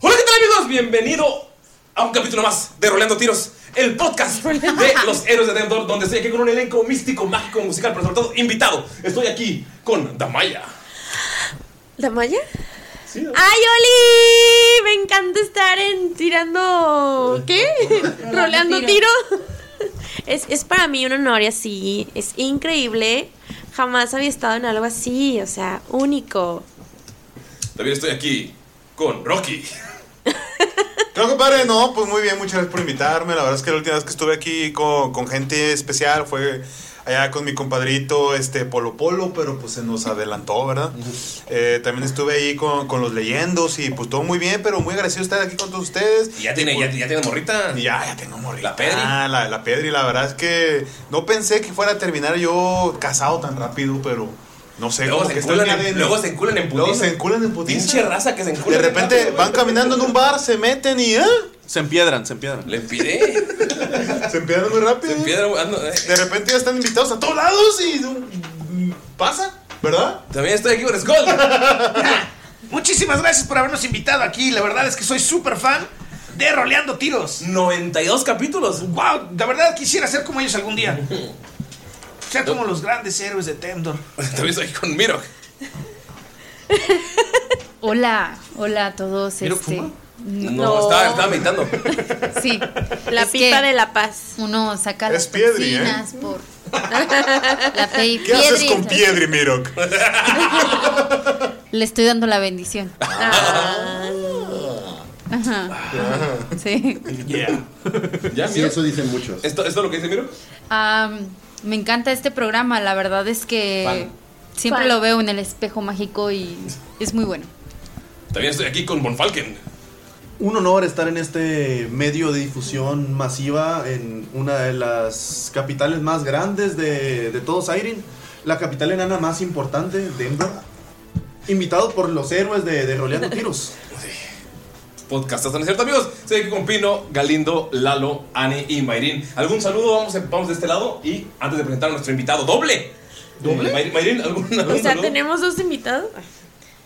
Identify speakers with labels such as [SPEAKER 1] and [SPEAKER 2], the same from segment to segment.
[SPEAKER 1] Hola, ¿qué tal amigos? Bienvenido a un capítulo más de Roleando Tiros, el podcast de los héroes de Dentor, donde estoy aquí con un elenco místico, mágico, musical, pero sobre todo invitado. Estoy aquí con Damaya.
[SPEAKER 2] ¿La Maya? ¡Ay, Oli! Me encanta estar en tirando. ¿Qué? Rolando tiro. Es, es para mí un honor y así. Es increíble. Jamás había estado en algo así. O sea, único.
[SPEAKER 1] También estoy aquí con Rocky.
[SPEAKER 3] Creo que padre, no, pues muy bien, muchas gracias por invitarme. La verdad es que la última vez que estuve aquí con, con gente especial fue allá con mi compadrito este Polo Polo, pero pues se nos adelantó, ¿verdad? Eh, también estuve ahí con, con los leyendos y pues todo muy bien, pero muy agradecido estar aquí con todos ustedes. pues
[SPEAKER 1] Y ya tiene, ya, ya tiene morrita.
[SPEAKER 3] Y ya, ya tengo morrita.
[SPEAKER 1] La Pedri.
[SPEAKER 3] Ah, la, la Pedri, la verdad es que no pensé que fuera a terminar yo casado tan rápido, pero no sé.
[SPEAKER 1] Luego
[SPEAKER 3] como
[SPEAKER 1] se
[SPEAKER 3] que está
[SPEAKER 1] enculan
[SPEAKER 3] en mi
[SPEAKER 1] en-
[SPEAKER 3] ADN.
[SPEAKER 1] luego se enculan en
[SPEAKER 3] Luego
[SPEAKER 1] putiza.
[SPEAKER 3] se enculan en putiza.
[SPEAKER 1] Pinche raza que se encula.
[SPEAKER 3] De repente van caminando en un bar, se meten y ¿eh?
[SPEAKER 4] Se empiedran, se empiedran.
[SPEAKER 1] Le pide.
[SPEAKER 3] se empiezan muy rápido.
[SPEAKER 1] Se piedra, güey, ando, eh.
[SPEAKER 3] De repente ya están invitados a todos lados y mm, pasa, ¿verdad?
[SPEAKER 1] También estoy aquí con Skull.
[SPEAKER 5] Muchísimas gracias por habernos invitado aquí. La verdad es que soy súper fan de Roleando Tiros.
[SPEAKER 1] 92 capítulos.
[SPEAKER 5] ¡Wow! La verdad quisiera ser como ellos algún día. Ser como los grandes héroes de Temdor.
[SPEAKER 1] También estoy aquí con Miro.
[SPEAKER 6] Hola, hola a todos. Este,
[SPEAKER 1] No,
[SPEAKER 2] No.
[SPEAKER 1] Estaba, estaba meditando.
[SPEAKER 6] sí,
[SPEAKER 2] La
[SPEAKER 6] es
[SPEAKER 2] pipa
[SPEAKER 6] que
[SPEAKER 2] de la paz.
[SPEAKER 6] Uno saca
[SPEAKER 3] Es
[SPEAKER 6] las
[SPEAKER 3] piedri, ¿eh?
[SPEAKER 6] toxinas por la fe y
[SPEAKER 3] ¿Qué haces
[SPEAKER 6] piedri,
[SPEAKER 3] con Piedri, Mirok?
[SPEAKER 6] Le estoy dando la bendición.
[SPEAKER 2] Ah,
[SPEAKER 6] Sí.
[SPEAKER 1] Ya,
[SPEAKER 7] Sí,
[SPEAKER 1] Miro.
[SPEAKER 7] eso dicen muchos.
[SPEAKER 1] ¿Esto, ¿Esto es lo que dice Miro?
[SPEAKER 6] Am, me encanta este programa. La verdad es que
[SPEAKER 1] Fan.
[SPEAKER 6] siempre
[SPEAKER 2] Fan.
[SPEAKER 6] lo veo en el espejo mágico y es muy bueno.
[SPEAKER 1] También estoy aquí con Bonfalken.
[SPEAKER 4] Un honor estar en este medio de difusión masiva en una de las capitales más grandes de, de todo Siren, la capital enana más importante, Denver. Invitado por los héroes de, de Roleando Tiros.
[SPEAKER 1] Podcast hasta cierto amigos. Estoy aquí con Pino, Galindo, Lalo, Ani y Mayrin. ¿Algún saludo? Vamos, vamos de este lado y antes de presentar a nuestro invitado doble. ¿Doble? Eh, Mayrin, ¿algún,
[SPEAKER 2] o
[SPEAKER 1] algún
[SPEAKER 2] sea,
[SPEAKER 1] saludo?
[SPEAKER 2] tenemos dos invitados.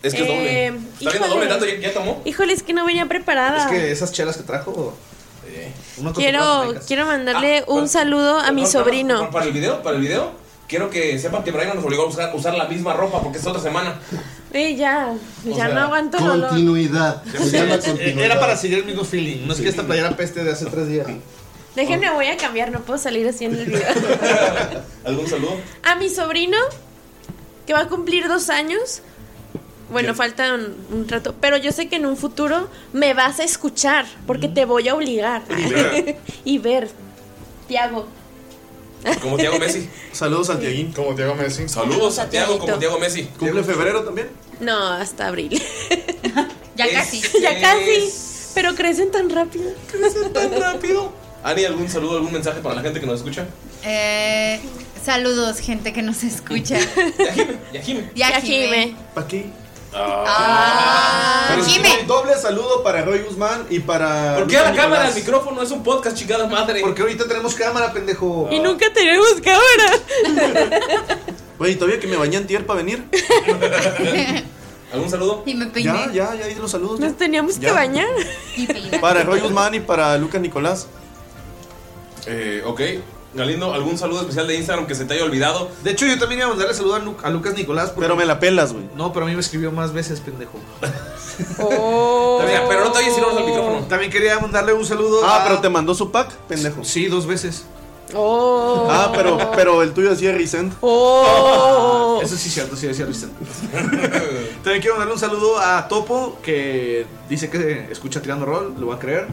[SPEAKER 1] Es que es doble.
[SPEAKER 2] Eh,
[SPEAKER 1] Está viendo doble
[SPEAKER 2] híjole.
[SPEAKER 1] tanto, ¿ya, ya tomó?
[SPEAKER 2] Híjole, es que no venía preparada.
[SPEAKER 5] Ah.
[SPEAKER 4] esas chelas que trajo.
[SPEAKER 2] Quiero, quiero mandarle un saludo a mi
[SPEAKER 1] Ah, Perdón,
[SPEAKER 2] sobrino.
[SPEAKER 1] Para, para el video, para el video, quiero que sepan que Brian nos obligó a usar, usar la misma ropa porque es otra semana.
[SPEAKER 2] Eh, ya, ya
[SPEAKER 1] sea,
[SPEAKER 2] no aguanto el olor.
[SPEAKER 4] Continuidad.
[SPEAKER 2] Se llama
[SPEAKER 5] Era para seguir el mismo feeling. No es que esta playera peste de hace tres días.
[SPEAKER 2] Déjenme, voy a cambiar, no puedo salir así en el video.
[SPEAKER 1] ¿Algún saludo?
[SPEAKER 2] A mi sobrino, que va a cumplir dos años. Bueno, falta un, un rato. Pero yo sé que en un futuro me vas a escuchar, porque te voy a obligar.
[SPEAKER 1] Y ver.
[SPEAKER 2] y ver. Tiago.
[SPEAKER 1] Como Tiago Messi.
[SPEAKER 4] Saludos a Tiaguín.
[SPEAKER 3] Como Tiago Messi.
[SPEAKER 1] Saludos a Tiago como Tiago Messi.
[SPEAKER 4] ¿Cumple febrero también?
[SPEAKER 2] No, hasta abril.
[SPEAKER 6] Ya casi.
[SPEAKER 2] ya casi. Pero crecen tan rápido.
[SPEAKER 1] Crecen tan rápido. Ani, ¿algún saludo, algún mensaje para la gente que nos escucha?
[SPEAKER 6] Eh, saludos, gente que nos escucha.
[SPEAKER 1] Yajime.
[SPEAKER 6] Ya Jime.
[SPEAKER 4] ¿Para qué?
[SPEAKER 6] Ah,
[SPEAKER 4] Pero
[SPEAKER 6] Jime.
[SPEAKER 4] un doble saludo para Roy Guzmán y para.
[SPEAKER 1] ¿Por qué
[SPEAKER 4] Luis
[SPEAKER 1] a la cámara,
[SPEAKER 4] Nicolás.
[SPEAKER 1] al micrófono? Es un podcast, chingada madre.
[SPEAKER 5] Porque ahorita tenemos cámara, pendejo.
[SPEAKER 2] Y nunca tenemos cámara.
[SPEAKER 4] Güey, todavía que me bañé antier para venir.
[SPEAKER 1] ¿Algún saludo?
[SPEAKER 6] Y me
[SPEAKER 4] Ya,
[SPEAKER 6] peiné.
[SPEAKER 4] ya, ya hice los saludos.
[SPEAKER 2] Nos
[SPEAKER 4] ya.
[SPEAKER 2] teníamos
[SPEAKER 4] Ya.
[SPEAKER 2] que bañar.
[SPEAKER 6] Y peiné.
[SPEAKER 4] Para Roy Guzmán y para Lucas Nicolás.
[SPEAKER 1] Eh, ok. Galindo, ¿algún saludo especial de Instagram que se te haya olvidado?
[SPEAKER 5] De hecho, yo también iba a mandarle saludo a, Lu- a Lucas Nicolás. porque-
[SPEAKER 4] Pero me la pelas, güey.
[SPEAKER 5] No, pero a mí me escribió más veces, pendejo.
[SPEAKER 1] Mira, pero no te oyes si no hablas al micrófono.
[SPEAKER 5] También quería mandarle un saludo
[SPEAKER 4] Ah,
[SPEAKER 5] a-
[SPEAKER 4] pero te mandó su pack, pendejo.
[SPEAKER 5] Sí, dos veces.
[SPEAKER 2] Oh.
[SPEAKER 4] Ah, pero, pero el tuyo decía Ricent.
[SPEAKER 2] Oh.
[SPEAKER 5] Eso sí es cierto, sí decía Luis. También quiero mandarle un saludo a Topo, que dice que escucha tirando rol, lo va a creer.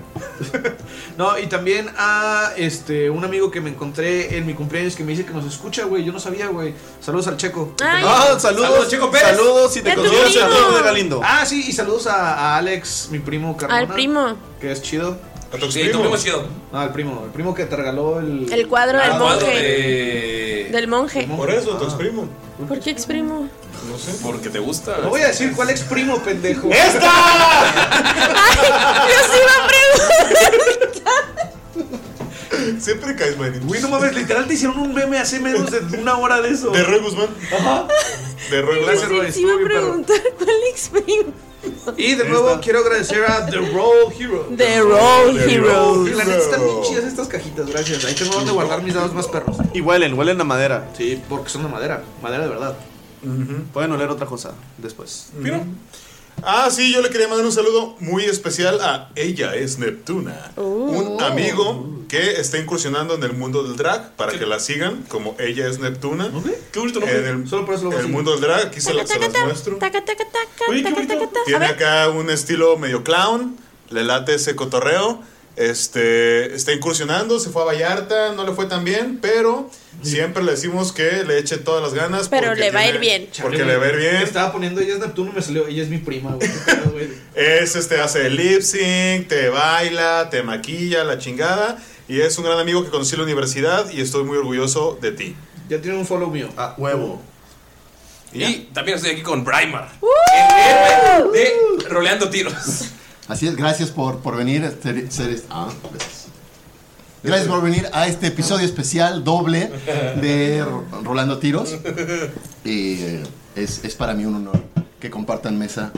[SPEAKER 5] no, y también a este un amigo que me encontré en mi cumpleaños que me dice que nos escucha, güey. Yo no sabía, güey. Saludos al Checo.
[SPEAKER 2] Ay.
[SPEAKER 4] Ah, saludos.
[SPEAKER 1] Saludos, Checo Pérez.
[SPEAKER 4] Saludos si
[SPEAKER 2] Y
[SPEAKER 4] te
[SPEAKER 2] a tu
[SPEAKER 4] consideras
[SPEAKER 2] primo.
[SPEAKER 4] amigo de Galindo.
[SPEAKER 5] Ah, sí, y saludos a, a Alex, mi primo Carmona.
[SPEAKER 2] Al primo.
[SPEAKER 5] Que es chido.
[SPEAKER 3] A tu
[SPEAKER 1] Sí,
[SPEAKER 3] primo.
[SPEAKER 1] tomemos chido.
[SPEAKER 5] No, al primo, el primo que te regaló el.
[SPEAKER 2] El cuadro del
[SPEAKER 1] Al cuadro
[SPEAKER 2] monje.
[SPEAKER 1] de-
[SPEAKER 2] Del monje.
[SPEAKER 3] Por eso,
[SPEAKER 5] Ah.
[SPEAKER 3] tu primo.
[SPEAKER 2] ¿Por qué exprimo?
[SPEAKER 1] No sé, porque te gusta.
[SPEAKER 5] No voy a decir cuál ex primo, pendejo.
[SPEAKER 2] Yo sí iba a preguntar.
[SPEAKER 3] Siempre caes mal.
[SPEAKER 5] Güey, no mames, literal te hicieron un meme hace menos de una hora de eso.
[SPEAKER 3] De Roy Guzmán. De Roy
[SPEAKER 5] Gracias,
[SPEAKER 3] Guzmán.
[SPEAKER 5] Roy.
[SPEAKER 2] Sí iba a
[SPEAKER 5] Estuvo bien, perro.
[SPEAKER 2] preguntar cuál exprimo.
[SPEAKER 5] Y de nuevo quiero agradecer a The Roll Hero.
[SPEAKER 2] The Roll
[SPEAKER 3] Hero.
[SPEAKER 5] Y la neta están bien chidas estas cajitas, gracias. Ahí tengo donde guardar mis dados más perros.
[SPEAKER 4] Y huelen, huelen a madera.
[SPEAKER 5] Sí, porque son de madera, madera de verdad.
[SPEAKER 4] Pueden oler otra cosa después.
[SPEAKER 1] Mira,
[SPEAKER 3] Ah, sí, yo le quería mandar un saludo muy especial a Ella es Neptuna, un
[SPEAKER 5] Oh.
[SPEAKER 3] amigo que está incursionando en el mundo del drag para que la sigan como Ella es Neptuna.
[SPEAKER 1] Qué bonito nombre.
[SPEAKER 3] En el,
[SPEAKER 5] Solo por eso lo voy a
[SPEAKER 3] en el
[SPEAKER 5] seguir.
[SPEAKER 3] mundo del drag, aquí se
[SPEAKER 2] Taca,
[SPEAKER 3] las, se
[SPEAKER 2] taca,
[SPEAKER 3] las
[SPEAKER 2] taca,
[SPEAKER 3] muestro.
[SPEAKER 2] taca, taca, taca,
[SPEAKER 1] Oye, qué
[SPEAKER 2] taca,
[SPEAKER 1] bonito.
[SPEAKER 2] taca, taca. A
[SPEAKER 3] Tiene
[SPEAKER 2] ver,
[SPEAKER 3] acá un estilo medio clown, le late ese cotorreo. Este, está incursionando, se fue a Vallarta, no le fue tan bien, pero siempre le decimos que le eche todas las ganas.
[SPEAKER 2] Pero
[SPEAKER 3] porque
[SPEAKER 2] le va a
[SPEAKER 3] tiene-
[SPEAKER 2] ir bien.
[SPEAKER 3] Porque le va a ir
[SPEAKER 5] Me
[SPEAKER 3] bien.
[SPEAKER 5] Estaba poniendo ella es Neptuno y me salió, ella es mi prima, güey. güey.
[SPEAKER 3] Es este, hace lip sync, te baila, te maquilla, la chingada. Y es un gran amigo que conocí en la universidad y estoy muy orgulloso de ti.
[SPEAKER 5] Ya tiene un follow mío.
[SPEAKER 4] Ah, huevo.
[SPEAKER 1] Y también estoy aquí con Braimar, el héroe de Roleando Tiros.
[SPEAKER 7] Así es, gracias por, por venir. este, seres- ah, gracias. Gracias por venir a este episodio especial doble de Ro- Rolando Tiros. Y eh, es, es para mí un honor que compartan mesa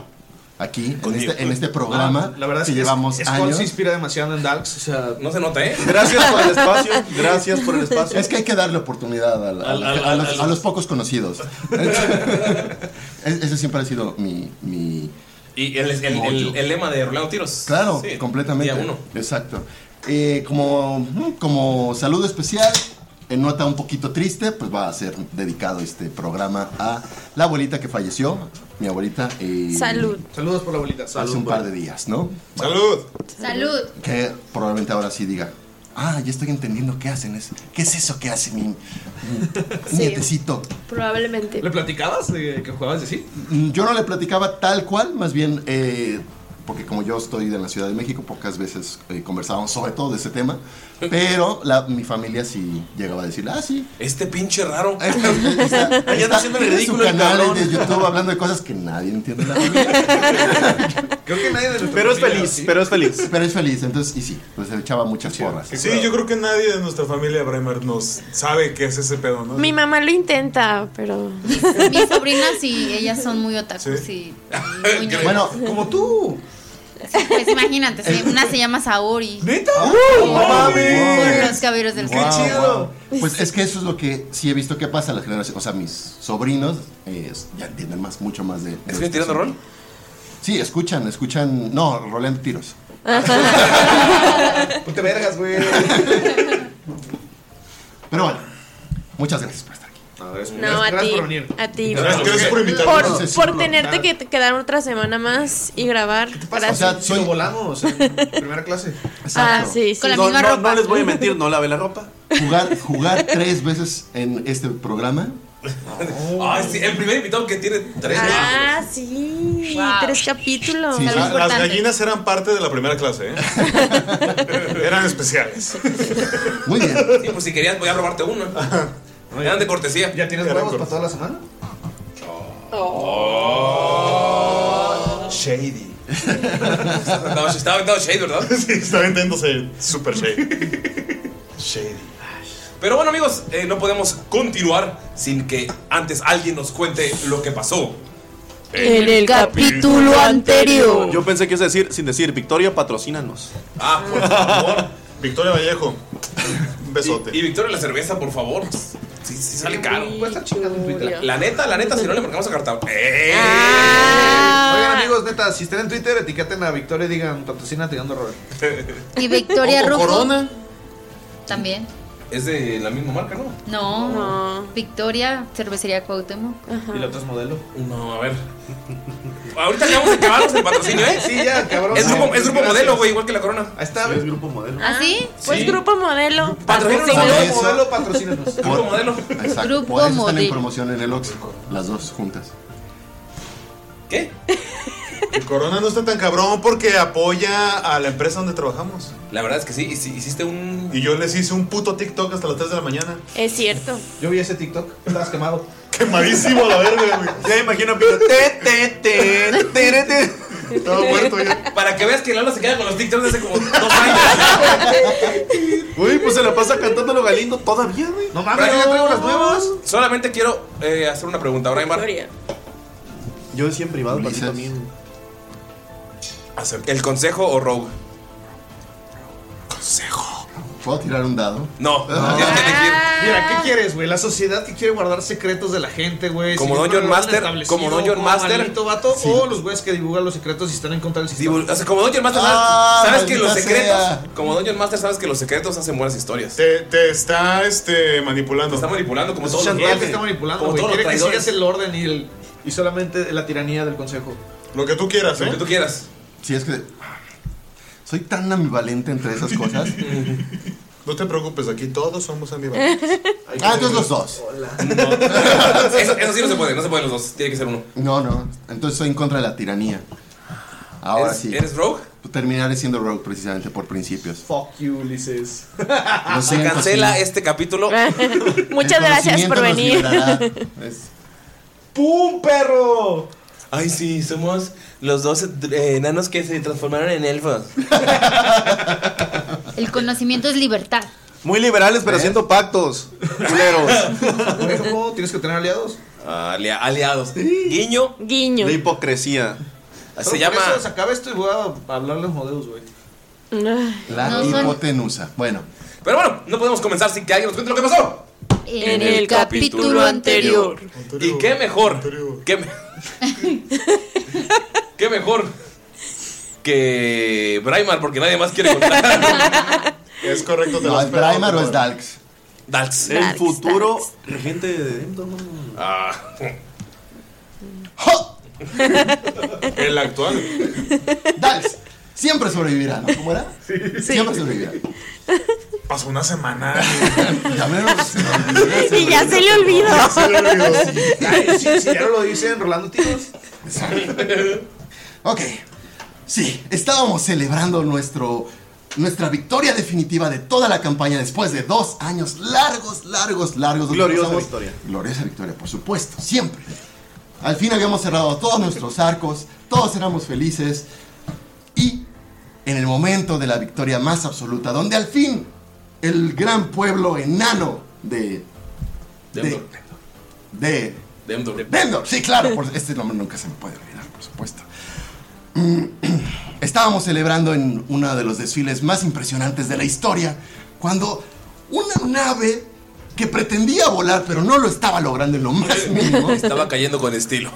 [SPEAKER 7] aquí, en este, en este programa
[SPEAKER 5] Ah, La verdad es
[SPEAKER 7] que,
[SPEAKER 5] que,
[SPEAKER 7] llevamos
[SPEAKER 5] Skull
[SPEAKER 7] años.
[SPEAKER 5] se inspira demasiado en Darks, o sea,
[SPEAKER 1] No se nota, ¿eh?
[SPEAKER 4] Gracias por el espacio. Gracias por el espacio.
[SPEAKER 7] Es que hay que darle oportunidad a, la- a la-
[SPEAKER 1] Al- al-
[SPEAKER 7] a los,
[SPEAKER 1] al-
[SPEAKER 7] a los pocos conocidos. Es- Ese siempre ha sido mi, mi,
[SPEAKER 1] Y el, el- el- el- el lema de Roleando Tiros.
[SPEAKER 7] Claro,
[SPEAKER 1] Sí,
[SPEAKER 7] completamente.
[SPEAKER 1] Día uno.
[SPEAKER 7] Exacto. Eh, como, mm, como saludo especial, en nota un poquito triste, pues va a ser dedicado este programa a la abuelita que falleció, mi abuelita. eh,
[SPEAKER 2] Salud.
[SPEAKER 5] saludos por la abuelita.
[SPEAKER 7] Hace un par de días, ¿no?
[SPEAKER 3] Salud.
[SPEAKER 6] Salud.
[SPEAKER 7] Que probablemente ahora sí diga, ah, ya estoy entendiendo qué hacen, es, qué es eso que hace mi, mi nietecito.
[SPEAKER 2] probablemente.
[SPEAKER 5] ¿Le platicabas de que jugabas así?
[SPEAKER 7] Mm, Yo no le platicaba tal cual, más bien, eh, porque como yo estoy de la Ciudad de México, pocas veces eh, conversábamos sobre todo de ese tema, pero la- mi familia sí llegaba a decir, ah, sí.
[SPEAKER 1] Este pinche raro.
[SPEAKER 7] Está, está-
[SPEAKER 4] Ahí anda haciendo el
[SPEAKER 7] tiene
[SPEAKER 4] ridículo
[SPEAKER 7] su
[SPEAKER 4] el
[SPEAKER 7] canal
[SPEAKER 4] cabrón.
[SPEAKER 7] de YouTube hablando de cosas que nadie entiende. la familia.
[SPEAKER 5] Creo que nadie de nuestra
[SPEAKER 4] Pero es
[SPEAKER 5] familia,
[SPEAKER 4] feliz,
[SPEAKER 5] ¿sí?
[SPEAKER 4] pero es feliz.
[SPEAKER 7] Pero es feliz, entonces, y sí, pues se echaba muchas porras.
[SPEAKER 3] Sí, yo creo que nadie de nuestra familia Bremer nos sabe qué es ese pedo, ¿no?
[SPEAKER 2] Mi mamá lo intenta, pero.
[SPEAKER 6] Mis sobrinas y ellas son muy otakus y. y muy
[SPEAKER 7] Bueno,
[SPEAKER 5] como tú.
[SPEAKER 6] Pues imagínate, sí, una se llama Saori.
[SPEAKER 5] ¿Neta?
[SPEAKER 6] Con los caballeros del
[SPEAKER 7] Guau,
[SPEAKER 6] Zodiaco.
[SPEAKER 7] guau. Pues es que eso es lo que sí he visto que pasa a la generación. O sea, mis sobrinos eh, ya entienden más, mucho más de. de
[SPEAKER 5] ¿Es
[SPEAKER 7] este
[SPEAKER 5] que tirando
[SPEAKER 7] asunto.
[SPEAKER 5] rol?
[SPEAKER 7] Sí, escuchan, escuchan. No, roleando tiros.
[SPEAKER 5] Ponte vergas, güey.
[SPEAKER 7] Pero bueno, muchas gracias por estar aquí.
[SPEAKER 2] No, a ti. A ti.
[SPEAKER 7] Gracias, gracias por invitarme.
[SPEAKER 2] Por,
[SPEAKER 7] No, sí, sí,
[SPEAKER 2] por
[SPEAKER 7] no, Ah.
[SPEAKER 2] tenerte
[SPEAKER 5] nada.
[SPEAKER 2] que t- quedar otra semana más y grabar.
[SPEAKER 5] O
[SPEAKER 2] Gracias.
[SPEAKER 5] sea, soy... volamos en primera clase.
[SPEAKER 2] Ah, sí, sí.
[SPEAKER 4] no, no, no les voy a mentir, no lavé la ropa.
[SPEAKER 7] Jugar, jugar tres veces en este programa.
[SPEAKER 1] Ah, sí, el primer invitado que tiene tres.
[SPEAKER 2] Ah, sí. Tres capítulos.
[SPEAKER 7] Sí,
[SPEAKER 3] La- ah, las gallinas eran parte de la primera clase, ¿eh? eran especiales.
[SPEAKER 7] Muy bien.
[SPEAKER 1] Sí, por si querías, voy a robarte una. Eran de cortesía.
[SPEAKER 5] ¿Ya tienes huevos para toda la semana?
[SPEAKER 3] Oh,
[SPEAKER 1] Oh.
[SPEAKER 3] Shady.
[SPEAKER 1] Estaba, estaba aventado Shade, ¿verdad?
[SPEAKER 3] Sí, estaba intentándose super shady. Shady.
[SPEAKER 1] Pero bueno, amigos, eh, no podemos continuar sin que antes alguien nos cuente lo que pasó.
[SPEAKER 4] En el
[SPEAKER 1] capítulo
[SPEAKER 4] anterior. Yo pensé que es decir, sin decir, Victoria, patrocínanos.
[SPEAKER 1] Ah, por favor.
[SPEAKER 3] Victoria Vallejo. Un besote.
[SPEAKER 1] Y Victoria, la cerveza, por favor. Sí, sí, sale caro.
[SPEAKER 5] Cuesta chingas en Twitter.
[SPEAKER 1] La neta, la neta, si no le marcamos a Eh, carta.
[SPEAKER 5] Oigan, amigos, neta, si están en Twitter, etiqueten a Victoria y digan patrocina tirando rol.
[SPEAKER 6] Y Victoria
[SPEAKER 5] O- o
[SPEAKER 6] Rojo.
[SPEAKER 5] Corona.
[SPEAKER 6] También.
[SPEAKER 1] Es de la misma marca, ¿no?
[SPEAKER 6] No. Victoria, cervecería Cuauhtémoc.
[SPEAKER 5] ¿Y la otra es modelo?
[SPEAKER 1] No, a ver. Ahorita acabamos de acabarnos el patrocinio, ¿eh?
[SPEAKER 5] Sí, ya, cabrón.
[SPEAKER 1] Es grupo, es grupo
[SPEAKER 5] Gracias.
[SPEAKER 1] modelo, güey, igual que la corona.
[SPEAKER 5] Ahí está.
[SPEAKER 4] Es grupo modelo.
[SPEAKER 6] ¿Ah, sí?
[SPEAKER 2] Pues
[SPEAKER 1] Sí.
[SPEAKER 2] grupo modelo.
[SPEAKER 1] Patrocínanos,
[SPEAKER 7] Por
[SPEAKER 1] modelo.
[SPEAKER 7] eso-
[SPEAKER 5] Modelo, patrocínanos.
[SPEAKER 1] Grupo modelo.
[SPEAKER 7] Exacto.
[SPEAKER 6] Grupo
[SPEAKER 7] por eso están en
[SPEAKER 6] Modelo.
[SPEAKER 7] promoción en el Oxxo. Las dos juntas.
[SPEAKER 1] ¿Qué?
[SPEAKER 3] El corona no está tan cabrón porque apoya a la empresa donde trabajamos.
[SPEAKER 1] La verdad es que sí, hici- hiciste un.
[SPEAKER 3] Y yo les hice un puto TikTok hasta las 3 de la mañana.
[SPEAKER 2] Es cierto.
[SPEAKER 5] Yo vi ese TikTok. Estabas quemado.
[SPEAKER 3] Quemadísimo a la verga, güey.
[SPEAKER 4] Ya me imagino a Pito, te, te, te, te, te, te.
[SPEAKER 3] Estaba muerto ya.
[SPEAKER 1] Para que veas que Lalo se queda con los TikToks desde como dos años.
[SPEAKER 4] Uy, pues se la pasa cantándolo Galindo todavía, güey.
[SPEAKER 1] Ah,
[SPEAKER 5] No mames, yo ya traigo las nuevas.
[SPEAKER 1] Solamente quiero eh, hacer una pregunta, Brian Bar.
[SPEAKER 2] Victoria.
[SPEAKER 4] Yo decía en privado, para ti
[SPEAKER 7] Ulises.
[SPEAKER 4] también.
[SPEAKER 1] ¿El consejo o Rogue?
[SPEAKER 7] ¿Puedo tirar un Ah. dado?
[SPEAKER 1] No, tienes que elegir.
[SPEAKER 5] Mira, ¿qué quieres, güey? La sociedad que quiere guardar secretos de la gente, güey.
[SPEAKER 1] Como
[SPEAKER 5] Si es
[SPEAKER 1] Dungeon
[SPEAKER 5] un orden
[SPEAKER 1] Master,
[SPEAKER 5] establecido,
[SPEAKER 1] como Dungeon
[SPEAKER 5] o
[SPEAKER 1] Master.
[SPEAKER 5] maldito vato, O los güeyes que divulgan los secretos y están en contra del sistema.
[SPEAKER 1] Dibu- o sea, como Dungeon Master, ¿sabes,
[SPEAKER 7] Ah,
[SPEAKER 1] sabes que los
[SPEAKER 7] maldita
[SPEAKER 1] secretos.
[SPEAKER 7] sea.
[SPEAKER 1] Como Dungeon Master, sabes que los secretos hacen buenas historias. Te
[SPEAKER 3] Te, te está este, manipulando.
[SPEAKER 1] está manipulando como todos
[SPEAKER 5] Ese
[SPEAKER 1] los
[SPEAKER 5] chantaje
[SPEAKER 1] jefes.
[SPEAKER 5] está manipulando,
[SPEAKER 1] Como
[SPEAKER 5] güey.
[SPEAKER 1] todos los
[SPEAKER 5] Quiere que
[SPEAKER 1] traidores.
[SPEAKER 5] sigas el orden y, el, y solamente la tiranía del consejo.
[SPEAKER 3] Lo que tú quieras,
[SPEAKER 1] Lo
[SPEAKER 3] ¿eh?
[SPEAKER 1] que tú quieras.
[SPEAKER 7] Sí, es que soy tan ambivalente entre esas cosas.
[SPEAKER 3] No te preocupes, aquí todos somos ambivalentes.
[SPEAKER 7] Ah, entonces los dos.
[SPEAKER 1] Eso, eso sí no se puede, no se pueden los dos. Tiene que ser uno.
[SPEAKER 7] No, no. Entonces soy en contra de la tiranía. Ahora
[SPEAKER 1] ¿Eres,
[SPEAKER 7] sí.
[SPEAKER 1] ¿Eres Rogue?
[SPEAKER 7] Terminaré siendo rogue precisamente por principios.
[SPEAKER 5] Fuck you, Ulises.
[SPEAKER 7] Lo
[SPEAKER 1] Se
[SPEAKER 7] siento,
[SPEAKER 1] cancela
[SPEAKER 7] sí.
[SPEAKER 1] este capítulo.
[SPEAKER 2] Muchas
[SPEAKER 7] El
[SPEAKER 2] gracias
[SPEAKER 7] conocimiento
[SPEAKER 2] por
[SPEAKER 7] nos
[SPEAKER 2] venir.
[SPEAKER 7] liberará. Es-
[SPEAKER 5] ¡Pum, perro!
[SPEAKER 1] Ay, sí, somos los dos eh, enanos que se transformaron en elfos.
[SPEAKER 6] El conocimiento es libertad.
[SPEAKER 4] Muy liberales,
[SPEAKER 5] ¿Eh?
[SPEAKER 4] pero haciendo pactos. Culeros.
[SPEAKER 5] Consejo, tienes que tener aliados.
[SPEAKER 1] Ah, aliados. Guiño
[SPEAKER 2] Guiño.
[SPEAKER 4] La hipocresía.
[SPEAKER 5] Solo
[SPEAKER 1] se
[SPEAKER 5] por
[SPEAKER 1] llama.
[SPEAKER 5] Eso, se acaba esto y voy
[SPEAKER 1] oh,
[SPEAKER 5] a hablar a los modelos, güey.
[SPEAKER 7] La
[SPEAKER 6] No son-
[SPEAKER 7] hipotenusa. Bueno,
[SPEAKER 1] Pero bueno, no podemos comenzar sin que alguien nos cuente lo que pasó.
[SPEAKER 6] En,
[SPEAKER 1] el capítulo anterior. Y qué mejor.
[SPEAKER 3] Anterior.
[SPEAKER 1] Qué, me- qué mejor que Braimar, porque nadie más quiere contar.
[SPEAKER 3] Es correcto, te
[SPEAKER 7] no,
[SPEAKER 3] lo
[SPEAKER 7] ¿es
[SPEAKER 3] esperaba,
[SPEAKER 7] Braimar o es
[SPEAKER 3] compadre.
[SPEAKER 7] Dalks?
[SPEAKER 1] Dalks.
[SPEAKER 4] El
[SPEAKER 2] Darks,
[SPEAKER 4] futuro
[SPEAKER 2] darks.
[SPEAKER 4] regente de Demdor, no, no, no.
[SPEAKER 1] Ah,
[SPEAKER 7] ¡Jo!
[SPEAKER 3] El actual.
[SPEAKER 7] Dalks siempre sobrevivirá, ¿no? ¿Cómo era? Siempre sobrevivirá.
[SPEAKER 3] Pasó una semana.
[SPEAKER 7] Ya menos-
[SPEAKER 2] Y ya se le olvidó.
[SPEAKER 5] Ay, sí, sí, ya no lo dicen Rolando Tiros.
[SPEAKER 7] Ok. Sí, estábamos celebrando nuestro, nuestra victoria definitiva de toda la campaña después de dos años largos, largos, largos. donde
[SPEAKER 4] Gloriosa
[SPEAKER 7] pasamos-
[SPEAKER 4] victoria.
[SPEAKER 7] Gloriosa victoria, por supuesto, siempre. Al fin habíamos cerrado todos nuestros arcos, todos éramos felices. en el momento de la victoria más absoluta, donde al fin el gran pueblo enano de. de. de.
[SPEAKER 1] Demdor.
[SPEAKER 7] Demdor, sí, claro, por- este nombre nunca se me puede olvidar, por supuesto. Mm, Estábamos celebrando en uno de los desfiles más impresionantes de la historia, cuando una nave que pretendía volar, pero no lo estaba logrando en lo más mínimo,
[SPEAKER 1] Estaba cayendo con estilo.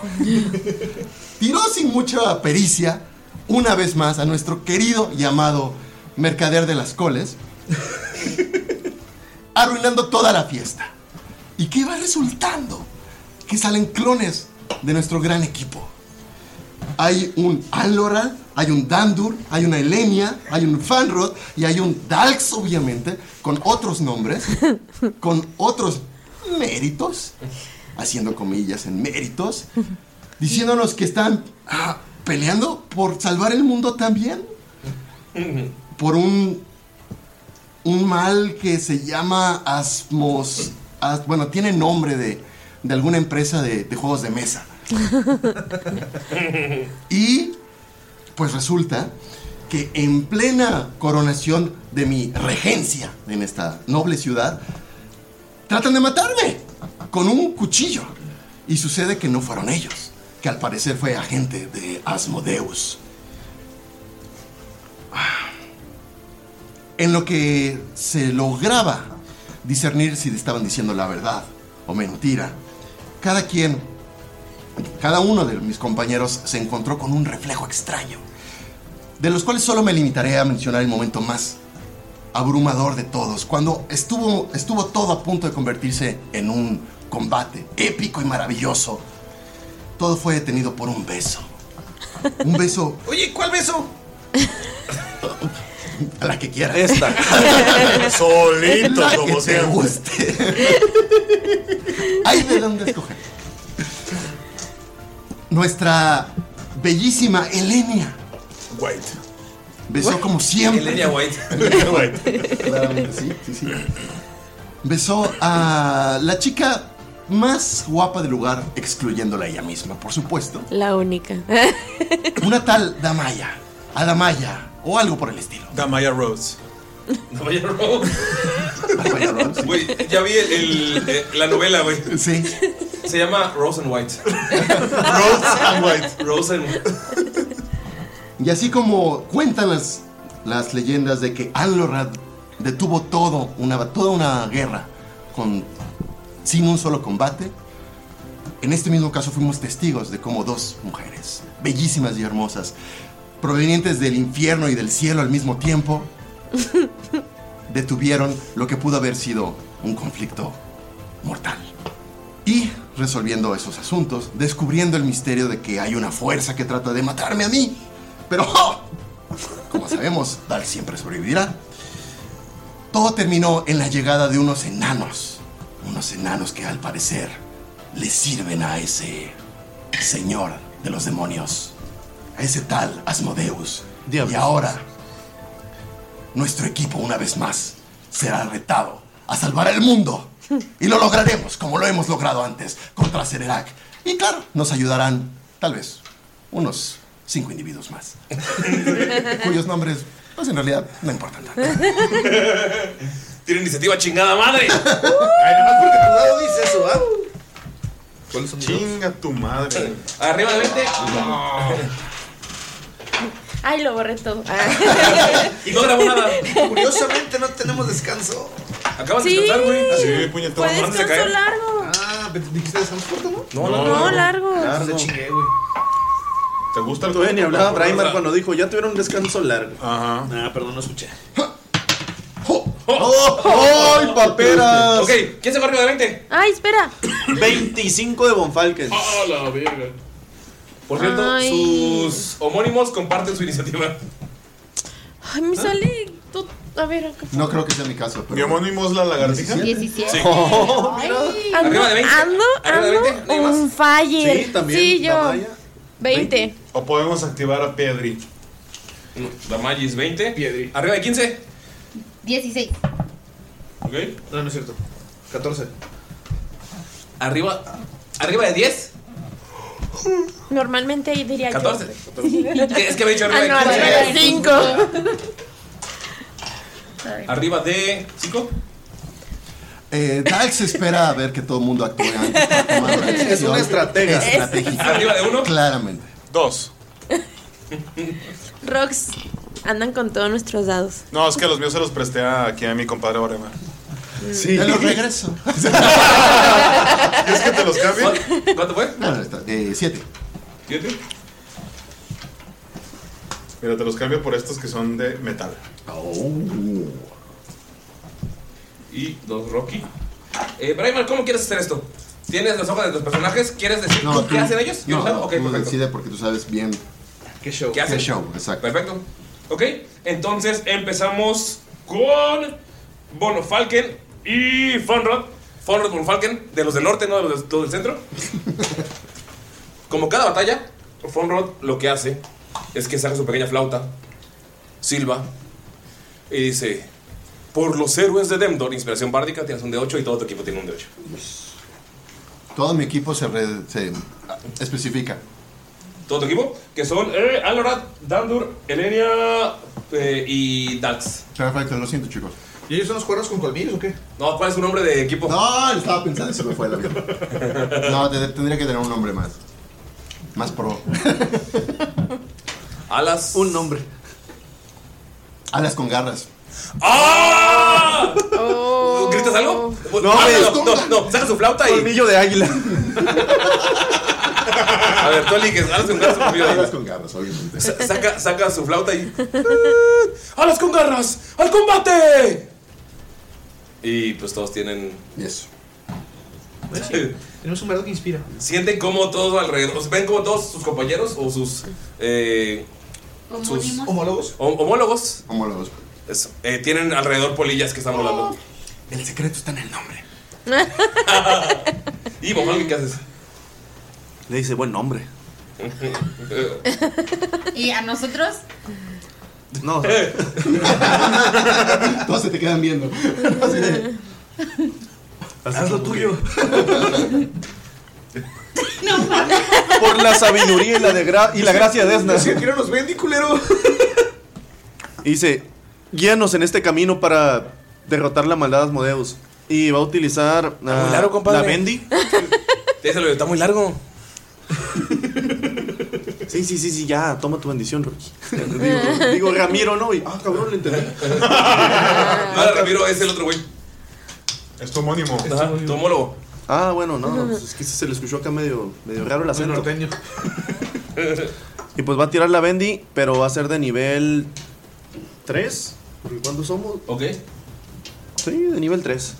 [SPEAKER 7] tiró sin mucha pericia, una vez más, a nuestro querido llamado mercader de las coles, arruinando toda la fiesta. ¿Y qué va resultando? Que salen clones de nuestro gran equipo. Hay un Alloran, hay un Dandur, hay una Elenia, hay un Fanrod y hay un Dalx, obviamente, con otros nombres, con otros méritos, haciendo comillas en méritos, diciéndonos que están ah, peleando por salvar el mundo también, por un, un mal que se llama Asmos. as- bueno, tiene nombre de, de alguna empresa de- de juegos de mesa. Y pues resulta que en plena coronación de mi regencia en esta noble ciudad, tratan de matarme con un cuchillo. Y sucede que no fueron ellos, que al parecer fue agente de Asmodeus. En lo que se lograba discernir si le estaban diciendo la verdad o mentira, cada quien cada uno de mis compañeros se encontró con un reflejo extraño, de los cuales solo me limitaré a mencionar el momento más abrumador de todos, cuando estuvo, estuvo todo a punto de convertirse en un combate épico y maravilloso. Todo fue detenido por un beso. Un beso
[SPEAKER 1] Oye, ¿cuál beso?
[SPEAKER 7] a la que quiera.
[SPEAKER 1] Esta.
[SPEAKER 3] Solito,
[SPEAKER 7] La que
[SPEAKER 3] como
[SPEAKER 7] te
[SPEAKER 3] siempre.
[SPEAKER 7] guste. Hay de dónde escoger. Nuestra bellísima Elenia
[SPEAKER 3] White.
[SPEAKER 7] besó como siempre.
[SPEAKER 1] Elenia White.
[SPEAKER 3] White.
[SPEAKER 7] Claramente, sí, sí, sí. Besó a la chica más guapa del lugar, excluyéndola ella misma, por supuesto.
[SPEAKER 2] La única.
[SPEAKER 7] Una tal Damaya, Adamaya, o algo por el estilo.
[SPEAKER 3] Damaya Rhodes.
[SPEAKER 1] No vaya robo.
[SPEAKER 7] Damaya Rose,
[SPEAKER 1] Güey, ya vi el, el- eh, la novela, güey.
[SPEAKER 7] Sí.
[SPEAKER 1] Se llama Rose and White.
[SPEAKER 3] Rhodes and White.
[SPEAKER 1] Rose and White.
[SPEAKER 7] Y así como cuentan las, las leyendas de que Anlorad detuvo todo, una, toda una guerra con, sin un solo combate, en este mismo caso fuimos testigos de cómo dos mujeres, bellísimas y hermosas, provenientes del infierno y del cielo al mismo tiempo, detuvieron lo que pudo haber sido un conflicto mortal. Y resolviendo esos asuntos, descubriendo el misterio de que hay una fuerza que trata de matarme a mí. Pero, ¡oh! como sabemos, Dal siempre sobrevivirá. Todo terminó en la llegada de unos enanos. Unos enanos que al parecer le sirven a ese señor de los demonios. A ese tal Asmodeus.
[SPEAKER 4] Diablos.
[SPEAKER 7] Y ahora, nuestro equipo una vez más será retado a salvar el mundo. Y lo lograremos como lo hemos logrado antes contra Cererac. Y claro, nos ayudarán tal vez unos cinco individuos más. cuyos nombres, pues en realidad no importan tanto.
[SPEAKER 1] Tiene iniciativa chingada madre.
[SPEAKER 5] Ay, nomás porque tu lado dice eso, ¿ah? ¿Cuáles son tus dados?
[SPEAKER 3] Chinga tu madre.
[SPEAKER 1] Arriba de 20.
[SPEAKER 2] Ay, lo borré todo. Ah.
[SPEAKER 1] Y no grabó nada.
[SPEAKER 5] Curiosamente no tenemos descanso.
[SPEAKER 1] Acabas
[SPEAKER 2] Sí.
[SPEAKER 1] de cantar, güey.
[SPEAKER 3] Sí, puñetón.
[SPEAKER 2] Fue
[SPEAKER 1] ¿dónde se cae?
[SPEAKER 2] descanso largo.
[SPEAKER 5] Ah, ¿te dijiste descanso corto,
[SPEAKER 1] No,
[SPEAKER 5] no?
[SPEAKER 1] no,
[SPEAKER 2] No, largo.
[SPEAKER 5] Ah, te chingué, güey.
[SPEAKER 3] ¿Te gusta el
[SPEAKER 4] Todavía ni
[SPEAKER 3] corto?
[SPEAKER 4] hablaba Braimar cuando dijo, ya tuvieron un descanso largo.
[SPEAKER 3] Ajá.
[SPEAKER 5] Ah, perdón, no escuché.
[SPEAKER 7] ¡Oh! ¡Oh! ¡Ay, paperas!
[SPEAKER 1] Ok, ¿quién se fue arriba de 20?
[SPEAKER 2] Ay, espera.
[SPEAKER 4] 25 de Bonfalken.
[SPEAKER 1] ¡Ah, la verga! Por cierto,
[SPEAKER 2] Ay.
[SPEAKER 1] sus homónimos comparten su iniciativa.
[SPEAKER 2] Ay, me sale. to- A ver, acá.
[SPEAKER 7] No creo que sea mi caso, pero.
[SPEAKER 3] Diomónimos la lagartija.
[SPEAKER 6] 17.
[SPEAKER 4] Oh,
[SPEAKER 2] Ando,
[SPEAKER 1] Arriba de 20.
[SPEAKER 2] ando,
[SPEAKER 1] Arriba de 20,
[SPEAKER 2] ando
[SPEAKER 1] nadie más.
[SPEAKER 2] un fire.
[SPEAKER 4] Sí, también,
[SPEAKER 2] yo.
[SPEAKER 4] Damaya.
[SPEAKER 2] 20.
[SPEAKER 3] O podemos activar a Pedri.
[SPEAKER 1] Damayis 20.
[SPEAKER 5] Piedri.
[SPEAKER 1] Arriba de 15.
[SPEAKER 6] 16.
[SPEAKER 1] Ok.
[SPEAKER 5] No, no es cierto. 14.
[SPEAKER 1] Arriba. Arriba de 10.
[SPEAKER 2] Normalmente ahí diría
[SPEAKER 1] 14.
[SPEAKER 2] Es
[SPEAKER 1] Es que me he dicho arriba
[SPEAKER 2] ah,
[SPEAKER 1] de
[SPEAKER 2] no, arriba
[SPEAKER 1] 15.
[SPEAKER 2] de 5.
[SPEAKER 1] Arriba de 5.
[SPEAKER 7] Eh, Dax espera a ver que todo el mundo actúe antes para tomar una
[SPEAKER 4] Es
[SPEAKER 7] decisión
[SPEAKER 4] una estratega.
[SPEAKER 7] estratégica.
[SPEAKER 1] ¿Arriba de uno?
[SPEAKER 7] Claramente.
[SPEAKER 3] Dos.
[SPEAKER 2] Rox, andan con todos nuestros dados.
[SPEAKER 3] No, es que los míos se los presté a- aquí a mi compadre Orema.
[SPEAKER 7] Sí. Te los regreso.
[SPEAKER 3] ¿Es que te los cambio?
[SPEAKER 1] ¿Cuánto fue?
[SPEAKER 7] No, no, está. Eh, siete.
[SPEAKER 1] ¿Siete?
[SPEAKER 3] Mira, te los cambio por estos que son de metal.
[SPEAKER 1] Oh. Y dos Rocky. Eh, Brayman, ¿cómo quieres hacer esto? ¿Tienes las hojas de los personajes? ¿Quieres decir
[SPEAKER 7] No,
[SPEAKER 1] qué
[SPEAKER 7] tú-
[SPEAKER 1] hacen ellos? ¿Yo
[SPEAKER 7] No,
[SPEAKER 1] lo hago? Ok,
[SPEAKER 7] tú
[SPEAKER 1] perfecto.
[SPEAKER 7] decide porque tú sabes bien
[SPEAKER 1] ¿Qué show?
[SPEAKER 7] qué show. Exacto.
[SPEAKER 1] Perfecto. Ok, entonces empezamos con Bono Falken y Fonrod. Fonrod Bono Falken, de los del norte, no de los, de los del centro. Como cada batalla, Fonrod lo que hace es que saca su pequeña flauta, silba y dice: Por los héroes de Demdor, inspiración bárdica, tienes un D8 y todo tu equipo tiene un D8.
[SPEAKER 7] Todo mi equipo se, re- se ah, especifica.
[SPEAKER 1] Todo tu equipo, que son eh, Alorad, Dandur, Elenia eh, y Dax.
[SPEAKER 7] Perfecto, lo siento, chicos.
[SPEAKER 1] ¿Y ellos son los cuernos con colmillos o qué? No, ¿cuál es su nombre de equipo?
[SPEAKER 7] No, estaba pensando, se me fue la vida. No, te- tendría que tener un nombre más. Más pro.
[SPEAKER 1] Alas.
[SPEAKER 7] Un nombre. Alas con garras.
[SPEAKER 1] ¡Ah! ¿Gritas algo?
[SPEAKER 7] No,
[SPEAKER 1] Ah,
[SPEAKER 7] güey.
[SPEAKER 1] no, no, no, saca su flauta y.
[SPEAKER 4] Colmillo de águila.
[SPEAKER 1] A ver, tú eliges, alas con garras o colmillo de águila.
[SPEAKER 7] Alas con garras, obviamente.
[SPEAKER 1] Sa- Saca, saca su flauta y. ¡Alas con garras! ¡Al combate! Y pues todos tienen.
[SPEAKER 7] Eso.
[SPEAKER 1] Tenemos un verbo que inspira. Sienten como todos alrededor. o sea, ven como todos sus compañeros o sus. eh, sus
[SPEAKER 6] Homónimos.
[SPEAKER 1] homólogos. homólogos.
[SPEAKER 7] Homólogos.
[SPEAKER 1] Eso. Eh, tienen alrededor polillas que están volando.
[SPEAKER 7] El secreto está en el nombre.
[SPEAKER 1] Y Mojalmi, ¿qué haces?
[SPEAKER 4] Le dice buen nombre.
[SPEAKER 1] Eh,
[SPEAKER 6] ¿Y a nosotros?
[SPEAKER 4] No.
[SPEAKER 7] Todos se te quedan viendo. Así de,
[SPEAKER 4] Haz lo tuyo.
[SPEAKER 6] No mames.
[SPEAKER 4] Por la sabiduría y la, de gra- y la gracia de Esna.
[SPEAKER 5] tira los vendi, culero.
[SPEAKER 4] Y dice, guíanos en este camino para derrotar la maldad de Asmodeus. Y va a utilizar ah,
[SPEAKER 1] muy largo, compadre.
[SPEAKER 4] la Bendy.
[SPEAKER 1] Déselo, está muy largo.
[SPEAKER 4] Sí, sí, sí, sí, ya, toma tu bendición, Rocky. digo, digo, Ramiro, ¿no? Y, ah, cabrón, le entendí.
[SPEAKER 1] No, era Ramiro es el otro güey.
[SPEAKER 3] Es tu homónimo.
[SPEAKER 1] Ajá, Tu homólogo.
[SPEAKER 4] Ah, bueno, no, pues es que se le escuchó acá medio, medio raro el acento.
[SPEAKER 5] norteño.
[SPEAKER 4] Y pues va a tirar la Bendy, pero va a ser de nivel 3. ¿Cuántos somos?
[SPEAKER 1] Ok.
[SPEAKER 4] Sí, de nivel 3.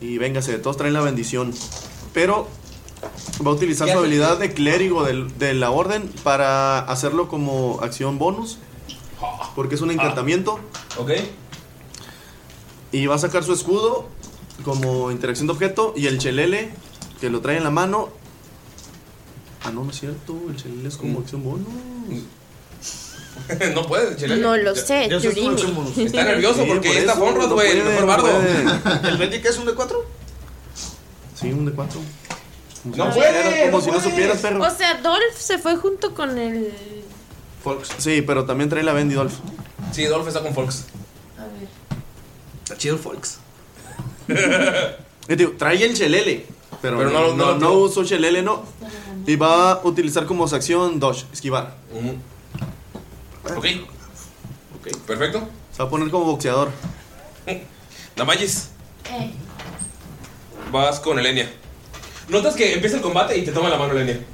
[SPEAKER 4] Y véngase, todos traen la bendición. Pero va a utilizar
[SPEAKER 1] ¿Qué
[SPEAKER 4] su
[SPEAKER 1] hace?
[SPEAKER 4] habilidad de clérigo del- de la orden para hacerlo como acción bonus. Porque es un encantamiento.
[SPEAKER 1] Ah. Ok.
[SPEAKER 4] Y va a sacar su escudo como interacción de objeto. Y el chelele, que lo trae en la mano. Ah, no, no es cierto. El chelele es
[SPEAKER 1] Mm.
[SPEAKER 4] como acción bonus.
[SPEAKER 1] no puedes, chile.
[SPEAKER 2] No lo sé,
[SPEAKER 5] Ya sabes cómo
[SPEAKER 2] Yurimi.
[SPEAKER 5] hacemos.
[SPEAKER 1] Está nervioso
[SPEAKER 4] Sí,
[SPEAKER 1] porque
[SPEAKER 4] por
[SPEAKER 1] está
[SPEAKER 4] eso,
[SPEAKER 1] Fonrod,
[SPEAKER 4] no
[SPEAKER 1] güey, el
[SPEAKER 4] puede,
[SPEAKER 1] mejor
[SPEAKER 4] no
[SPEAKER 1] bardo.
[SPEAKER 4] puede.
[SPEAKER 5] ¿El vendi qué es un de 4
[SPEAKER 4] Sí, un de 4.
[SPEAKER 1] No puede,
[SPEAKER 4] Como
[SPEAKER 1] no
[SPEAKER 4] si no
[SPEAKER 1] puede.
[SPEAKER 4] supieras, perro.
[SPEAKER 2] O sea, Dolph se fue junto con el.
[SPEAKER 1] Folks.
[SPEAKER 4] Sí, pero también trae la Bendy Dolph.
[SPEAKER 1] Sí, Dolph está con Folks.
[SPEAKER 5] Está chido el Folks.
[SPEAKER 4] Yo te digo, trae el chelele. Pero,
[SPEAKER 1] Pero no
[SPEAKER 4] no,
[SPEAKER 1] lo- no lo
[SPEAKER 4] no
[SPEAKER 1] tuvo.
[SPEAKER 4] uso chelele, no. Y va a utilizar como su acción dodge, esquivar.
[SPEAKER 1] Ujú. Ok. Mm, Ok, perfecto.
[SPEAKER 4] Se va a poner como boxeador.
[SPEAKER 1] Namayis,
[SPEAKER 6] Eh,
[SPEAKER 1] vas con Elenia. Notas que empieza el combate y te toma la mano Elenia.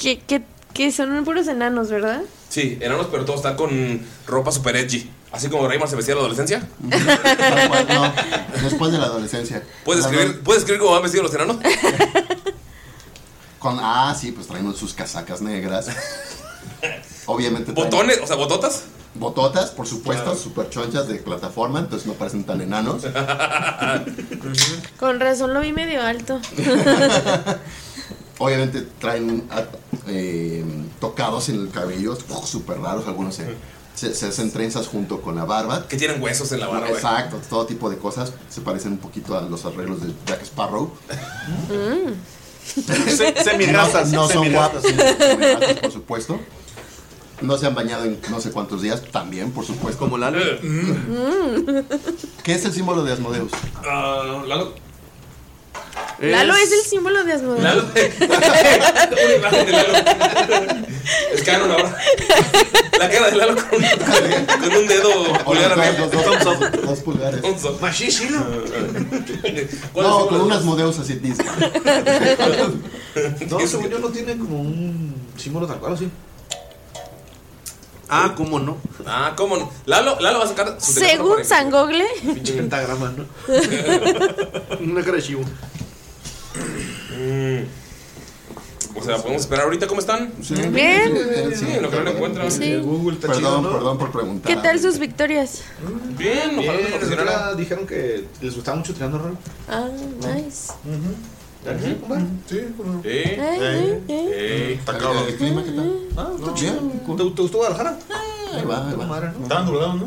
[SPEAKER 2] Que, que, que son puros enanos, ¿verdad?
[SPEAKER 1] Sí, enanos, pero todos están con ropa super edgy. Así como Raymar se vestía en la adolescencia.
[SPEAKER 7] No, después de la adolescencia.
[SPEAKER 1] ¿Puedes
[SPEAKER 7] La
[SPEAKER 1] escribir, ¿puedes escribir cómo van vestidos los enanos?
[SPEAKER 7] Con, ah, sí, pues traen sus casacas negras. Obviamente. traen
[SPEAKER 1] Botones, o sea, bototas.
[SPEAKER 7] Bototas, por supuesto, super chonchas de plataforma, entonces no parecen tan enanos.
[SPEAKER 2] Con razón lo vi medio alto.
[SPEAKER 7] Obviamente traen ah, eh, tocados en el cabello, super raros, algunos se Se, se hacen trenzas junto con la barba.
[SPEAKER 1] Que tienen huesos en la barba.
[SPEAKER 7] Exacto, todo tipo de cosas. Se parecen un poquito a los arreglos de Jack Sparrow.
[SPEAKER 4] Semirratas,
[SPEAKER 7] No, no son
[SPEAKER 4] semirratas.
[SPEAKER 7] guapos, sí, semirratas, por supuesto. No se han bañado en no sé cuántos días, también, por supuesto. Como
[SPEAKER 5] Lalo.
[SPEAKER 2] Eh. Mm.
[SPEAKER 7] ¿Qué es el símbolo de Asmodeus?
[SPEAKER 1] Ah, Lalo.
[SPEAKER 2] Lalo es el símbolo de Asmodeus.
[SPEAKER 1] Lalo. Una imagen de Lalo. El canon ahora. La cara de Lalo con, con un dedo pulgar arriba. Thumbs up.
[SPEAKER 7] Dos pulgares.
[SPEAKER 1] Thumbs up. ¿Cuál es
[SPEAKER 7] No,
[SPEAKER 1] el
[SPEAKER 7] con
[SPEAKER 1] símbolo?
[SPEAKER 7] un Asmodeus así dice.
[SPEAKER 5] No, según yo no tiene como un símbolo tan claro, sí.
[SPEAKER 4] Ah, ¿cómo no?
[SPEAKER 1] Ah, ¿cómo no? Lalo, Lalo va a sacar su teléfono
[SPEAKER 2] Según
[SPEAKER 1] para-
[SPEAKER 2] San Gogle.
[SPEAKER 5] Pinche pentagrama, ¿no? Una cara de chivo.
[SPEAKER 1] Mm. O sea, podemos esperar ahorita cómo están.
[SPEAKER 7] Sí.
[SPEAKER 2] Bien.
[SPEAKER 1] Sí, en lo que no lo encuentran.
[SPEAKER 2] Sí.
[SPEAKER 5] Google está
[SPEAKER 7] Perdón,
[SPEAKER 5] chido, ¿no?
[SPEAKER 7] perdón por preguntar.
[SPEAKER 2] ¿Qué tal sus victorias?
[SPEAKER 1] Bien, ojalá
[SPEAKER 5] Bien,
[SPEAKER 1] les
[SPEAKER 5] les
[SPEAKER 1] funcionara.
[SPEAKER 5] gusta- dijeron que les gustaba mucho tirando rol.
[SPEAKER 2] Ah, nice.
[SPEAKER 5] ¿Sí, compadre?
[SPEAKER 7] Sí, como-
[SPEAKER 1] Sí.
[SPEAKER 2] Ay, ay, ay.
[SPEAKER 1] Sí.
[SPEAKER 3] Está cabrón.
[SPEAKER 7] ¿El clima qué tal?
[SPEAKER 5] Ah,
[SPEAKER 7] Mm.
[SPEAKER 5] está
[SPEAKER 7] No,
[SPEAKER 5] chido.
[SPEAKER 7] bien.
[SPEAKER 5] ¿Te, te gustó Guadalajara?
[SPEAKER 7] Ahí
[SPEAKER 2] Eh,
[SPEAKER 7] va, ahí va.
[SPEAKER 5] Madre, ¿no?
[SPEAKER 3] Estaba nublado, ¿no?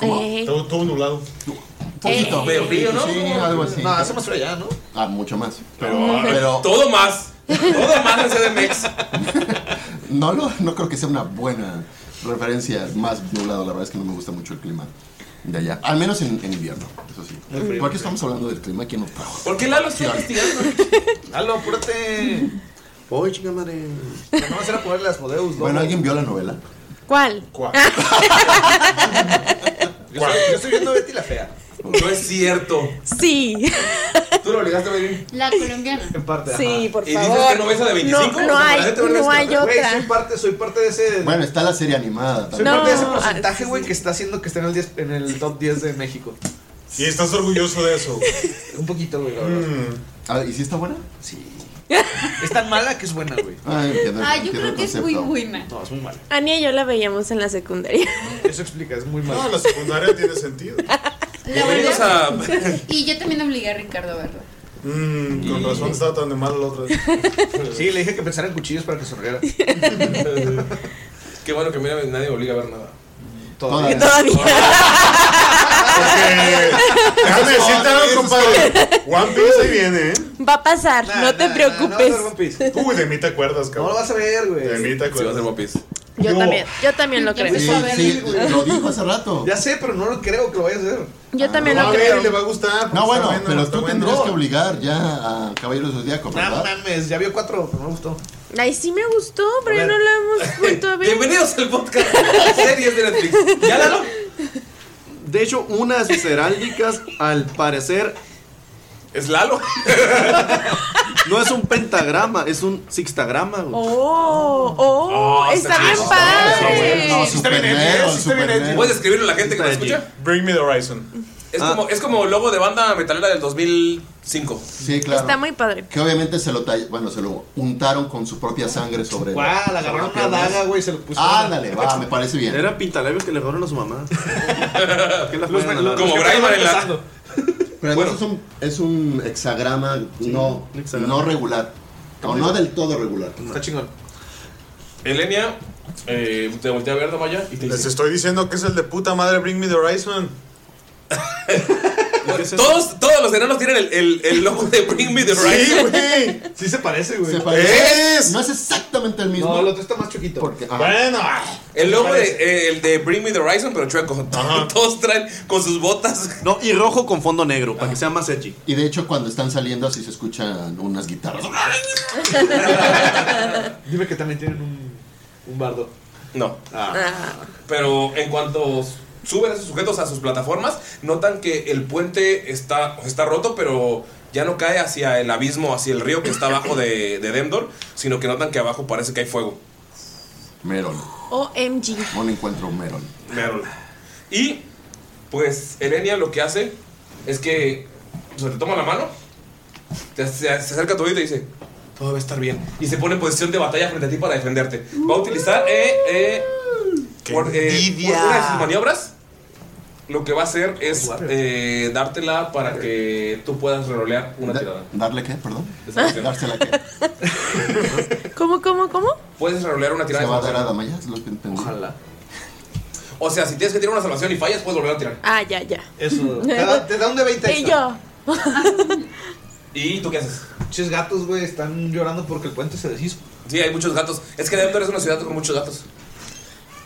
[SPEAKER 2] Ey.
[SPEAKER 3] Estuvo estuvo nublado.
[SPEAKER 7] Un poquito.
[SPEAKER 2] eh.
[SPEAKER 1] Medio frío, ¿no?
[SPEAKER 7] Sí, algo así.
[SPEAKER 5] No, hace más frío allá, ¿no?
[SPEAKER 7] Ah, mucho más.
[SPEAKER 3] ah,
[SPEAKER 7] Pero, pero
[SPEAKER 1] Todo más. Todo más en CDMX.
[SPEAKER 7] no, lo, no creo que sea una buena referencia. Más nublado, la verdad es que no me gusta mucho el clima de allá. Al menos en, en invierno, eso sí. ¿Por qué estamos hablando del clima aquí en Ottawa?
[SPEAKER 1] ¿Por qué Lalo está investigando?
[SPEAKER 5] Lalo, apúrate.
[SPEAKER 4] Oye, chinga madre.
[SPEAKER 5] No vas a ir a ponerle las Modeus,
[SPEAKER 7] Bueno, ¿alguien vio la novela?
[SPEAKER 2] ¿Cuál?
[SPEAKER 5] Yo estoy, yo estoy viendo Betty la Fea.
[SPEAKER 1] No es cierto.
[SPEAKER 2] Sí.
[SPEAKER 1] Tú lo obligaste a venir.
[SPEAKER 6] La colombiana.
[SPEAKER 5] En parte, ajá.
[SPEAKER 2] Sí, por
[SPEAKER 1] Y dices que no
[SPEAKER 2] favor.
[SPEAKER 1] ves a de 25.
[SPEAKER 2] No, no hay, no hay
[SPEAKER 5] Güey, soy
[SPEAKER 2] otra.
[SPEAKER 5] parte, soy parte de ese.
[SPEAKER 7] Bueno, está la serie animada.
[SPEAKER 5] soy
[SPEAKER 2] No,
[SPEAKER 7] también.
[SPEAKER 5] parte de ese
[SPEAKER 2] ah,
[SPEAKER 5] porcentaje,
[SPEAKER 2] sí,
[SPEAKER 5] güey,
[SPEAKER 2] sí.
[SPEAKER 5] que está haciendo que esté en el, 10 en el top 10 de México.
[SPEAKER 3] Y estás orgulloso de eso. Mm. güey.
[SPEAKER 5] Un poquito, güey, la verdad.
[SPEAKER 7] Ah, ¿Y si está buena?
[SPEAKER 5] Sí. Es tan mala que es buena, güey.
[SPEAKER 7] Ah, entiendo,
[SPEAKER 6] Ah, yo
[SPEAKER 7] entiendo
[SPEAKER 6] creo
[SPEAKER 7] el
[SPEAKER 6] que es muy
[SPEAKER 7] concepto.
[SPEAKER 6] buena.
[SPEAKER 5] No, es muy mala.
[SPEAKER 2] Ania y yo la veíamos en la secundaria.
[SPEAKER 5] Eso explica, es muy
[SPEAKER 3] No,
[SPEAKER 5] mala.
[SPEAKER 3] la secundaria tiene sentido.
[SPEAKER 1] Bienvenidos a.
[SPEAKER 6] Y yo también obligué a Ricardo a verla.
[SPEAKER 3] Mm, con razón estaba tan de mal la otra vez.
[SPEAKER 5] Sí, le dije que pensara en cuchillos para que sonriera.
[SPEAKER 1] Qué bueno que mira, nadie me obliga a ver nada.
[SPEAKER 7] Todavía.
[SPEAKER 2] Todavía.
[SPEAKER 3] Porque- Déjame decirte
[SPEAKER 7] Ah,
[SPEAKER 3] algo, compadre. One Piece ahí viene, ¿eh?
[SPEAKER 2] Va a pasar,
[SPEAKER 5] Nah,
[SPEAKER 2] Ah, no te
[SPEAKER 5] nah, nah,
[SPEAKER 2] preocupes.
[SPEAKER 5] No, vas a ver One Piece.
[SPEAKER 3] Uy, de mí te acuerdas,
[SPEAKER 5] No lo
[SPEAKER 3] cabrón.
[SPEAKER 5] vas a ver,
[SPEAKER 3] De
[SPEAKER 5] güey.
[SPEAKER 3] mí te
[SPEAKER 1] Si va a ser
[SPEAKER 3] acuerdas.
[SPEAKER 1] Mopis.
[SPEAKER 2] Yo
[SPEAKER 3] Yo.
[SPEAKER 2] también, yo también lo
[SPEAKER 6] Ya
[SPEAKER 2] creo.
[SPEAKER 6] ves.
[SPEAKER 7] Sí,
[SPEAKER 6] Eso a ver,
[SPEAKER 7] sí,
[SPEAKER 6] güey.
[SPEAKER 7] lo dijo hace rato.
[SPEAKER 5] Ya sé, pero no lo creo que lo vayas a ver.
[SPEAKER 2] Yo también
[SPEAKER 3] No,
[SPEAKER 2] lo
[SPEAKER 3] a ver, le
[SPEAKER 2] creo.
[SPEAKER 3] va a gustar.
[SPEAKER 7] No, bueno,
[SPEAKER 3] está
[SPEAKER 7] pero
[SPEAKER 3] está
[SPEAKER 7] tú
[SPEAKER 3] bueno.
[SPEAKER 7] tendrías que obligar ya a Caballeros del Zodíaco,
[SPEAKER 5] No
[SPEAKER 7] ¿verdad?
[SPEAKER 5] mames, ya vio cuatro, pero no me gustó.
[SPEAKER 2] Ay, sí me gustó, pero
[SPEAKER 5] A
[SPEAKER 2] ya
[SPEAKER 5] ver.
[SPEAKER 2] no lo hemos vuelto a ver.
[SPEAKER 1] Bienvenidos al podcast Series de Netflix. ¿Ya Lalo?
[SPEAKER 4] De hecho, una de sus heráldicas, al parecer,
[SPEAKER 1] ¿Es Lalo?
[SPEAKER 4] no es un pentagrama, es un sixtagrama, güey.
[SPEAKER 2] Oh, oh,
[SPEAKER 1] Oh,
[SPEAKER 2] está
[SPEAKER 1] se
[SPEAKER 2] bien
[SPEAKER 1] pasó,
[SPEAKER 2] padre.
[SPEAKER 7] No,
[SPEAKER 3] está bien
[SPEAKER 7] super
[SPEAKER 3] edgy,
[SPEAKER 7] nerd,
[SPEAKER 3] sí está bien
[SPEAKER 7] super
[SPEAKER 3] edgy.
[SPEAKER 7] nerd.
[SPEAKER 1] ¿Puedes escribirlo a la gente que nos
[SPEAKER 4] Está allí.
[SPEAKER 1] escucha?
[SPEAKER 3] Bring me the horizon.
[SPEAKER 1] Es,
[SPEAKER 4] Ah.
[SPEAKER 1] como, es como logo de banda metalera del 2005.
[SPEAKER 7] Sí, claro.
[SPEAKER 2] Está muy padre.
[SPEAKER 7] Que obviamente se lo tall- bueno, se lo untaron con su propia sangre sobre el-
[SPEAKER 5] Guau, le
[SPEAKER 7] sobre
[SPEAKER 5] agarraron
[SPEAKER 7] la
[SPEAKER 5] una
[SPEAKER 7] pierna.
[SPEAKER 5] daga, güey, se lo pusieron.
[SPEAKER 7] Ándale, va, me parece bien.
[SPEAKER 4] Era pintalabios que le robaron a su mamá. ¿Qué la
[SPEAKER 5] Los-
[SPEAKER 4] fueron a la-
[SPEAKER 1] Como
[SPEAKER 5] que
[SPEAKER 1] Brian
[SPEAKER 5] estaban
[SPEAKER 1] en la-
[SPEAKER 5] empezando.
[SPEAKER 7] Pero además es un es un hexagrama no
[SPEAKER 4] un hexagrama.
[SPEAKER 7] no regular. O no del todo regular.
[SPEAKER 5] Está chingón.
[SPEAKER 1] Elenia eh, te voltea a ver, Damaya, y te
[SPEAKER 3] Les
[SPEAKER 1] dice:
[SPEAKER 3] estoy diciendo que es el de puta madre Bring me the horizon.
[SPEAKER 4] ¿Qué es eso?
[SPEAKER 1] Todos, todos los enanos tienen el, el, el logo de Bring Me the
[SPEAKER 3] Sí,
[SPEAKER 1] Horizon.
[SPEAKER 3] güey.
[SPEAKER 5] Sí se parece, güey.
[SPEAKER 7] Se parece-
[SPEAKER 3] Es.
[SPEAKER 7] No es exactamente el mismo.
[SPEAKER 5] No, el otro está más chiquito.
[SPEAKER 7] porque ajá.
[SPEAKER 3] Bueno. ah.
[SPEAKER 1] El logo de, eh, el de Bring Me the Horizon, pero chueco. Todos traen con sus botas.
[SPEAKER 4] No, y rojo con fondo negro, para que sea más edgy.
[SPEAKER 7] y de hecho cuando están saliendo así se escuchan unas guitarras.
[SPEAKER 5] Dime que también tienen un, un bardo.
[SPEAKER 1] No.
[SPEAKER 4] Ah.
[SPEAKER 3] Ah.
[SPEAKER 1] Pero en cuanto suben esos sujetos a sus plataformas, notan que el puente está, está roto, pero ya no cae hacia el abismo, hacia el río que está abajo de, de Demdor, sino que notan que abajo parece que hay fuego.
[SPEAKER 7] Meron,
[SPEAKER 2] OMG.
[SPEAKER 7] un encuentro Meron.
[SPEAKER 1] Merol. Y pues Elenia lo que hace es que se te toma la mano, te- se, se acerca a tu oído y te dice, todo va a estar bien. Y se pone en posición de batalla frente a ti para defenderte. Va a utilizar eh, eh,
[SPEAKER 3] ¡Qué
[SPEAKER 1] por- eh,
[SPEAKER 3] envidia!
[SPEAKER 1] por una de sus maniobras. Lo que va a hacer es eh, dártela para que tú puedas rerolear una
[SPEAKER 7] Da-
[SPEAKER 1] tirada.
[SPEAKER 7] ¿Darle qué? Perdón.
[SPEAKER 1] Desafío.
[SPEAKER 7] Dársela qué.
[SPEAKER 2] ¿Cómo, cómo, cómo?
[SPEAKER 1] Puedes rerolear una tirada.
[SPEAKER 7] ¿Se va a
[SPEAKER 1] de
[SPEAKER 7] dar a
[SPEAKER 1] salvación.
[SPEAKER 7] Damaya? Es lo que entendí.
[SPEAKER 5] Ojalá.
[SPEAKER 1] O sea, si tienes que tirar una salvación y fallas, puedes volver a tirar.
[SPEAKER 2] Ah, ya, ya.
[SPEAKER 5] Eso. Te da, te da un de 20
[SPEAKER 2] Y
[SPEAKER 5] extra.
[SPEAKER 2] yo.
[SPEAKER 1] ¿Y tú qué haces?
[SPEAKER 5] Muchos gatos, güey, están llorando porque el puente se deshizo.
[SPEAKER 1] Sí, hay muchos gatos. Es que Denver es una ciudad con muchos gatos.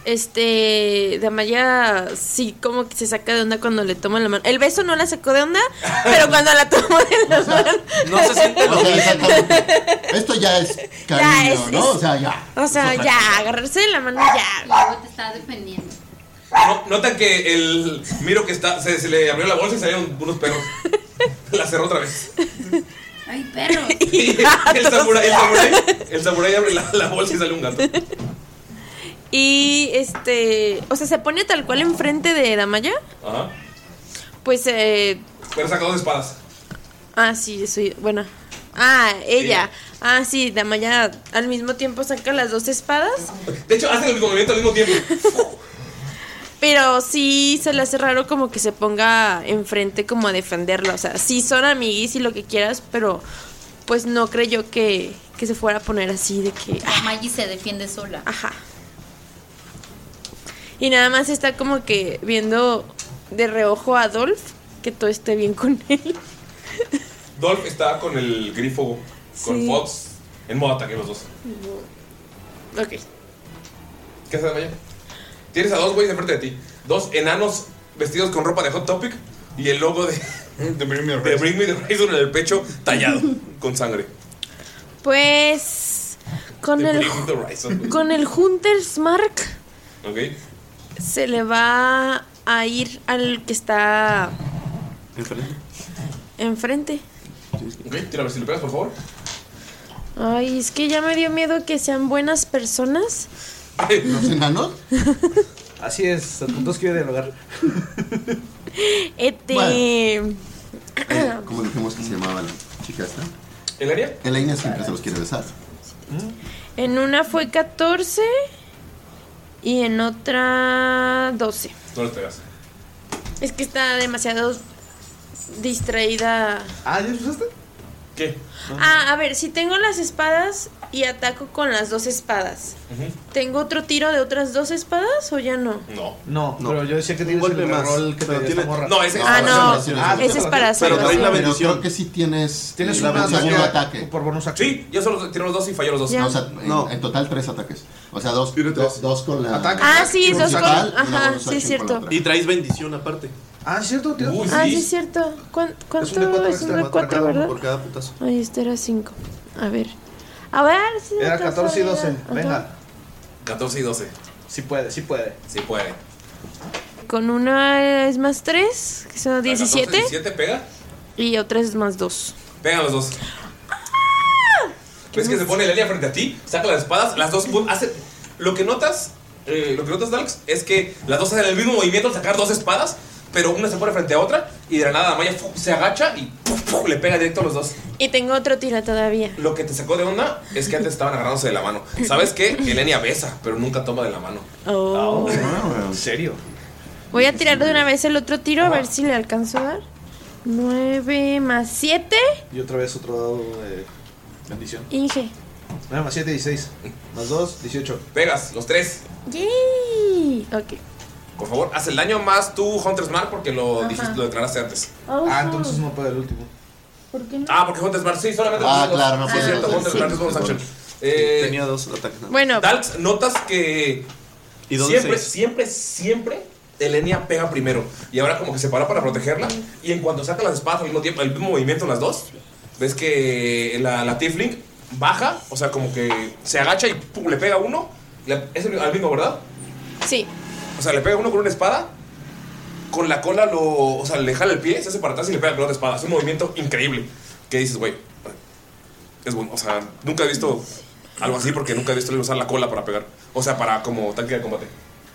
[SPEAKER 2] Este, Damaya sí como que se saca de onda cuando le toman la mano. El beso no la sacó de onda, pero cuando la tomó de la mano.
[SPEAKER 1] No se siente
[SPEAKER 7] O sea, exactamente. Esto ya es cariño,
[SPEAKER 2] Ya es-
[SPEAKER 7] ¿no?
[SPEAKER 2] es-
[SPEAKER 7] O sea, ya.
[SPEAKER 2] O sea,
[SPEAKER 7] Es otra
[SPEAKER 2] ya, agarrarse de la mano ya.
[SPEAKER 6] Luego te está defendiendo.
[SPEAKER 1] No- notan que el miro que está, se, se le abrió la bolsa y salieron unos perros. La cerró otra vez.
[SPEAKER 6] Ay, perro.
[SPEAKER 1] El samurái, el samurái, el samurái abre la, la bolsa y sale un gato.
[SPEAKER 2] Y este, o sea, se pone tal cual enfrente de Damaya.
[SPEAKER 1] Ajá.
[SPEAKER 2] Pues, eh,
[SPEAKER 1] Pero saca dos espadas.
[SPEAKER 2] ah, sí, soy, bueno. Ah, ella. Ah, sí, Damaya al mismo tiempo saca las dos espadas.
[SPEAKER 1] De hecho, hacen el mismo movimiento al mismo tiempo.
[SPEAKER 2] Pero sí se le hace raro como que se ponga enfrente como a defenderla. O sea, sí son amiguis y lo que quieras, pero pues no creyó que, que se fuera a poner así de que... ah,
[SPEAKER 6] Maggie se defiende sola.
[SPEAKER 2] Ajá. Y nada más está como que viendo de reojo a Adolf, que todo esté bien con él.
[SPEAKER 1] Dolph está con el grifo, con
[SPEAKER 2] Sí.
[SPEAKER 1] Fox, en modo ataque los dos.
[SPEAKER 2] Ok.
[SPEAKER 1] ¿Qué haces, Maya? Tienes a dos güeyes enfrente de ti. Dos enanos vestidos con ropa de Hot Topic y el logo de, de Bring Me the Horizon en el pecho tallado con sangre.
[SPEAKER 2] Pues con
[SPEAKER 1] De
[SPEAKER 2] el,
[SPEAKER 1] Bring Me the Horizon. güey.
[SPEAKER 2] con el Hunter's Mark
[SPEAKER 1] Ok.
[SPEAKER 2] se le va a ir al que está
[SPEAKER 1] Enfrente.
[SPEAKER 2] enfrente.
[SPEAKER 1] Ok, tira a ver si lo pegas, por favor.
[SPEAKER 2] Ay, es que ya me dio miedo que sean buenas personas.
[SPEAKER 7] ¿Los enanos?
[SPEAKER 5] Así es, al punto es que quiere dialogar.
[SPEAKER 2] Este.
[SPEAKER 7] Eh, ¿Cómo dijimos que se llamaba la chica esta?
[SPEAKER 1] ¿Elaria?
[SPEAKER 7] Elena siempre se los quiere besar.
[SPEAKER 2] En una fue 14 y en otra 12.
[SPEAKER 1] No les pegas.
[SPEAKER 2] Es que está demasiado distraída.
[SPEAKER 5] Ah, ¿ya usaste?
[SPEAKER 1] ¿Qué?
[SPEAKER 2] Ah, a ver, si tengo las espadas y ataco con las dos espadas, ¿tengo otro tiro de otras dos espadas o ya no?
[SPEAKER 1] No.
[SPEAKER 5] No, pero yo decía que tienes
[SPEAKER 4] golpe
[SPEAKER 5] el
[SPEAKER 4] más,
[SPEAKER 5] rol que
[SPEAKER 4] pero
[SPEAKER 5] te
[SPEAKER 4] tiene-
[SPEAKER 5] tiene morra.
[SPEAKER 1] No, ese
[SPEAKER 2] Ah, no, ese es para
[SPEAKER 7] Pero,
[SPEAKER 2] salvación.
[SPEAKER 7] trae la
[SPEAKER 4] Pero
[SPEAKER 7] bendición. creo que sí tienes,
[SPEAKER 5] Tienes
[SPEAKER 7] eh, la
[SPEAKER 5] un
[SPEAKER 7] bendición de un
[SPEAKER 5] ataque
[SPEAKER 7] ataque.
[SPEAKER 5] por bonus acción.
[SPEAKER 1] Sí, yo solo tiro los dos y fallo los dos.
[SPEAKER 2] Ya.
[SPEAKER 7] No, o sea, en,
[SPEAKER 4] No.
[SPEAKER 7] en total tres ataques. O sea, dos,
[SPEAKER 4] Tiene
[SPEAKER 7] dos,
[SPEAKER 4] tres.
[SPEAKER 7] dos con la.
[SPEAKER 5] Ataque.
[SPEAKER 2] Ah, sí, dos con.
[SPEAKER 7] Principal, una
[SPEAKER 2] Ajá,
[SPEAKER 7] bonus
[SPEAKER 2] sí, es
[SPEAKER 7] action con la
[SPEAKER 2] cierto.
[SPEAKER 7] otra.
[SPEAKER 4] Y traes bendición aparte.
[SPEAKER 5] Ah, ¿es cierto? ¿Tienes-
[SPEAKER 1] Uy,
[SPEAKER 2] Ah, sí,
[SPEAKER 1] sí.
[SPEAKER 2] es cierto. ¿Cuán-
[SPEAKER 4] Es un de
[SPEAKER 2] ¿Cuánto
[SPEAKER 4] cuatro
[SPEAKER 2] es un
[SPEAKER 4] extra
[SPEAKER 2] de
[SPEAKER 4] por
[SPEAKER 2] 4,
[SPEAKER 4] cada,
[SPEAKER 2] verdad?
[SPEAKER 4] por cada putazo.
[SPEAKER 2] Ay, este era 5. A ver. A ver, si de
[SPEAKER 5] Era 14 y 12.
[SPEAKER 2] casualidad. Ajá.
[SPEAKER 5] Venga,
[SPEAKER 1] 14 y 12.
[SPEAKER 5] sí puede, sí puede.
[SPEAKER 1] Sí puede.
[SPEAKER 2] Con una es más 3, que son 17,
[SPEAKER 1] 17 pega.
[SPEAKER 2] y otra es más 2.
[SPEAKER 1] Pegan los dos. ¿Ves que se pone Lelia frente a ti? Saca las espadas, las dos pun- hace lo que notas, eh, lo que notas Dalks es que las dos hacen el mismo movimiento al sacar dos espadas, pero una se pone frente a otra y de la nada Maya fu- se agacha y puf, puf, le pega directo a los dos.
[SPEAKER 2] Y tengo otro tiro todavía.
[SPEAKER 1] Lo que te sacó de onda es que antes estaban agarrándose de la mano. ¿Sabes qué? Elenia besa, pero nunca toma de la mano.
[SPEAKER 5] Ah,
[SPEAKER 2] Oh.
[SPEAKER 5] ¿En serio?
[SPEAKER 2] Voy a tirar de una vez el otro tiro a ver si le alcanzo a dar. 9 más 7.
[SPEAKER 5] Y otra vez otro dado de bendición.
[SPEAKER 2] Inge.
[SPEAKER 5] 9 más 7, 16. Más 2, 18.
[SPEAKER 1] Pegas, los tres.
[SPEAKER 2] Yay. Ok.
[SPEAKER 1] Por favor, haz el daño más tu Hunter's Mark porque lo dijiste, lo declaraste antes.
[SPEAKER 5] Ah, entonces no puede el último.
[SPEAKER 1] Ah, porque Hunter's Mark, sí, solamente.
[SPEAKER 7] Ah, claro, no
[SPEAKER 1] Sí,
[SPEAKER 7] puede
[SPEAKER 1] es cierto,
[SPEAKER 7] ser.
[SPEAKER 1] Hunter's Mark es bonus
[SPEAKER 7] Sí,
[SPEAKER 1] action.
[SPEAKER 7] sí,
[SPEAKER 1] Eh,
[SPEAKER 4] Tenía dos ataques. nada más.
[SPEAKER 2] Bueno,
[SPEAKER 1] Dalks, notas que
[SPEAKER 4] Y dos de
[SPEAKER 1] siempre,
[SPEAKER 4] seis.
[SPEAKER 1] siempre, siempre Elenia pega primero. Y ahora como que se para para protegerla. Y en cuanto saca las espadas al mismo tiempo, el mismo movimiento las dos, ves que la, la Tiefling baja, o sea, como que se agacha y pum, le pega uno. Le- es el- al mismo, ¿verdad?
[SPEAKER 2] sí.
[SPEAKER 1] O sea, le pega uno con una espada. Con la cola lo. O sea, le jala el pie, se hace para atrás y le pega con otra espada. Es un movimiento increíble. Que dices, güey. Es bueno. O sea, nunca he visto algo así porque nunca he visto usar la cola para pegar. O sea, para como táctica de combate.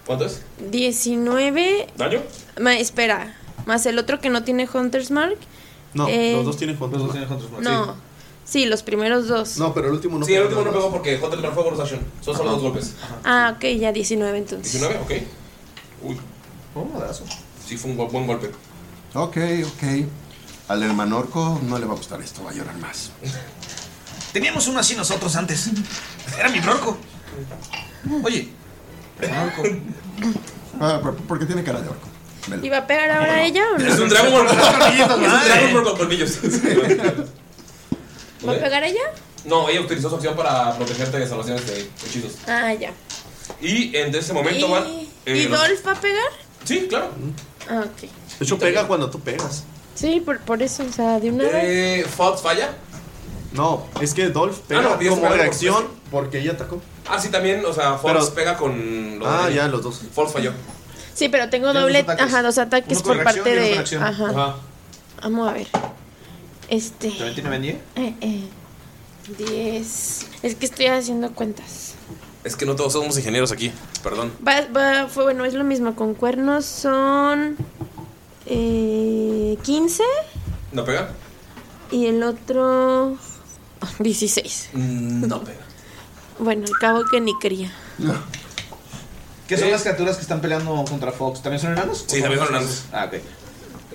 [SPEAKER 1] ¿Cuánto es?
[SPEAKER 2] 19.
[SPEAKER 1] ¿Daño?
[SPEAKER 2] Ma- espera. Más el otro que no tiene Hunter's Mark.
[SPEAKER 4] No,
[SPEAKER 2] eh,
[SPEAKER 4] los dos tienen juntos.
[SPEAKER 5] Los dos tienen Hunter's Mark.
[SPEAKER 2] No. Sí, los primeros dos.
[SPEAKER 4] No, pero el último no
[SPEAKER 1] Sí, el
[SPEAKER 4] pega
[SPEAKER 1] último no
[SPEAKER 4] nada
[SPEAKER 1] pegó
[SPEAKER 4] más.
[SPEAKER 1] porque Hunter Gran fue bonus action. Son solo dos golpes.
[SPEAKER 2] Ah, ok, ya 19 entonces.
[SPEAKER 1] 19, ok. Uy,
[SPEAKER 5] Oh, madazo.
[SPEAKER 1] sí, fue un bu- buen golpe.
[SPEAKER 7] Ok, ok. Al hermanorco no le va a gustar esto, va a llorar más.
[SPEAKER 5] Teníamos uno así nosotros antes. Era mi bronco. Oye, bronco.
[SPEAKER 7] Ah, por- Porque tiene cara de orco.
[SPEAKER 2] ¿Y va a pegar ahora ella o no?
[SPEAKER 1] Es un Dragon Ball. es un Dragon Ball con colmillos.
[SPEAKER 2] ¿Va a pegar ella?
[SPEAKER 1] No, ella utilizó su acción para protegerte de salvaciones de hechizos.
[SPEAKER 2] Ah, ya.
[SPEAKER 1] Y en ese momento
[SPEAKER 2] ¿Y,
[SPEAKER 1] van. eh,
[SPEAKER 2] ¿y
[SPEAKER 1] los-
[SPEAKER 2] Dolph va a pegar?
[SPEAKER 1] Sí, claro.
[SPEAKER 2] Ah, ok.
[SPEAKER 4] De hecho, pega cuando tú pegas.
[SPEAKER 2] Sí, por, por eso, o sea, de una vez.
[SPEAKER 1] Eh, Fox falla.
[SPEAKER 4] No, es que Dolph
[SPEAKER 5] Ah,
[SPEAKER 4] pega
[SPEAKER 1] no, tienes que
[SPEAKER 4] como
[SPEAKER 1] pegar
[SPEAKER 4] reacción porque ella atacó.
[SPEAKER 1] Ah, sí, también, o sea, Fox
[SPEAKER 4] Pero-
[SPEAKER 1] pega con los.
[SPEAKER 4] Ah, ya,
[SPEAKER 1] los
[SPEAKER 4] dos.
[SPEAKER 1] Fox falló.
[SPEAKER 2] Sí, pero tengo
[SPEAKER 1] Tienes
[SPEAKER 2] doble.
[SPEAKER 1] dos ataques.
[SPEAKER 2] ajá, dos ataques
[SPEAKER 1] Uno con
[SPEAKER 2] por
[SPEAKER 1] reacción
[SPEAKER 2] parte
[SPEAKER 1] y uno
[SPEAKER 2] de.
[SPEAKER 1] con acción.
[SPEAKER 2] Ajá.
[SPEAKER 1] Ajá.
[SPEAKER 2] Vamos a ver. Este.
[SPEAKER 5] ¿También tiene Bendy?
[SPEAKER 2] Eh, eh. 10. Es que estoy haciendo cuentas.
[SPEAKER 1] Es que no todos somos ingenieros aquí, perdón.
[SPEAKER 2] Va, va, fue bueno, es lo mismo. Con cuernos son. Eh, 15.
[SPEAKER 1] ¿No pega?
[SPEAKER 2] Y el otro. 16.
[SPEAKER 1] Mm, No pega.
[SPEAKER 2] Bueno, al cabo que ni quería.
[SPEAKER 5] ¿Qué son las criaturas que están peleando contra Fox? ¿También son enanos?
[SPEAKER 1] Sí, también son enanos.
[SPEAKER 5] Ah, ok.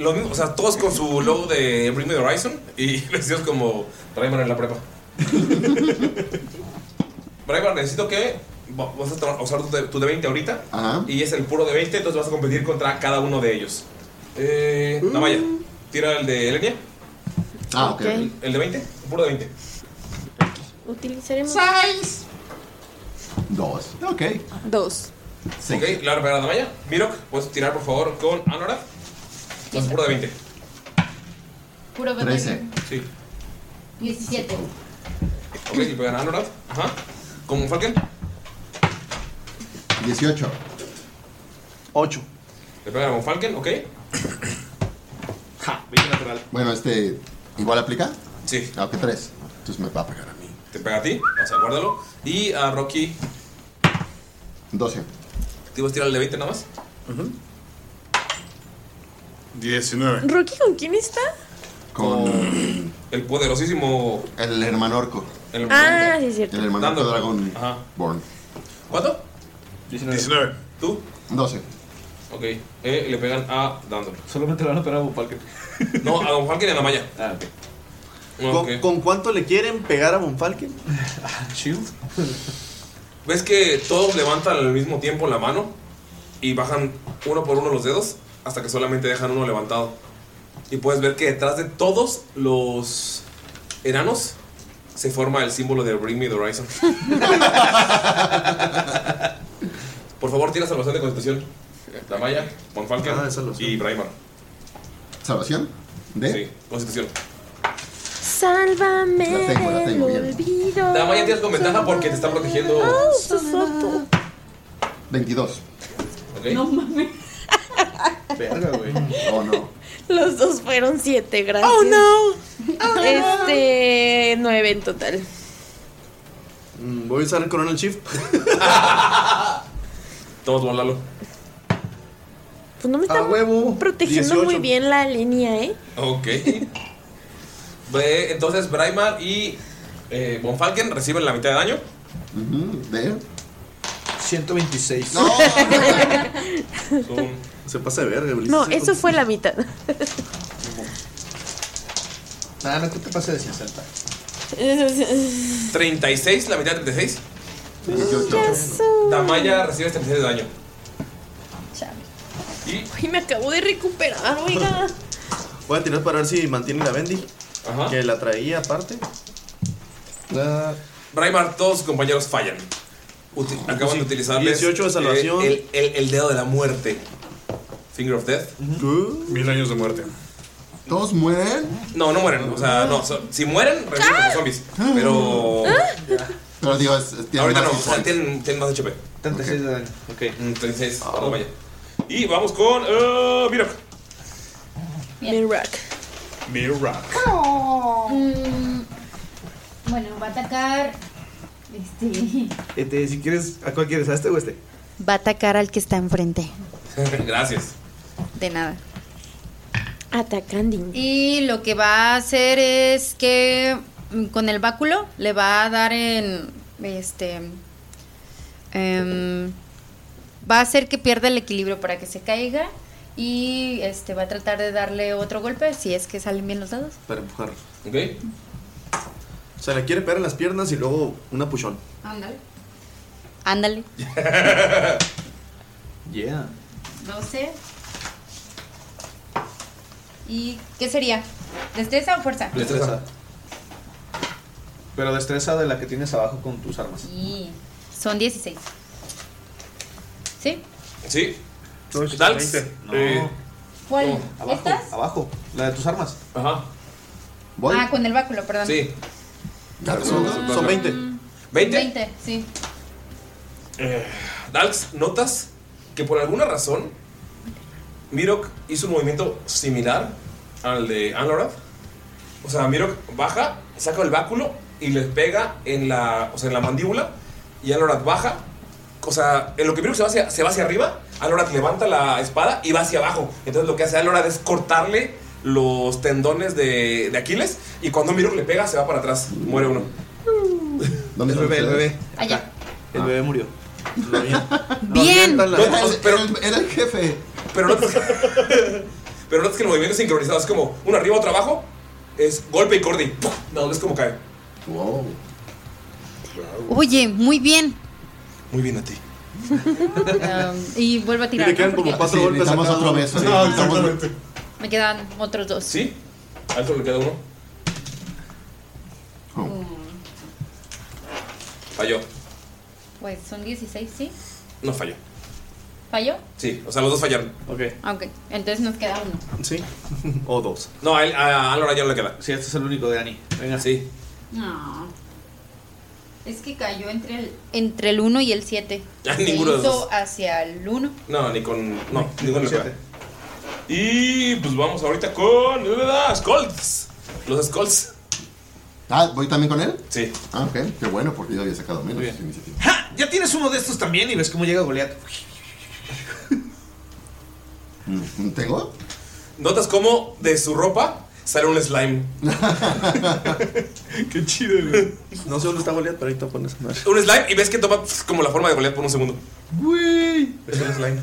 [SPEAKER 1] Lo mismo, o sea, todos con su logo de Bring Me the Horizon y vestidos como Rayman en la prepa. Rayman, necesito que va- vas a tomar- usar tu de, tu de 20 ahorita
[SPEAKER 7] Ajá.
[SPEAKER 1] y es el puro de 20, entonces vas a competir contra cada uno de ellos. Eh, Namaya, tira el de Elenia.
[SPEAKER 7] Mm. Ah, ok.
[SPEAKER 2] Ok.
[SPEAKER 1] El de 20, el puro de 20.
[SPEAKER 2] Utilizaremos.
[SPEAKER 1] ¡Seis!
[SPEAKER 7] Dos. Ok.
[SPEAKER 2] Dos.
[SPEAKER 1] Ok, le van a pegar a Namaya. Mirok, puedes tirar por favor con Anora. Es puro de 20.
[SPEAKER 6] Puro veneno.
[SPEAKER 1] Trece. Sí.
[SPEAKER 6] 17.
[SPEAKER 1] Ok, le pegan a Anora. Ajá. ¿Como Falken?
[SPEAKER 7] 18.
[SPEAKER 5] 8.
[SPEAKER 1] Le pegan a Von Falken, ok.
[SPEAKER 5] Ja, 20 natural.
[SPEAKER 7] Bueno, este. ¿Igual aplica?
[SPEAKER 1] Sí.
[SPEAKER 7] Ah, ok, tres. Entonces me va a pegar a mí.
[SPEAKER 1] Te pega a ti, o sea, guárdalo. Y a Rocky,
[SPEAKER 7] 12.
[SPEAKER 1] ¿te ibas a tirar el de 20 nada más?
[SPEAKER 3] 19.
[SPEAKER 2] ¿Rocky con quién está?
[SPEAKER 7] Con.
[SPEAKER 1] El poderosísimo.
[SPEAKER 7] El hermano orco.
[SPEAKER 1] El,
[SPEAKER 2] Ah, sí, es cierto.
[SPEAKER 7] el hermano orco dragón. Born.
[SPEAKER 1] ¿Cuánto? 19.
[SPEAKER 3] 19.
[SPEAKER 1] ¿Tú?
[SPEAKER 7] 12.
[SPEAKER 1] Ok. Eh, le pegan a Dandor.
[SPEAKER 5] Solamente le van a pegar a Von Falken.
[SPEAKER 1] No, a Von Falken y a la Maya.
[SPEAKER 5] Ah, ok.
[SPEAKER 4] ¿Con, con cuánto le quieren pegar a Bonfalken?
[SPEAKER 5] Shield.
[SPEAKER 1] ¿Ves que todos levantan al mismo tiempo la mano y bajan uno por uno los dedos hasta que solamente dejan uno levantado? Y puedes ver que detrás de todos los enanos se forma el símbolo de Bring Me the Horizon. por favor, tira salvación de constitución. La Maya, Juan Falken
[SPEAKER 4] Ah,
[SPEAKER 1] y Braimar.
[SPEAKER 7] ¿Salvación? ¿De?
[SPEAKER 1] Sí, constitución.
[SPEAKER 2] Sálvame
[SPEAKER 1] La tengo, la tengo,
[SPEAKER 2] del
[SPEAKER 1] bien.
[SPEAKER 2] olvido.
[SPEAKER 1] La Maya tienes con ventaja porque te está protegiendo.
[SPEAKER 2] Ah, su sopo.
[SPEAKER 7] 22.
[SPEAKER 1] No
[SPEAKER 2] mames.
[SPEAKER 5] Verga, güey.
[SPEAKER 7] Oh, no.
[SPEAKER 2] Los dos fueron siete, gracias. Oh no. este nueve en total. Pues
[SPEAKER 4] Mm, Voy a usar el Coronel Shift.
[SPEAKER 1] Todos volalo.
[SPEAKER 2] Pues no me está protegiendo
[SPEAKER 1] 18.
[SPEAKER 2] muy bien la línea, ¿eh?
[SPEAKER 1] Ok. Ve, entonces Braimar y eh, Von Falken reciben la mitad de daño.
[SPEAKER 7] ¿De?
[SPEAKER 5] 126.
[SPEAKER 4] Se pasa de verga, Ulises.
[SPEAKER 2] No, eso fue la mitad.
[SPEAKER 5] Nada, Ah, no te pases de 60.
[SPEAKER 1] 36, la mitad de 36. Damaya recibe 36 de daño.
[SPEAKER 2] Y me acabo de recuperar, oiga.
[SPEAKER 4] Voy a tirar para ver si mantiene la Bendy. Que la traía aparte.
[SPEAKER 1] Braimar, todos sus compañeros fallan. Uti-
[SPEAKER 5] Ah,
[SPEAKER 1] acaban de utilizarles
[SPEAKER 4] 18 de salvación.
[SPEAKER 1] eh, el, el- el dedo de la muerte. Finger of Death.
[SPEAKER 3] Mil años de muerte.
[SPEAKER 7] ¿Todos mueren?
[SPEAKER 1] No, no mueren. O sea, no. so- si mueren, reviven como zombies. Pero.
[SPEAKER 7] Pero digo, es,
[SPEAKER 1] Ahorita no. O sea, tienen, tienen más HP.
[SPEAKER 5] 36 de daño. Ah. Ok.
[SPEAKER 1] Mm, 36. perdón, vaya. Y vamos con. eh, Mirok.
[SPEAKER 2] Mirak.
[SPEAKER 3] Mirok.
[SPEAKER 6] Mm, bueno, va a atacar. Este.
[SPEAKER 5] Este, si quieres, ¿a cuál quieres? ¿A este o a este?
[SPEAKER 6] Va a atacar al que está enfrente.
[SPEAKER 1] Gracias.
[SPEAKER 6] De nada.
[SPEAKER 2] Atacando.
[SPEAKER 6] Y lo que va a hacer es que mm, con el báculo le va a dar en. Este. em, va a hacer que pierda el equilibrio para que se caiga. Y este va a tratar de darle otro golpe si es que salen bien los dados.
[SPEAKER 4] Para empujar.
[SPEAKER 1] Ok.
[SPEAKER 4] O sea, le quiere pegar en las piernas y luego una puchón.
[SPEAKER 6] Ándale. Ándale.
[SPEAKER 4] Yeah.
[SPEAKER 6] 12. ¿Y qué sería? ¿Destreza o fuerza?
[SPEAKER 5] Destreza. Pero destreza de la que tienes abajo con tus armas.
[SPEAKER 6] Y son 16. ¿Sí?
[SPEAKER 1] Sí. ¿Qué tal?
[SPEAKER 5] No.
[SPEAKER 1] Eh,
[SPEAKER 6] ¿Cuál?
[SPEAKER 5] Abajo,
[SPEAKER 6] ¿Estas?
[SPEAKER 5] abajo. La de tus armas.
[SPEAKER 1] Ajá.
[SPEAKER 6] Ah, con el báculo, perdón.
[SPEAKER 1] Sí.
[SPEAKER 5] Son, son 20.
[SPEAKER 1] 20.
[SPEAKER 6] 20, sí.
[SPEAKER 1] Eh, Dalks, notas que por alguna razón Mirok hizo un movimiento similar al de Anlorad. O sea, Mirok baja, saca el báculo y le pega en la, o sea, en la mandíbula. Y Anlorad baja. O sea, en lo que Mirok se va hacia, se va hacia arriba, Anlorad levanta la espada y va hacia abajo. Entonces lo que hace Anlorad es cortarle los tendones de, de Aquiles. Y cuando Mirok le pega, se va para atrás. Muere uno.
[SPEAKER 7] ¿Dónde
[SPEAKER 5] el bebé, el
[SPEAKER 7] ustedes? Ah.
[SPEAKER 5] bebé.
[SPEAKER 6] Allá.
[SPEAKER 5] El bebé murió.
[SPEAKER 6] Bien.
[SPEAKER 7] Era el- era el- era el jefe.
[SPEAKER 1] Pero notas, pero notas que el movimiento es sincronizado. Es como uno arriba, otro abajo. Es golpe y corte y ¡pum! No, es como cae.
[SPEAKER 7] Wow.
[SPEAKER 6] Oye, muy bien.
[SPEAKER 1] Muy bien a ti.
[SPEAKER 6] Um, y vuelvo a
[SPEAKER 4] Y
[SPEAKER 6] tirar.
[SPEAKER 4] le
[SPEAKER 6] ¿no?
[SPEAKER 4] quedan
[SPEAKER 6] Porque
[SPEAKER 4] como cuatro
[SPEAKER 7] Sí,
[SPEAKER 4] golpes. a
[SPEAKER 7] necesitamos
[SPEAKER 4] cada
[SPEAKER 7] otro
[SPEAKER 4] uno.
[SPEAKER 7] beso.
[SPEAKER 4] No,
[SPEAKER 7] sí, necesitamos-
[SPEAKER 6] me quedan otros dos.
[SPEAKER 1] ¿Sí? Al otro le queda uno. Falló.
[SPEAKER 6] Mm, Pues son 16, ¿sí?
[SPEAKER 1] No falló.
[SPEAKER 6] ¿Falló?
[SPEAKER 1] Sí, o sea, los dos fallaron.
[SPEAKER 5] Ok.
[SPEAKER 6] Ah, Ok, entonces nos queda uno.
[SPEAKER 5] Sí. o dos.
[SPEAKER 1] No, a, él, a Alora ya no le queda.
[SPEAKER 5] Sí, este es el único de Annie. Venga.
[SPEAKER 1] Sí.
[SPEAKER 6] No. Es que cayó entre el, entre el 1 y el 7.
[SPEAKER 1] Ah, ninguno de los dos.
[SPEAKER 6] hacia el 1.
[SPEAKER 1] No, ni con. No, ni con el
[SPEAKER 5] Siete.
[SPEAKER 1] Y pues vamos ahorita con. ah, Skulls. Los Skulls.
[SPEAKER 7] Ah, ¿voy también con él?
[SPEAKER 1] Sí.
[SPEAKER 7] Ah, ok. Qué bueno, porque yo había sacado menos
[SPEAKER 5] Muy bien.
[SPEAKER 7] su iniciativa.
[SPEAKER 5] ¡Ja! Ya tienes uno de estos también y ves cómo llega Goliat.
[SPEAKER 7] Mm, ¿Tengo?
[SPEAKER 1] Notas cómo de su ropa sale un slime.
[SPEAKER 5] Qué chido, güey. No sé dónde está Goliat, pero ahorita pones a ver.
[SPEAKER 1] Un slime y ves que toma pf, como la forma de Goliath por un segundo.
[SPEAKER 5] Güey.
[SPEAKER 1] Es un slime.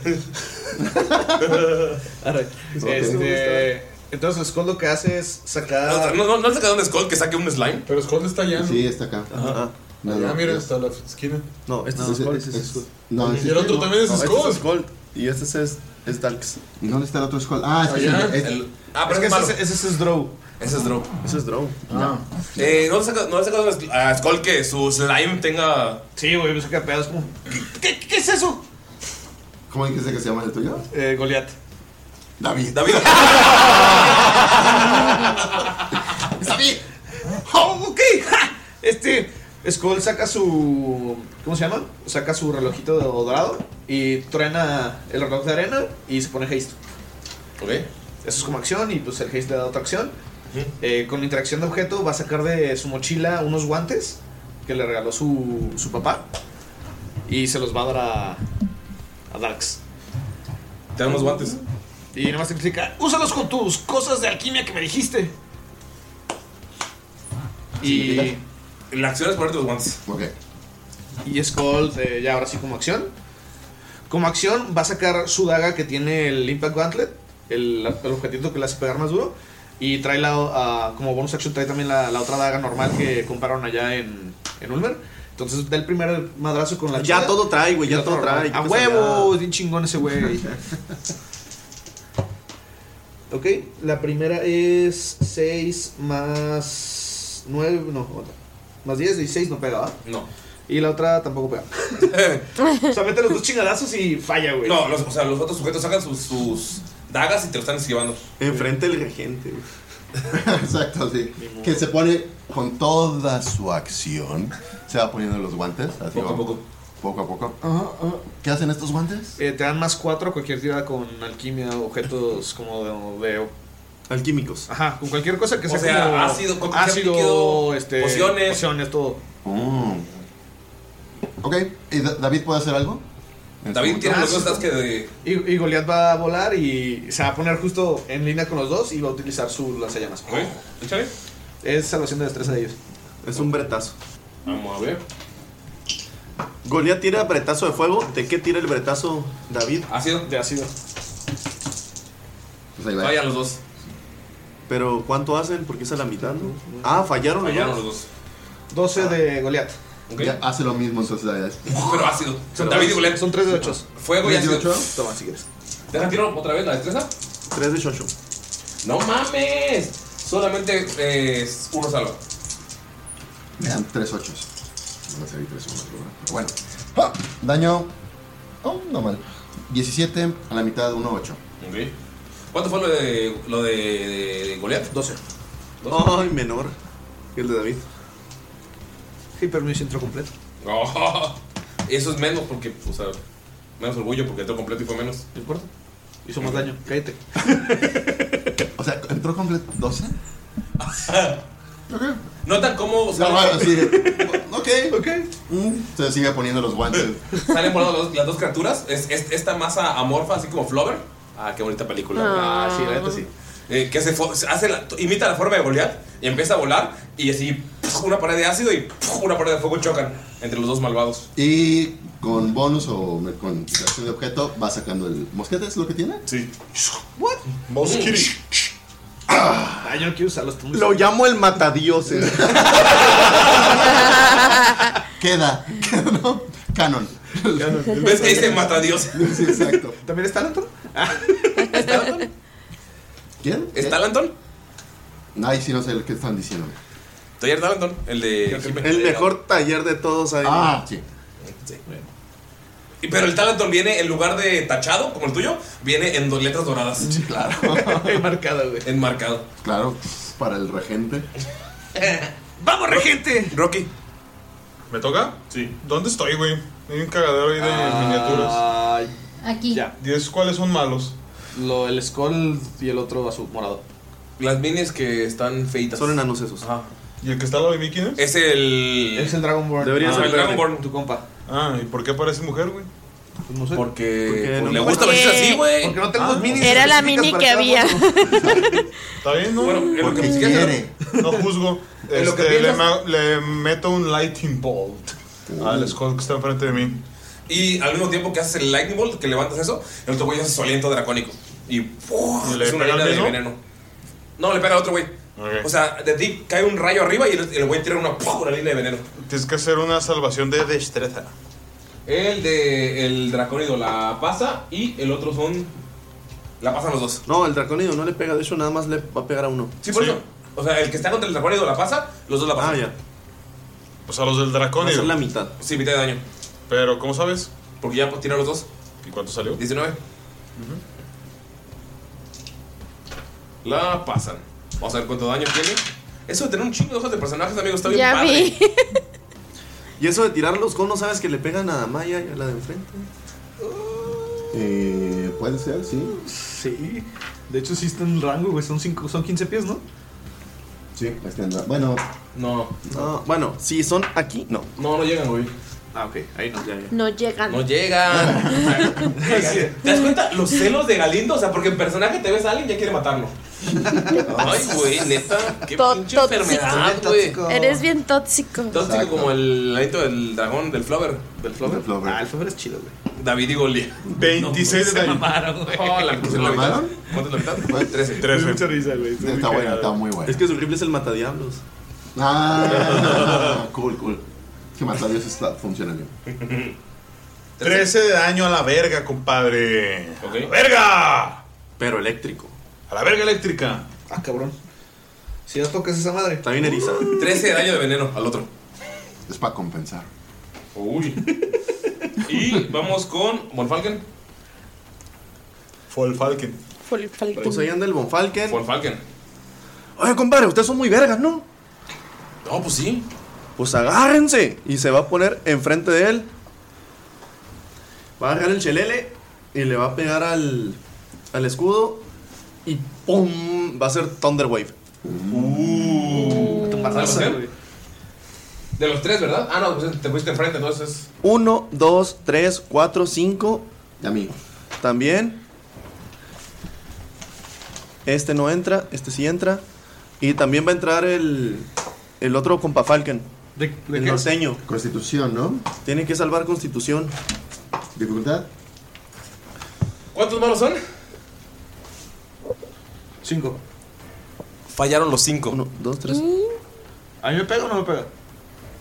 [SPEAKER 5] Arre. Este. Entonces, Skull lo que hace es
[SPEAKER 1] O sea,
[SPEAKER 5] sacar.
[SPEAKER 1] No, no, no le saca de un Skull que saque un slime.
[SPEAKER 8] Pero Skull está allá. ¿no?
[SPEAKER 7] Sí, está acá.
[SPEAKER 5] Ah,
[SPEAKER 7] No,
[SPEAKER 8] Ah,
[SPEAKER 7] no,
[SPEAKER 8] mira,
[SPEAKER 7] no.
[SPEAKER 8] hasta la esquina.
[SPEAKER 4] No, este
[SPEAKER 7] No,
[SPEAKER 4] es Skull.
[SPEAKER 7] ese-
[SPEAKER 4] este es
[SPEAKER 7] ese-
[SPEAKER 4] Skull.
[SPEAKER 7] no,
[SPEAKER 8] Y
[SPEAKER 7] ese-
[SPEAKER 8] el otro también es
[SPEAKER 4] No, este es
[SPEAKER 8] Skull.
[SPEAKER 4] Skull. Y este es, es Dalks.
[SPEAKER 7] ¿Y dónde está el otro Skull? Ah, sí,
[SPEAKER 8] Allá,
[SPEAKER 7] sí, es-
[SPEAKER 1] El- ah,
[SPEAKER 5] Es
[SPEAKER 1] pero
[SPEAKER 5] que
[SPEAKER 1] es malo.
[SPEAKER 5] ese, ese es Drow.
[SPEAKER 1] Ese es Drow.
[SPEAKER 4] Ese es Drow.
[SPEAKER 7] ah,
[SPEAKER 1] Eh, no le saca, no le saca de un sl- a Skull que su slime tenga.
[SPEAKER 5] Sí, güey, me saca pedazos como. ¿Qué, qué, qué es eso?
[SPEAKER 7] ¿Cómo dijiste que se llama el tuyo?
[SPEAKER 5] Eh, Goliat.
[SPEAKER 7] David.
[SPEAKER 1] David.
[SPEAKER 7] ¡Está bien!
[SPEAKER 5] ¡Oh, ok! ¡Ja! Este. Skull saca su. ¿Cómo se llama? Saca su relojito dorado y truena el reloj de arena y se pone haste.
[SPEAKER 1] ok.
[SPEAKER 5] Eso es como acción y pues el haste le da otra acción. Eh, con la interacción de objeto va a sacar de su mochila unos guantes que le regaló su, su papá y se los va a dar a, a Darks.
[SPEAKER 1] Tenemos guantes.
[SPEAKER 5] Y nomás te explica, úsalos con tus cosas de alquimia que me dijiste. Y,
[SPEAKER 1] La acción es ponerte los guantes.
[SPEAKER 7] Ok.
[SPEAKER 5] y Skull, eh, ya ahora sí como acción. Como acción va a sacar su daga que tiene el Impact Gauntlet, el, el objetito que le hace pegar más duro. Y trae la, ah, como bonus action trae también la, la otra daga normal que compraron allá en, en Ulmer. Entonces da el primer madrazo con la
[SPEAKER 4] Ya
[SPEAKER 5] chida.
[SPEAKER 4] todo trae, güey.
[SPEAKER 5] Y
[SPEAKER 4] Ya
[SPEAKER 5] otro
[SPEAKER 4] todo trae.
[SPEAKER 5] A
[SPEAKER 4] qué
[SPEAKER 5] huevo,
[SPEAKER 4] casualidad.
[SPEAKER 5] es bien chingón ese güey. ok, la primera es 6 más 9, no, más 10, 16 no pega, ¿va?
[SPEAKER 1] No.
[SPEAKER 5] Y la otra tampoco pega. o sea, mete los dos chingadazos y falla, güey.
[SPEAKER 1] No, los, o sea, los otros sujetos sacan sus, sus dagas y te lo están esquivando.
[SPEAKER 4] Enfrente el regente, güey.
[SPEAKER 7] Exacto, sí. Que se pone con toda su acción. Se va poniendo los guantes. así
[SPEAKER 1] Poco a
[SPEAKER 7] va.
[SPEAKER 1] poco.
[SPEAKER 7] Poco a poco. Ah, ah. ¿Qué hacen estos guantes?
[SPEAKER 5] Eh, te dan más 4 cualquier tirada con alquimia, objetos como de, de-
[SPEAKER 4] Alquímicos.
[SPEAKER 5] Ajá, con cualquier cosa que
[SPEAKER 1] O
[SPEAKER 5] sea,
[SPEAKER 1] sea,
[SPEAKER 5] como
[SPEAKER 1] ácido, con cualquier
[SPEAKER 5] ácido,
[SPEAKER 1] líquido,
[SPEAKER 5] este,
[SPEAKER 1] pociones.
[SPEAKER 5] pociones, todo.
[SPEAKER 7] Mm. Ok. ¿Y Da- David puede hacer algo? En este
[SPEAKER 1] David
[SPEAKER 7] momento.
[SPEAKER 1] tiene los
[SPEAKER 5] sí.
[SPEAKER 1] dos tasks que de.
[SPEAKER 5] Y, y Goliath va a volar y se va a poner justo en línea con los dos y va a utilizar su lanzallamas.
[SPEAKER 1] Ok, échale.
[SPEAKER 5] Es salvación de destreza de ellos.
[SPEAKER 4] Es un bretazo.
[SPEAKER 1] Vamos a ver.
[SPEAKER 4] Goliat tira bretazo de fuego. ¿De qué tira el bretazo, David?
[SPEAKER 1] Ácido.
[SPEAKER 5] De ácido.
[SPEAKER 7] Pues ahí va.
[SPEAKER 1] Fallan los dos.
[SPEAKER 4] Pero ¿cuánto hacen? Porque es a la mitad, ¿no? Ah, fallaron. ¿no?
[SPEAKER 1] Fallaron los dos.
[SPEAKER 5] 12 de Goliath.
[SPEAKER 1] Ok.
[SPEAKER 7] Ah. Ya hace lo mismo entonces. David.
[SPEAKER 1] Pero ácido. David y Goliath.
[SPEAKER 5] Son 3 de 8.
[SPEAKER 1] Fuego y ácido.
[SPEAKER 7] 18.
[SPEAKER 5] Toma, si quieres.
[SPEAKER 1] Deja tiro otra vez la destreza.
[SPEAKER 4] 3 de 8.
[SPEAKER 1] ¡No mames! Solamente eh, uno salva.
[SPEAKER 7] Me dan tres ochos. No sé, hay tres unos, ¿verdad? Pero Bueno. ¡Ah! Daño. Oh, no mal. 17 a la mitad, 1, 8.
[SPEAKER 1] Ok. ¿Cuánto fue lo de, lo de, de Goliath? 12.
[SPEAKER 4] Ay, menor que el de David.
[SPEAKER 5] Sí, pero mi centro completo.
[SPEAKER 1] eso es menos porque, o sea, menos orgullo porque entró completo y fue menos. ¿No importa?
[SPEAKER 5] Hizo más daño. Cállate.
[SPEAKER 7] O sea, entró completo 12.
[SPEAKER 1] Notan cómo
[SPEAKER 7] No,
[SPEAKER 1] salen,
[SPEAKER 7] bueno, sí. Ok, ok. Se sigue poniendo los guantes.
[SPEAKER 1] salen volando los- las dos criaturas. Es, es- esta masa amorfa, así como Flover. Ah, qué bonita película.
[SPEAKER 5] Ah, sí, la neta sí.
[SPEAKER 1] Eh, que se, fo- se hace la- imita la forma de Goliath y empieza a volar. Y así, ¡puf! una pared de ácido y ¡puf! una pared de fuego chocan entre los dos malvados.
[SPEAKER 7] Y con bonus o me- con acción de objeto va sacando el mosquete, ¿es lo que tiene?
[SPEAKER 1] Sí.
[SPEAKER 7] What?
[SPEAKER 1] Mosquete.
[SPEAKER 5] Ah, yo no quiero usarlos. tú.
[SPEAKER 4] Lo llamo el matadioses.
[SPEAKER 7] Queda, ¿no? Canon.
[SPEAKER 1] ¿Ves que dice mata a Dios?
[SPEAKER 7] Sí, exacto.
[SPEAKER 5] ¿También está Lanton?
[SPEAKER 7] ¿Quién?
[SPEAKER 1] ¿Está Lanton?
[SPEAKER 7] Ay, sí, no sé qué están diciendo.
[SPEAKER 1] Taller de Landon, el de.
[SPEAKER 4] El mejor taller de todos ahí.
[SPEAKER 7] Ah, sí.
[SPEAKER 1] Sí. Y- Pero el Talenton viene en lugar de tachado, como el tuyo, viene en do- letras doradas.
[SPEAKER 7] Claro,
[SPEAKER 5] Marcada, güey.
[SPEAKER 1] Enmarcado.
[SPEAKER 7] claro. pues, Para el regente.
[SPEAKER 5] ¡Vamos, regente!
[SPEAKER 1] Rocky.
[SPEAKER 3] ¿Me toca?
[SPEAKER 1] Sí.
[SPEAKER 3] ¿Dónde estoy, güey? Hay un cagadero ahí de miniaturas.
[SPEAKER 5] Ah,
[SPEAKER 6] Aquí.
[SPEAKER 5] ya.
[SPEAKER 3] ¿Y es cuáles son malos?
[SPEAKER 5] Lo, el Skull y el otro azul morado.
[SPEAKER 1] Las minis que están feitas.
[SPEAKER 4] Son enanos esos.
[SPEAKER 1] Ajá.
[SPEAKER 3] ¿Y el que está al lado de mí quién es?
[SPEAKER 1] Es el.
[SPEAKER 5] Es el Dragonborn.
[SPEAKER 4] Debería
[SPEAKER 1] Ah,
[SPEAKER 4] ser
[SPEAKER 1] el Dragonborn.
[SPEAKER 5] Tu compa.
[SPEAKER 3] Ah, ¿y por qué parece mujer, güey?
[SPEAKER 5] Pues no sé.
[SPEAKER 1] Porque.
[SPEAKER 4] Porque no-
[SPEAKER 1] le gusta vestirse así, güey.
[SPEAKER 5] Porque no tenemos
[SPEAKER 3] Ah.
[SPEAKER 5] minis.
[SPEAKER 2] Era la
[SPEAKER 5] específicas
[SPEAKER 2] mini
[SPEAKER 5] para
[SPEAKER 2] que
[SPEAKER 5] cada
[SPEAKER 2] había.
[SPEAKER 5] mono.
[SPEAKER 3] ¿Está bien, no?
[SPEAKER 1] Bueno, en lo que
[SPEAKER 7] Porque
[SPEAKER 1] me
[SPEAKER 7] quiere.
[SPEAKER 3] No juzgo.
[SPEAKER 5] En lo que
[SPEAKER 3] Este, le,
[SPEAKER 5] piensas-
[SPEAKER 3] ma- le meto un lightning bolt
[SPEAKER 5] Ah,
[SPEAKER 3] al Skull que está enfrente de mí.
[SPEAKER 1] Y al mismo tiempo que haces el Lightning Bolt, que levantas eso, el otro güey hace su aliento dracónico. Y. ¡puf!
[SPEAKER 3] ¿Y le
[SPEAKER 1] es una
[SPEAKER 3] pega al
[SPEAKER 1] línea de
[SPEAKER 3] mismo?
[SPEAKER 1] veneno. No, le pega al otro güey.
[SPEAKER 3] Ok.
[SPEAKER 1] O sea, de ti cae un rayo arriba y el- el güey tira una, ¡puf! una línea de veneno.
[SPEAKER 3] Tienes que hacer una salvación de destreza.
[SPEAKER 1] El de el dracónido la pasa y el otro son. La pasan los dos.
[SPEAKER 4] No, el draconido no le pega, de hecho nada más le va a pegar a uno.
[SPEAKER 1] Sí, por
[SPEAKER 3] Sí.
[SPEAKER 1] eso. O sea, el que está contra el dracónido la pasa, los dos la
[SPEAKER 4] Ah,
[SPEAKER 1] pasan.
[SPEAKER 4] ya.
[SPEAKER 3] O sea, los del
[SPEAKER 4] Va a ser la
[SPEAKER 3] dracón.
[SPEAKER 4] mitad.
[SPEAKER 1] Sí, mitad de daño.
[SPEAKER 3] Pero, ¿cómo sabes?
[SPEAKER 1] Porque ya pues, tiraron los dos.
[SPEAKER 3] ¿Y cuánto salió?
[SPEAKER 1] 19. La pasan. Vamos a ver cuánto daño tiene. Eso de tener un chingo de ojos de personajes, amigo, está bien
[SPEAKER 2] Ya
[SPEAKER 1] padre.
[SPEAKER 2] vi.
[SPEAKER 4] Y eso de tirar los conos, ¿sabes que le pegan a Maya y a la de enfrente?
[SPEAKER 7] Eh, Puede ser, sí.
[SPEAKER 5] Sí. De hecho, sí está en rango, güey. Son, cinco, son 15 pies, ¿no?
[SPEAKER 7] Sí, este anda. Bueno,
[SPEAKER 1] No,
[SPEAKER 4] No, Ah, bueno, si son aquí, no.
[SPEAKER 1] no, no llegan, güey.
[SPEAKER 5] Ah, ok. Ahí no. Ya, ya.
[SPEAKER 2] No llegan.
[SPEAKER 1] No llegan. ¿Te das cuenta? Los celos de Galindo, o sea, porque en personaje te ves a alguien y ya quiere matarlo. Ay, güey, neta. Qué
[SPEAKER 2] Tot-
[SPEAKER 1] pinche
[SPEAKER 2] tóxico.
[SPEAKER 1] enfermedad, güey.
[SPEAKER 2] Eres bien tóxico.
[SPEAKER 1] Tóxico como el ladito del dragón, del flower.
[SPEAKER 5] ¿Del Flover?
[SPEAKER 7] Del Flover.
[SPEAKER 5] Ah, el Flover es chido, güey.
[SPEAKER 1] David y Goliat.
[SPEAKER 3] 26 de daño.
[SPEAKER 1] Oh, la puse en la mitad.
[SPEAKER 7] mamaron?
[SPEAKER 1] ¿Cuánto es la mitad?
[SPEAKER 7] Pues,
[SPEAKER 1] 13.
[SPEAKER 5] Es
[SPEAKER 3] 13.
[SPEAKER 5] mucha risa, güey. Está muy
[SPEAKER 7] está bueno,
[SPEAKER 5] cagado.
[SPEAKER 7] está muy bueno.
[SPEAKER 4] Es que su rifle es el matadiablos.
[SPEAKER 7] Ah, cool, cool. Que matar Dios está, funciona bien.
[SPEAKER 3] 13 de daño a la verga, compadre.
[SPEAKER 1] Ok.
[SPEAKER 3] ¡A la verga!
[SPEAKER 4] Pero eléctrico.
[SPEAKER 3] A la verga eléctrica.
[SPEAKER 5] Ah, cabrón. Si ya tocas esa madre.
[SPEAKER 4] Está bien erizado.
[SPEAKER 1] 13 de daño de veneno al otro.
[SPEAKER 7] Es para compensar.
[SPEAKER 1] Uy. Y vamos con Monfalken.
[SPEAKER 3] Fue el Falcon.
[SPEAKER 2] Fol- fal-
[SPEAKER 4] Pues ahí anda el Bonfalken.
[SPEAKER 1] Monfalken.
[SPEAKER 4] Oye, compadre, ustedes son muy vergas, ¿no?
[SPEAKER 1] No, pues sí.
[SPEAKER 4] Pues agárrense. Y se va a poner enfrente de él. Va a agarrar el chelele y le va a pegar al, al escudo. Y ¡pum! Va a ser Thunder Wave.
[SPEAKER 5] Uh.
[SPEAKER 1] Salvación. De los tres, ¿verdad? Ah, no, pues te pusiste enfrente, entonces.
[SPEAKER 4] 1, 2, 3, 4, 5.
[SPEAKER 7] Y a mí.
[SPEAKER 4] También. Este no entra, este sí entra. Y también va a entrar el, el otro compa Falcon.
[SPEAKER 5] ¿De, de
[SPEAKER 4] El
[SPEAKER 5] qué?
[SPEAKER 4] norteño.
[SPEAKER 7] Constitución, ¿no?
[SPEAKER 4] Tiene que salvar Constitución.
[SPEAKER 7] Dificultad.
[SPEAKER 1] ¿Cuántos malos son?
[SPEAKER 5] Cinco.
[SPEAKER 1] Fallaron los cinco.
[SPEAKER 4] 1, 2, 3.
[SPEAKER 5] ¿A mí me pega o no me pega?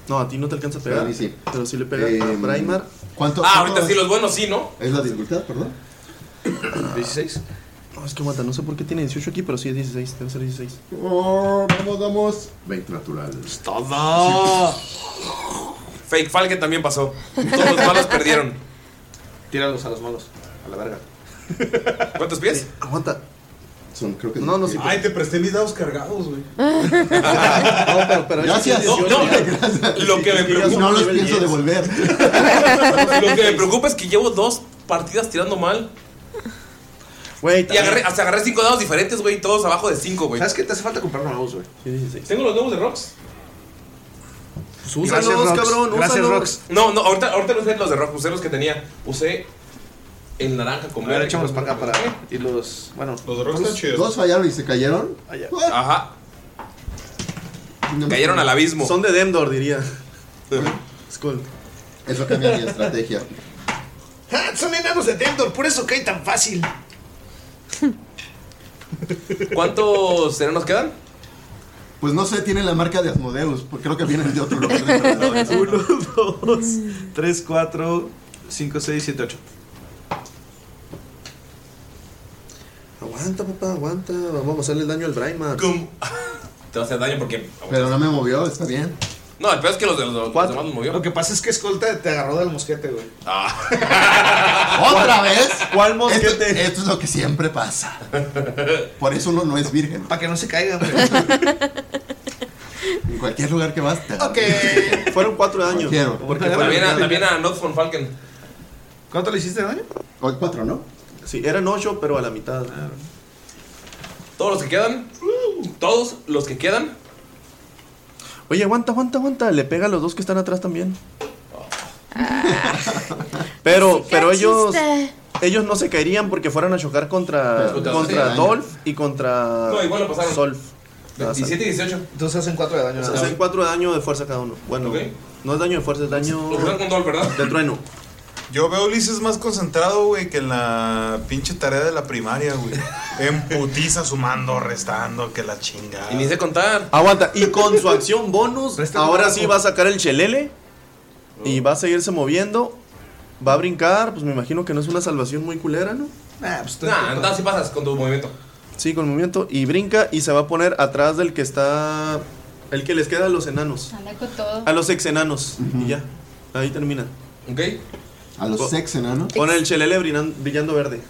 [SPEAKER 4] No, a ti no te alcanza a pegar.
[SPEAKER 7] a mí sí.
[SPEAKER 4] Pero sí le pega
[SPEAKER 7] Eh,
[SPEAKER 4] a Braimar.
[SPEAKER 7] ¿Cuánto?
[SPEAKER 1] Ah,
[SPEAKER 7] cuánto
[SPEAKER 1] ahorita sí,
[SPEAKER 7] es?
[SPEAKER 1] los buenos sí, ¿no?
[SPEAKER 7] ¿Es la dificultad, perdón?
[SPEAKER 5] ¿16?
[SPEAKER 4] No, es que aguanta, no sé por qué tiene 18 aquí, pero sí es 16, debe ser 16.
[SPEAKER 7] Oh, vamos, vamos. 20 natural.
[SPEAKER 1] ¡Todo! Fake Falcon también pasó. Todos los malos perdieron.
[SPEAKER 5] Tíralos a los malos. A la verga.
[SPEAKER 1] ¿Cuántos pies?
[SPEAKER 4] Aguanta.
[SPEAKER 7] Son, creo que
[SPEAKER 4] No, no sé.
[SPEAKER 3] Ay, te presté mis dados cargados, güey.
[SPEAKER 4] pero, pero
[SPEAKER 7] Gracias.
[SPEAKER 1] No, no, lo que me preocupa.
[SPEAKER 7] No los pienso devolver.
[SPEAKER 1] Lo que me preocupa es que llevo dos partidas tirando mal.
[SPEAKER 4] Güey,
[SPEAKER 1] Y agarré, hasta agarré cinco dados diferentes, güey, todos abajo de cinco, güey.
[SPEAKER 5] ¿Sabes qué? Te hace falta comprar nuevos, güey.
[SPEAKER 4] Sí, 16.
[SPEAKER 1] Tengo los nuevos de Rox.
[SPEAKER 4] Pues úsalos,
[SPEAKER 5] Rox.
[SPEAKER 4] cabrón,
[SPEAKER 5] Gracias,
[SPEAKER 4] úsalos.
[SPEAKER 5] Rox.
[SPEAKER 1] No, no, ahorita, ahorita no usé los de Rox, usé los que tenía. Usé el naranja con
[SPEAKER 5] A ver,
[SPEAKER 1] verde.
[SPEAKER 5] echémoslos para acá para. Y los. Ah. Bueno.
[SPEAKER 3] Los de Rox están chidos.
[SPEAKER 7] Dos fallaron y se cayeron.
[SPEAKER 5] Allá.
[SPEAKER 1] Ajá, cayeron al abismo.
[SPEAKER 4] Son de Demdor, diría. Skull.
[SPEAKER 7] Eso cambia mi estrategia.
[SPEAKER 5] ¡Ah, son enanos de Dendor, por eso cae tan fácil.
[SPEAKER 1] ¿Cuántos nos quedan?
[SPEAKER 7] Pues no sé, tienen la marca de Asmodeus, porque creo que vienen de otro lugar.
[SPEAKER 5] 2, 3, 4, 5, 6, 7, 8.
[SPEAKER 4] Aguanta, papá, aguanta. Vamos a hacerle daño al Braima.
[SPEAKER 1] Cum. Te va a hacer daño porque.
[SPEAKER 7] Pero no me movió, está bien.
[SPEAKER 1] No, el peor es que los de los, los
[SPEAKER 5] Cuatro.
[SPEAKER 1] demás nos movió.
[SPEAKER 5] Lo que pasa es que Escolta te agarró del mosquete, güey.
[SPEAKER 7] ¿Otra vez?
[SPEAKER 4] Ah. ¿Cuál
[SPEAKER 7] Esto,
[SPEAKER 4] mosquete?
[SPEAKER 7] esto es lo que siempre pasa. Por eso uno no es virgen.
[SPEAKER 5] Para que no se caigan, güey.
[SPEAKER 7] En cualquier lugar que vas, te
[SPEAKER 5] ok.
[SPEAKER 4] Fueron cuatro daños.
[SPEAKER 7] Quiero, porque
[SPEAKER 4] Era-
[SPEAKER 1] También a, también a Not von Falcon.
[SPEAKER 5] ¿Cuánto le hiciste de daño?
[SPEAKER 7] Hoy cuatro, ¿no?
[SPEAKER 4] Sí, eran ocho, pero a la mitad.
[SPEAKER 1] Ah, Todos los que quedan. Todos los que quedan.
[SPEAKER 4] Oye, aguanta, aguanta, aguanta. Le pega a los dos que están atrás también. Pero, pero ellos. Ellos no se caerían porque fueran a chocar contra,
[SPEAKER 1] Contra-
[SPEAKER 4] contra
[SPEAKER 7] sí.
[SPEAKER 4] Dolph y contra
[SPEAKER 1] No, igual lo pasaron.
[SPEAKER 4] Solf.
[SPEAKER 1] 27 y 18.
[SPEAKER 5] Entonces hacen 4 de daño. nada más.
[SPEAKER 4] Hacen cuatro de daño de fuerza cada uno. Bueno,
[SPEAKER 1] Ok.
[SPEAKER 4] no es daño de fuerza, es daño
[SPEAKER 1] Lo pusieron con Dolph, ¿verdad?
[SPEAKER 4] de trueno.
[SPEAKER 3] Yo veo a Ulises más concentrado, güey, que en la pinche tarea de la primaria, güey. En putiza, sumando, restando, que la chingada.
[SPEAKER 1] Y ni sé contar.
[SPEAKER 4] Aguanta. Y con su acción bonus,
[SPEAKER 5] Presta
[SPEAKER 4] ahora
[SPEAKER 5] cuidado.
[SPEAKER 4] sí va a sacar el chelele y
[SPEAKER 1] Oh.
[SPEAKER 4] va a seguirse moviendo. Va a brincar, pues me imagino que no es una salvación muy culera, ¿no?
[SPEAKER 5] Nah, pues tú-
[SPEAKER 1] Nah, entonces sí pasas con tu movimiento.
[SPEAKER 4] Sí, con movimiento. Y brinca y se va a poner atrás del que está. El que les queda a los enanos.
[SPEAKER 6] Anda con todo.
[SPEAKER 4] A los ex enanos. Y ya. Ahí termina.
[SPEAKER 1] ¿Ok?
[SPEAKER 7] A los sex enanos.
[SPEAKER 4] Con el chelele brinan- brillando verde.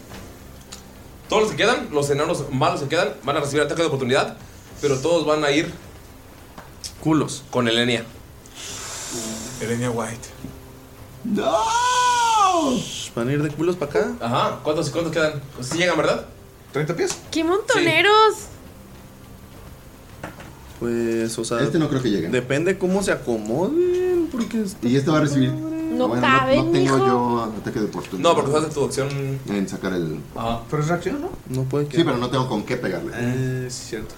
[SPEAKER 1] Todos los que quedan, los enanos malos que quedan, van a recibir ataque de oportunidad. Pero todos van a ir
[SPEAKER 4] Culos.
[SPEAKER 1] con Elenia.
[SPEAKER 3] Elenia White.
[SPEAKER 7] ¡No!
[SPEAKER 4] Van a ir de culos para acá.
[SPEAKER 1] Ajá. ¿Cuántos, cuántos quedan? Pues Sí llegan, ¿verdad?
[SPEAKER 5] ¿30 pies?
[SPEAKER 2] ¡Qué montoneros!
[SPEAKER 4] Pues, o sea.
[SPEAKER 7] Este no creo que llegue.
[SPEAKER 4] Depende cómo se acomoden. Porque es-
[SPEAKER 7] Y este va a recibir.
[SPEAKER 2] No caben,
[SPEAKER 7] no, tengo
[SPEAKER 2] mijo.
[SPEAKER 7] yo ataque de oportunidad.
[SPEAKER 1] No, porque usaste tu acción.
[SPEAKER 7] En sacar el.
[SPEAKER 1] Ajá.
[SPEAKER 5] Ah, Pero es reacción, ¿no?
[SPEAKER 4] no puede
[SPEAKER 7] Sí,
[SPEAKER 4] quedar.
[SPEAKER 7] pero no tengo con qué pegarle.
[SPEAKER 5] Eh, sí, cierto.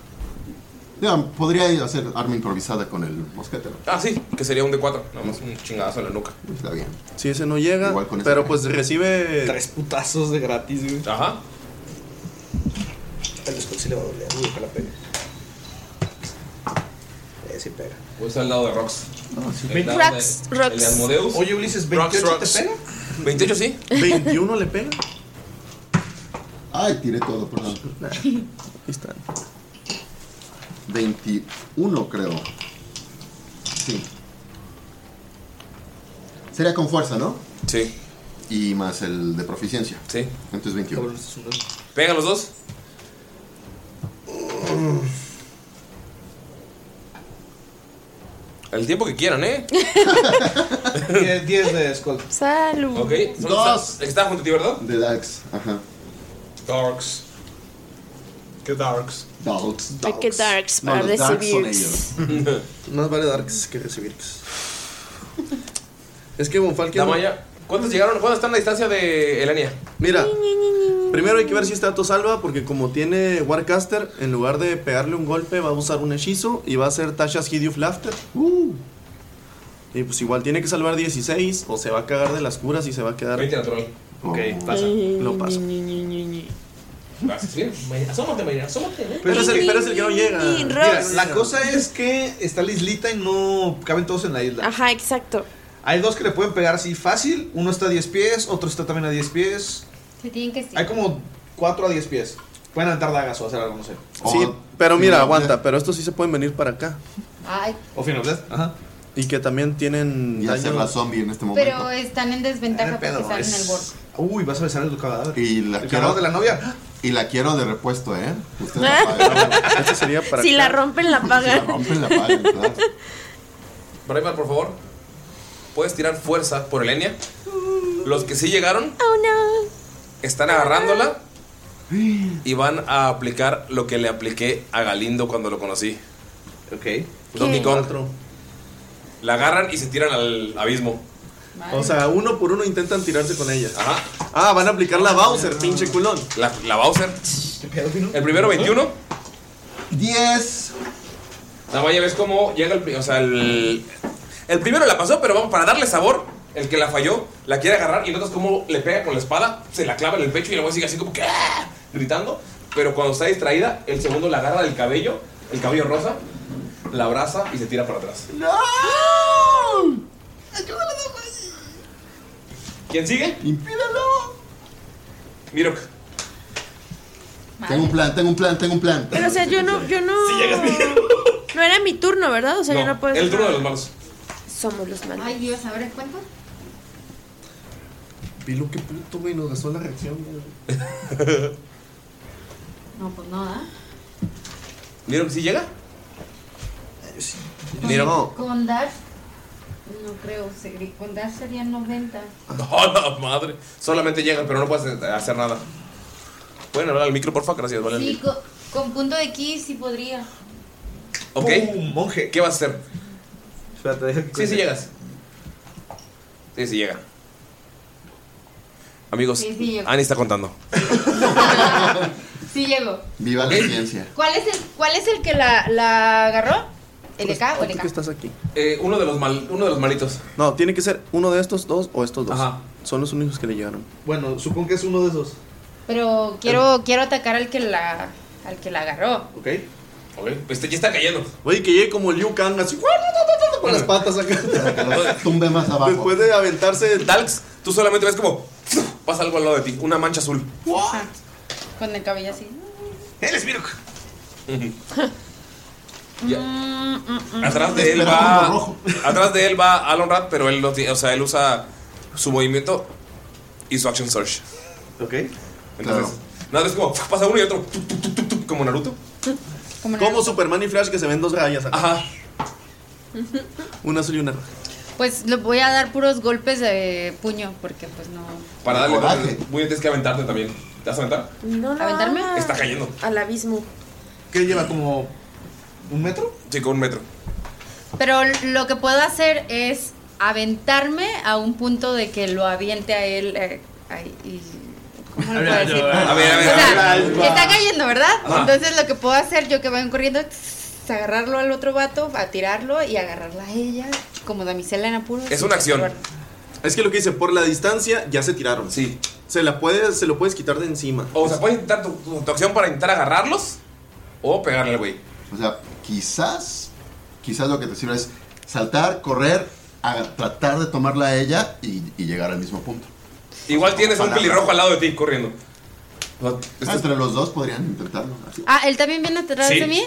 [SPEAKER 7] Digo, podría hacer arma improvisada con el mosquete. ¿no?
[SPEAKER 1] Ah, sí, que sería un de 4. Nada más un chingadazo en la nuca.
[SPEAKER 7] Está bien.
[SPEAKER 4] Si ese no llega.
[SPEAKER 7] Igual con ese.
[SPEAKER 4] Pero pues recibe.
[SPEAKER 5] Tres putazos de gratis, güey.
[SPEAKER 1] Ajá.
[SPEAKER 5] El Skull sí le va a doler, güey, que la pegue. Eh, sí pega.
[SPEAKER 1] Usa el Pues lado de Rox.
[SPEAKER 7] Ah,
[SPEAKER 1] El dado de-
[SPEAKER 2] Rox,
[SPEAKER 1] el
[SPEAKER 2] Rox.
[SPEAKER 1] de Asmodeus.
[SPEAKER 5] Oye, Ulises,
[SPEAKER 1] Rocks,
[SPEAKER 5] 28
[SPEAKER 1] rocks.
[SPEAKER 5] te pega.
[SPEAKER 1] 28 sí.
[SPEAKER 4] 21 le pega.
[SPEAKER 7] Ay, tiré todo, perdón.
[SPEAKER 4] Ahí está.
[SPEAKER 7] 21, creo. Sí. Sería con fuerza, ¿no?
[SPEAKER 1] Sí,
[SPEAKER 7] Y más el de proficiencia.
[SPEAKER 1] sí.
[SPEAKER 7] Entonces 21.
[SPEAKER 5] Cabrón, este es un dado.
[SPEAKER 1] Pega los dos. El tiempo que quieran, ¿eh?
[SPEAKER 5] 10 10 de Skull.
[SPEAKER 2] Salud.
[SPEAKER 1] Ok. son
[SPEAKER 7] Dos.
[SPEAKER 1] los- el que Está junto a ti, ¿verdad?
[SPEAKER 7] De Dax. Ajá.
[SPEAKER 1] Darks.
[SPEAKER 3] Qué darks.
[SPEAKER 7] Dogs.
[SPEAKER 2] Hay que darks
[SPEAKER 7] No,
[SPEAKER 2] pues, para
[SPEAKER 7] los darks son
[SPEAKER 2] recibir.
[SPEAKER 7] ellos.
[SPEAKER 4] Más vale dar que recibir. Es que Bonfalque.
[SPEAKER 1] Damaya. ¿Cuántos llegaron? ¿Cuántos están a la distancia de Elenia?
[SPEAKER 4] Mira, primero hay que ver si este dato salva, porque como tiene Warcaster, en lugar de pegarle un golpe, va a usar un hechizo y va a hacer Tasha's Hideous Laughter.
[SPEAKER 5] Uh.
[SPEAKER 4] Y pues igual tiene que salvar 16, o se va a cagar de las curas y se va a quedar. Oh.
[SPEAKER 1] 20 natural.
[SPEAKER 5] Ok, pasa.
[SPEAKER 4] Lo pasa.
[SPEAKER 1] Gracias. Bien. May- Asómate, Mayra. Asómate, ¿eh?
[SPEAKER 4] Pero es, el, pero es el que no llega.
[SPEAKER 2] Y
[SPEAKER 5] Mira,
[SPEAKER 2] Rox.
[SPEAKER 5] la cosa es que está la islita y no caben todos en la isla.
[SPEAKER 2] Ajá, exacto.
[SPEAKER 5] Hay dos que le pueden pegar así fácil. Uno está a 10 pies, otro está también a 10 pies.
[SPEAKER 6] Se tienen que estirar.
[SPEAKER 5] Hay como 4 a 10 pies. Pueden aventar dagas o hacer eh. algo, no sé.
[SPEAKER 4] Sí, pero mira, aguanta, pero estos sí se pueden venir para acá.
[SPEAKER 6] Ay,
[SPEAKER 5] O Fin of Death, Ajá.
[SPEAKER 4] Y que también tienen.
[SPEAKER 7] Y hacer
[SPEAKER 4] daño-
[SPEAKER 7] la zombie en este momento.
[SPEAKER 6] pero están en desventaja porque están en el borde.
[SPEAKER 5] Uy, vas a besar el cadáver.
[SPEAKER 7] Y la
[SPEAKER 5] El
[SPEAKER 7] quiero
[SPEAKER 5] cadáver de la novia.
[SPEAKER 7] Y la quiero de repuesto, ¿eh? Usted la paga.
[SPEAKER 4] Esta sería para
[SPEAKER 2] Si la
[SPEAKER 4] acá.
[SPEAKER 2] rompen, la
[SPEAKER 7] Si la
[SPEAKER 2] pagan.
[SPEAKER 7] rompen, la pagan, claro.
[SPEAKER 1] Braimar, por favor, puedes tirar fuerza por Elenia. Los que sí llegaron
[SPEAKER 2] Oh no.
[SPEAKER 1] están agarrándola y van a aplicar lo que le apliqué a Galindo cuando lo conocí.
[SPEAKER 5] Ok.
[SPEAKER 1] Donkey Kong.
[SPEAKER 4] Cuatro.
[SPEAKER 1] La agarran y se tiran al abismo.
[SPEAKER 4] O sea, uno por uno intentan tirarse con ella.
[SPEAKER 1] Ajá.
[SPEAKER 4] Ah, van a aplicar la Bowser, pinche culón.
[SPEAKER 1] La, la Bowser.
[SPEAKER 5] este
[SPEAKER 1] El primero 21.
[SPEAKER 7] 10.
[SPEAKER 1] La vaya ves cómo llega el, pri- o sea, el el primero la pasó, pero vamos para darle sabor, el que la falló la quiere agarrar y notas cómo le pega con la espada, se la clava en el pecho y la voy sigue así como que ¡ah! gritando, pero cuando está distraída, el segundo la agarra del cabello, el cabello rosa, la abraza y se tira para atrás. ¡No! ¿Quién sigue?
[SPEAKER 7] ¡Impídelo!
[SPEAKER 1] Mirok.
[SPEAKER 7] Tengo un plan, tengo un plan, tengo un plan.
[SPEAKER 2] Pero o sea, yo no, yo no. No era mi turno, ¿verdad? O sea, yo no puedo.
[SPEAKER 1] el turno de los malos.
[SPEAKER 2] Somos los malos.
[SPEAKER 6] Ay, Dios, a ver, cuenta.
[SPEAKER 4] Pilo, qué puto, güey, nos gastó la reacción. güey.
[SPEAKER 6] No, pues no, ¿ah?
[SPEAKER 1] Mirok si llega.
[SPEAKER 6] Con-
[SPEAKER 1] Mira.
[SPEAKER 6] Con Dash. No creo, se- con Dash serían 90.
[SPEAKER 1] No, la madre. Solamente llegan, pero no puedes hacer nada. Pueden hablar al micro, porfa, gracias, vale.
[SPEAKER 6] Sí, co- con, punto de ki sí podría.
[SPEAKER 1] Ok,
[SPEAKER 5] ¡Pum! Uh, monje.
[SPEAKER 1] ¿qué vas a hacer?
[SPEAKER 5] Espérate, deja que
[SPEAKER 1] Sí,
[SPEAKER 5] cuente.
[SPEAKER 1] sí llegas. Sí, sí llega. Amigos,
[SPEAKER 6] Sí, sí llego.
[SPEAKER 1] Ani está contando.
[SPEAKER 6] Sí llegó.
[SPEAKER 7] Viva la ciencia.
[SPEAKER 6] ¿Cuál es el, cuál es el que la, la agarró? ¿El de acá o el E
[SPEAKER 4] ¿Tú Pues, que
[SPEAKER 6] de acá?
[SPEAKER 4] estás aquí?
[SPEAKER 1] Eh, uno, de los mal, uno de los malitos.
[SPEAKER 4] No, tiene que ser uno de estos dos o estos dos.
[SPEAKER 1] Ajá.
[SPEAKER 4] Son los únicos que le llegaron.
[SPEAKER 5] Bueno, supongo que es uno de esos.
[SPEAKER 6] Pero
[SPEAKER 4] Em.
[SPEAKER 6] quiero, quiero atacar al que la al que la agarró.
[SPEAKER 5] Ok.
[SPEAKER 1] Ok, pues este ya está cayendo.
[SPEAKER 4] Oye, que llegue como Liu Kang, así con las patas acá.
[SPEAKER 7] Para que los tumbe más abajo.
[SPEAKER 4] Después de aventarse.
[SPEAKER 1] Dalks, tú solamente ves como pasa algo al lado de ti, una mancha azul.
[SPEAKER 6] Con el cabello así.
[SPEAKER 1] Él es Mirok. Ya. Atrás de él
[SPEAKER 7] Esperando
[SPEAKER 1] va.
[SPEAKER 7] rojo.
[SPEAKER 1] Atrás de él va Alonrad, pero él no tiene- o sea, él usa su movimiento y su action search.
[SPEAKER 5] Ok.
[SPEAKER 1] Entonces, nada, es como pasa uno y otro, tuc, tuc, tuc, tuc, tuc, como Naruto.
[SPEAKER 6] Como
[SPEAKER 4] Como
[SPEAKER 6] Naruto.
[SPEAKER 4] Superman y Flash que se ven dos rayas acá.
[SPEAKER 1] Ajá.
[SPEAKER 4] Una azul y una roja.
[SPEAKER 6] Pues le voy a dar puros golpes de puño porque pues no.
[SPEAKER 1] Para darle
[SPEAKER 7] Coraje.
[SPEAKER 1] golpes, muy bien, tienes que aventarte también. ¿Te vas a aventar?
[SPEAKER 2] No, no.
[SPEAKER 6] ¿Aventarme?
[SPEAKER 2] hagas.
[SPEAKER 1] Está cayendo.
[SPEAKER 2] Al abismo.
[SPEAKER 5] ¿Qué lleva como un metro?
[SPEAKER 1] Sí, con un metro.
[SPEAKER 6] Pero lo que puedo hacer es aventarme a un punto de que lo aviente a él. eh, ahí, y, ¿Cómo lo puedo decir?
[SPEAKER 1] A ver, a ver,
[SPEAKER 6] O
[SPEAKER 1] a ver.
[SPEAKER 6] sea,
[SPEAKER 5] Ahí va.
[SPEAKER 6] está cayendo, ¿verdad?
[SPEAKER 1] Ajá.
[SPEAKER 6] Entonces lo que puedo hacer yo que vengo corriendo es agarrarlo al otro vato, a tirarlo y agarrarla a ella como damisela en apuros.
[SPEAKER 1] Es una acción.
[SPEAKER 4] Es que lo que dice, por la distancia ya se tiraron.
[SPEAKER 1] Sí.
[SPEAKER 4] Se, la puedes, se lo puedes quitar de encima.
[SPEAKER 1] O sea, puedes intentar tu, tu- tu acción para intentar agarrarlos o pegarle al güey.
[SPEAKER 7] O sea, quizás, quizás lo que te sirve es saltar, correr, a- tratar de tomarla a ella y, y llegar al mismo punto.
[SPEAKER 1] Igual tienes un
[SPEAKER 7] Palabras.
[SPEAKER 1] pelirrojo al lado de ti corriendo. O sea,
[SPEAKER 7] Ah,
[SPEAKER 1] este-
[SPEAKER 7] entre los dos podrían intentarlo. así.
[SPEAKER 6] Ah, él también viene atrás
[SPEAKER 1] Sí.
[SPEAKER 6] de mí.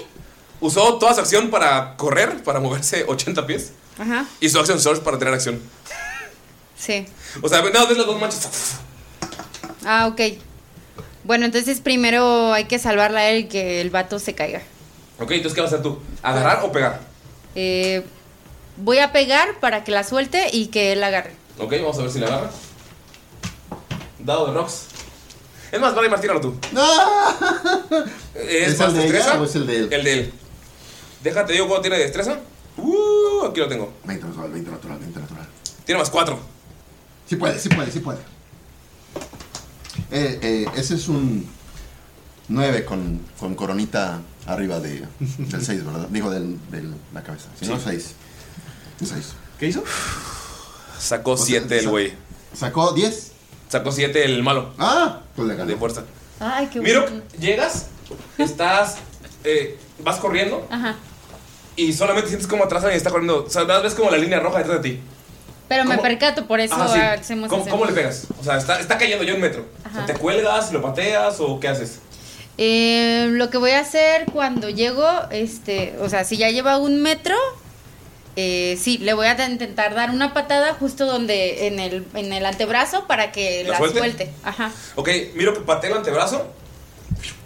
[SPEAKER 1] Usó toda su acción para correr, para moverse 80 pies.
[SPEAKER 6] Ajá.
[SPEAKER 1] Y su action source para tener acción.
[SPEAKER 6] Sí.
[SPEAKER 1] O sea, no, ves las dos manchas.
[SPEAKER 6] Ah, ok. Bueno, entonces primero hay que salvarla a él que el vato se caiga.
[SPEAKER 1] Ok, entonces, ¿qué vas a hacer tú? ¿Agarrar o pegar?
[SPEAKER 6] Eh, voy a pegar para que la suelte y que él la agarre.
[SPEAKER 1] Ok, vamos a ver si la agarra. Dado de rocks. Es más, vale, Martínalo tú. ¿Es,
[SPEAKER 7] ¿Es
[SPEAKER 1] más
[SPEAKER 7] el de ella
[SPEAKER 1] destreza?
[SPEAKER 7] o es el de él?
[SPEAKER 1] El de él. Déjate, digo cuánto tiene de destreza. Uh, aquí lo tengo.
[SPEAKER 7] 20 natural, 20 natural, 20 natural.
[SPEAKER 1] Tiene más cuatro.
[SPEAKER 7] Sí puede, sí puede, sí puede. Eh, eh, ese es un 9 con, con coronita arriba de, del 6, ¿verdad? Digo, del- de la cabeza. Si no, 6. 6.
[SPEAKER 5] ¿Qué hizo?
[SPEAKER 1] Sacó
[SPEAKER 7] sea,
[SPEAKER 1] siete el
[SPEAKER 7] Pues,
[SPEAKER 1] güey.
[SPEAKER 7] sa- ¿Sacó 10?
[SPEAKER 1] Sacó siete el malo.
[SPEAKER 7] Ah, pues le
[SPEAKER 1] De
[SPEAKER 7] gané.
[SPEAKER 1] fuerza.
[SPEAKER 6] Ay, qué
[SPEAKER 1] Miro, llegas, estás. eh, vas corriendo
[SPEAKER 6] Ajá.
[SPEAKER 1] y solamente sientes como atrás alguien está corriendo. O sea, nada más ves como la línea roja detrás de ti.
[SPEAKER 6] Pero me
[SPEAKER 1] ¿Cómo?
[SPEAKER 6] percato, por eso
[SPEAKER 1] Ah, sí.
[SPEAKER 6] hacemos
[SPEAKER 1] ¿Cómo,
[SPEAKER 6] ese-
[SPEAKER 1] cómo le pegas? O sea, está, está cayendo ya un metro. O sea, ¿Te cuelgas, lo pateas o qué haces?
[SPEAKER 6] Eh, lo que voy a hacer cuando llego, este, o sea, si ya lleva un metro, eh, sí, le voy a da- intentar dar una patada justo donde, en el, en el antebrazo para que
[SPEAKER 1] ¿La
[SPEAKER 6] la,
[SPEAKER 1] suelte?
[SPEAKER 6] suelte? Ajá.
[SPEAKER 1] Ok, miro que patea el antebrazo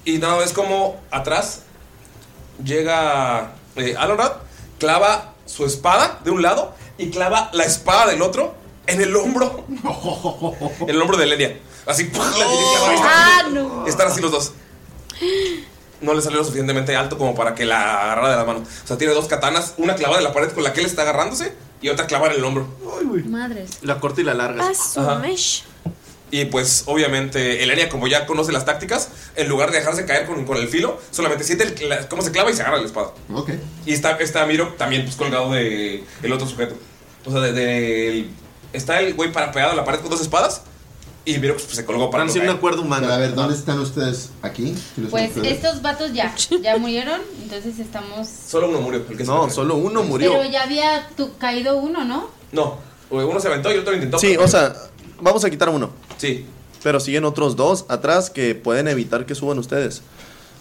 [SPEAKER 1] y nada, ves como atrás llega eh, Alonrad, clava su espada de un lado y clava la espada del otro en el hombro, en el hombro de Lelia. Así, ¡pum! la tiene clavada.
[SPEAKER 6] Ah, no.
[SPEAKER 1] Están así los dos. No le salió lo suficientemente alto como para que la agarrara de la mano. O sea, tiene dos katanas, una clavada en la pared con la que él está agarrándose y otra clavada en el hombro.
[SPEAKER 6] Madres.
[SPEAKER 1] La corta y la larga.
[SPEAKER 2] Asume.
[SPEAKER 1] Y pues obviamente Elenia, como ya conoce las tácticas, en lugar de dejarse caer con, con el filo, solamente siente el cla- cómo se clava y se agarra la espada.
[SPEAKER 7] Ok.
[SPEAKER 1] Y está, está Miro también pues, colgado de el otro sujeto. O sea, de, de- el- está el güey parapeado en la pared con dos espadas y Miro pues, se colgó para no caer.
[SPEAKER 7] acuerdo humano. A ver, ¿dónde están ustedes? ¿Aquí? ¿Quiénes son
[SPEAKER 6] Pues
[SPEAKER 7] ustedes?
[SPEAKER 6] estos vatos ya, ya murieron, entonces estamos...
[SPEAKER 1] Solo uno murió. no, solo uno
[SPEAKER 6] Pero ya había tu- caído uno, ¿no?
[SPEAKER 1] No, uno se aventó y otro lo intentó.
[SPEAKER 4] Sí, o sea, vamos a quitar uno.
[SPEAKER 1] Sí.
[SPEAKER 4] Pero siguen otros dos atrás que pueden evitar que suban ustedes.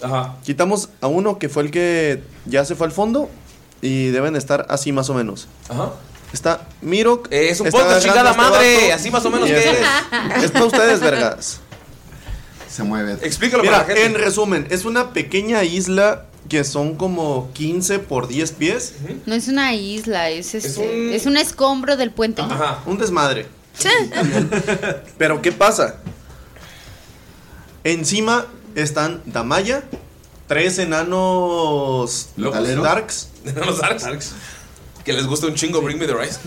[SPEAKER 1] Ajá.
[SPEAKER 4] Quitamos a uno que fue el que ya se fue al fondo y deben estar así más o menos.
[SPEAKER 1] Ajá. Eh,
[SPEAKER 4] Está Mirok.
[SPEAKER 1] es un
[SPEAKER 4] está
[SPEAKER 1] podcast,
[SPEAKER 4] agarrando
[SPEAKER 1] chingada
[SPEAKER 4] a
[SPEAKER 1] madre.
[SPEAKER 4] vato,
[SPEAKER 1] Así más o menos
[SPEAKER 4] y
[SPEAKER 1] que
[SPEAKER 4] este-
[SPEAKER 1] es.
[SPEAKER 4] Es para ustedes, vergas.
[SPEAKER 7] Se mueve.
[SPEAKER 1] Explícalo
[SPEAKER 4] Mira,
[SPEAKER 1] para la gente.
[SPEAKER 4] en resumen, es una pequeña isla que son como 15 por 10 pies.
[SPEAKER 6] No es una isla, es, este, es, un... escombro del puente.
[SPEAKER 4] Un desmadre. Pero ¿qué pasa? Encima están Damaya, tres enanos
[SPEAKER 1] Metaleros.
[SPEAKER 4] darks.
[SPEAKER 1] Los Arks. Que les gusta un chingo Bring Me the Rise.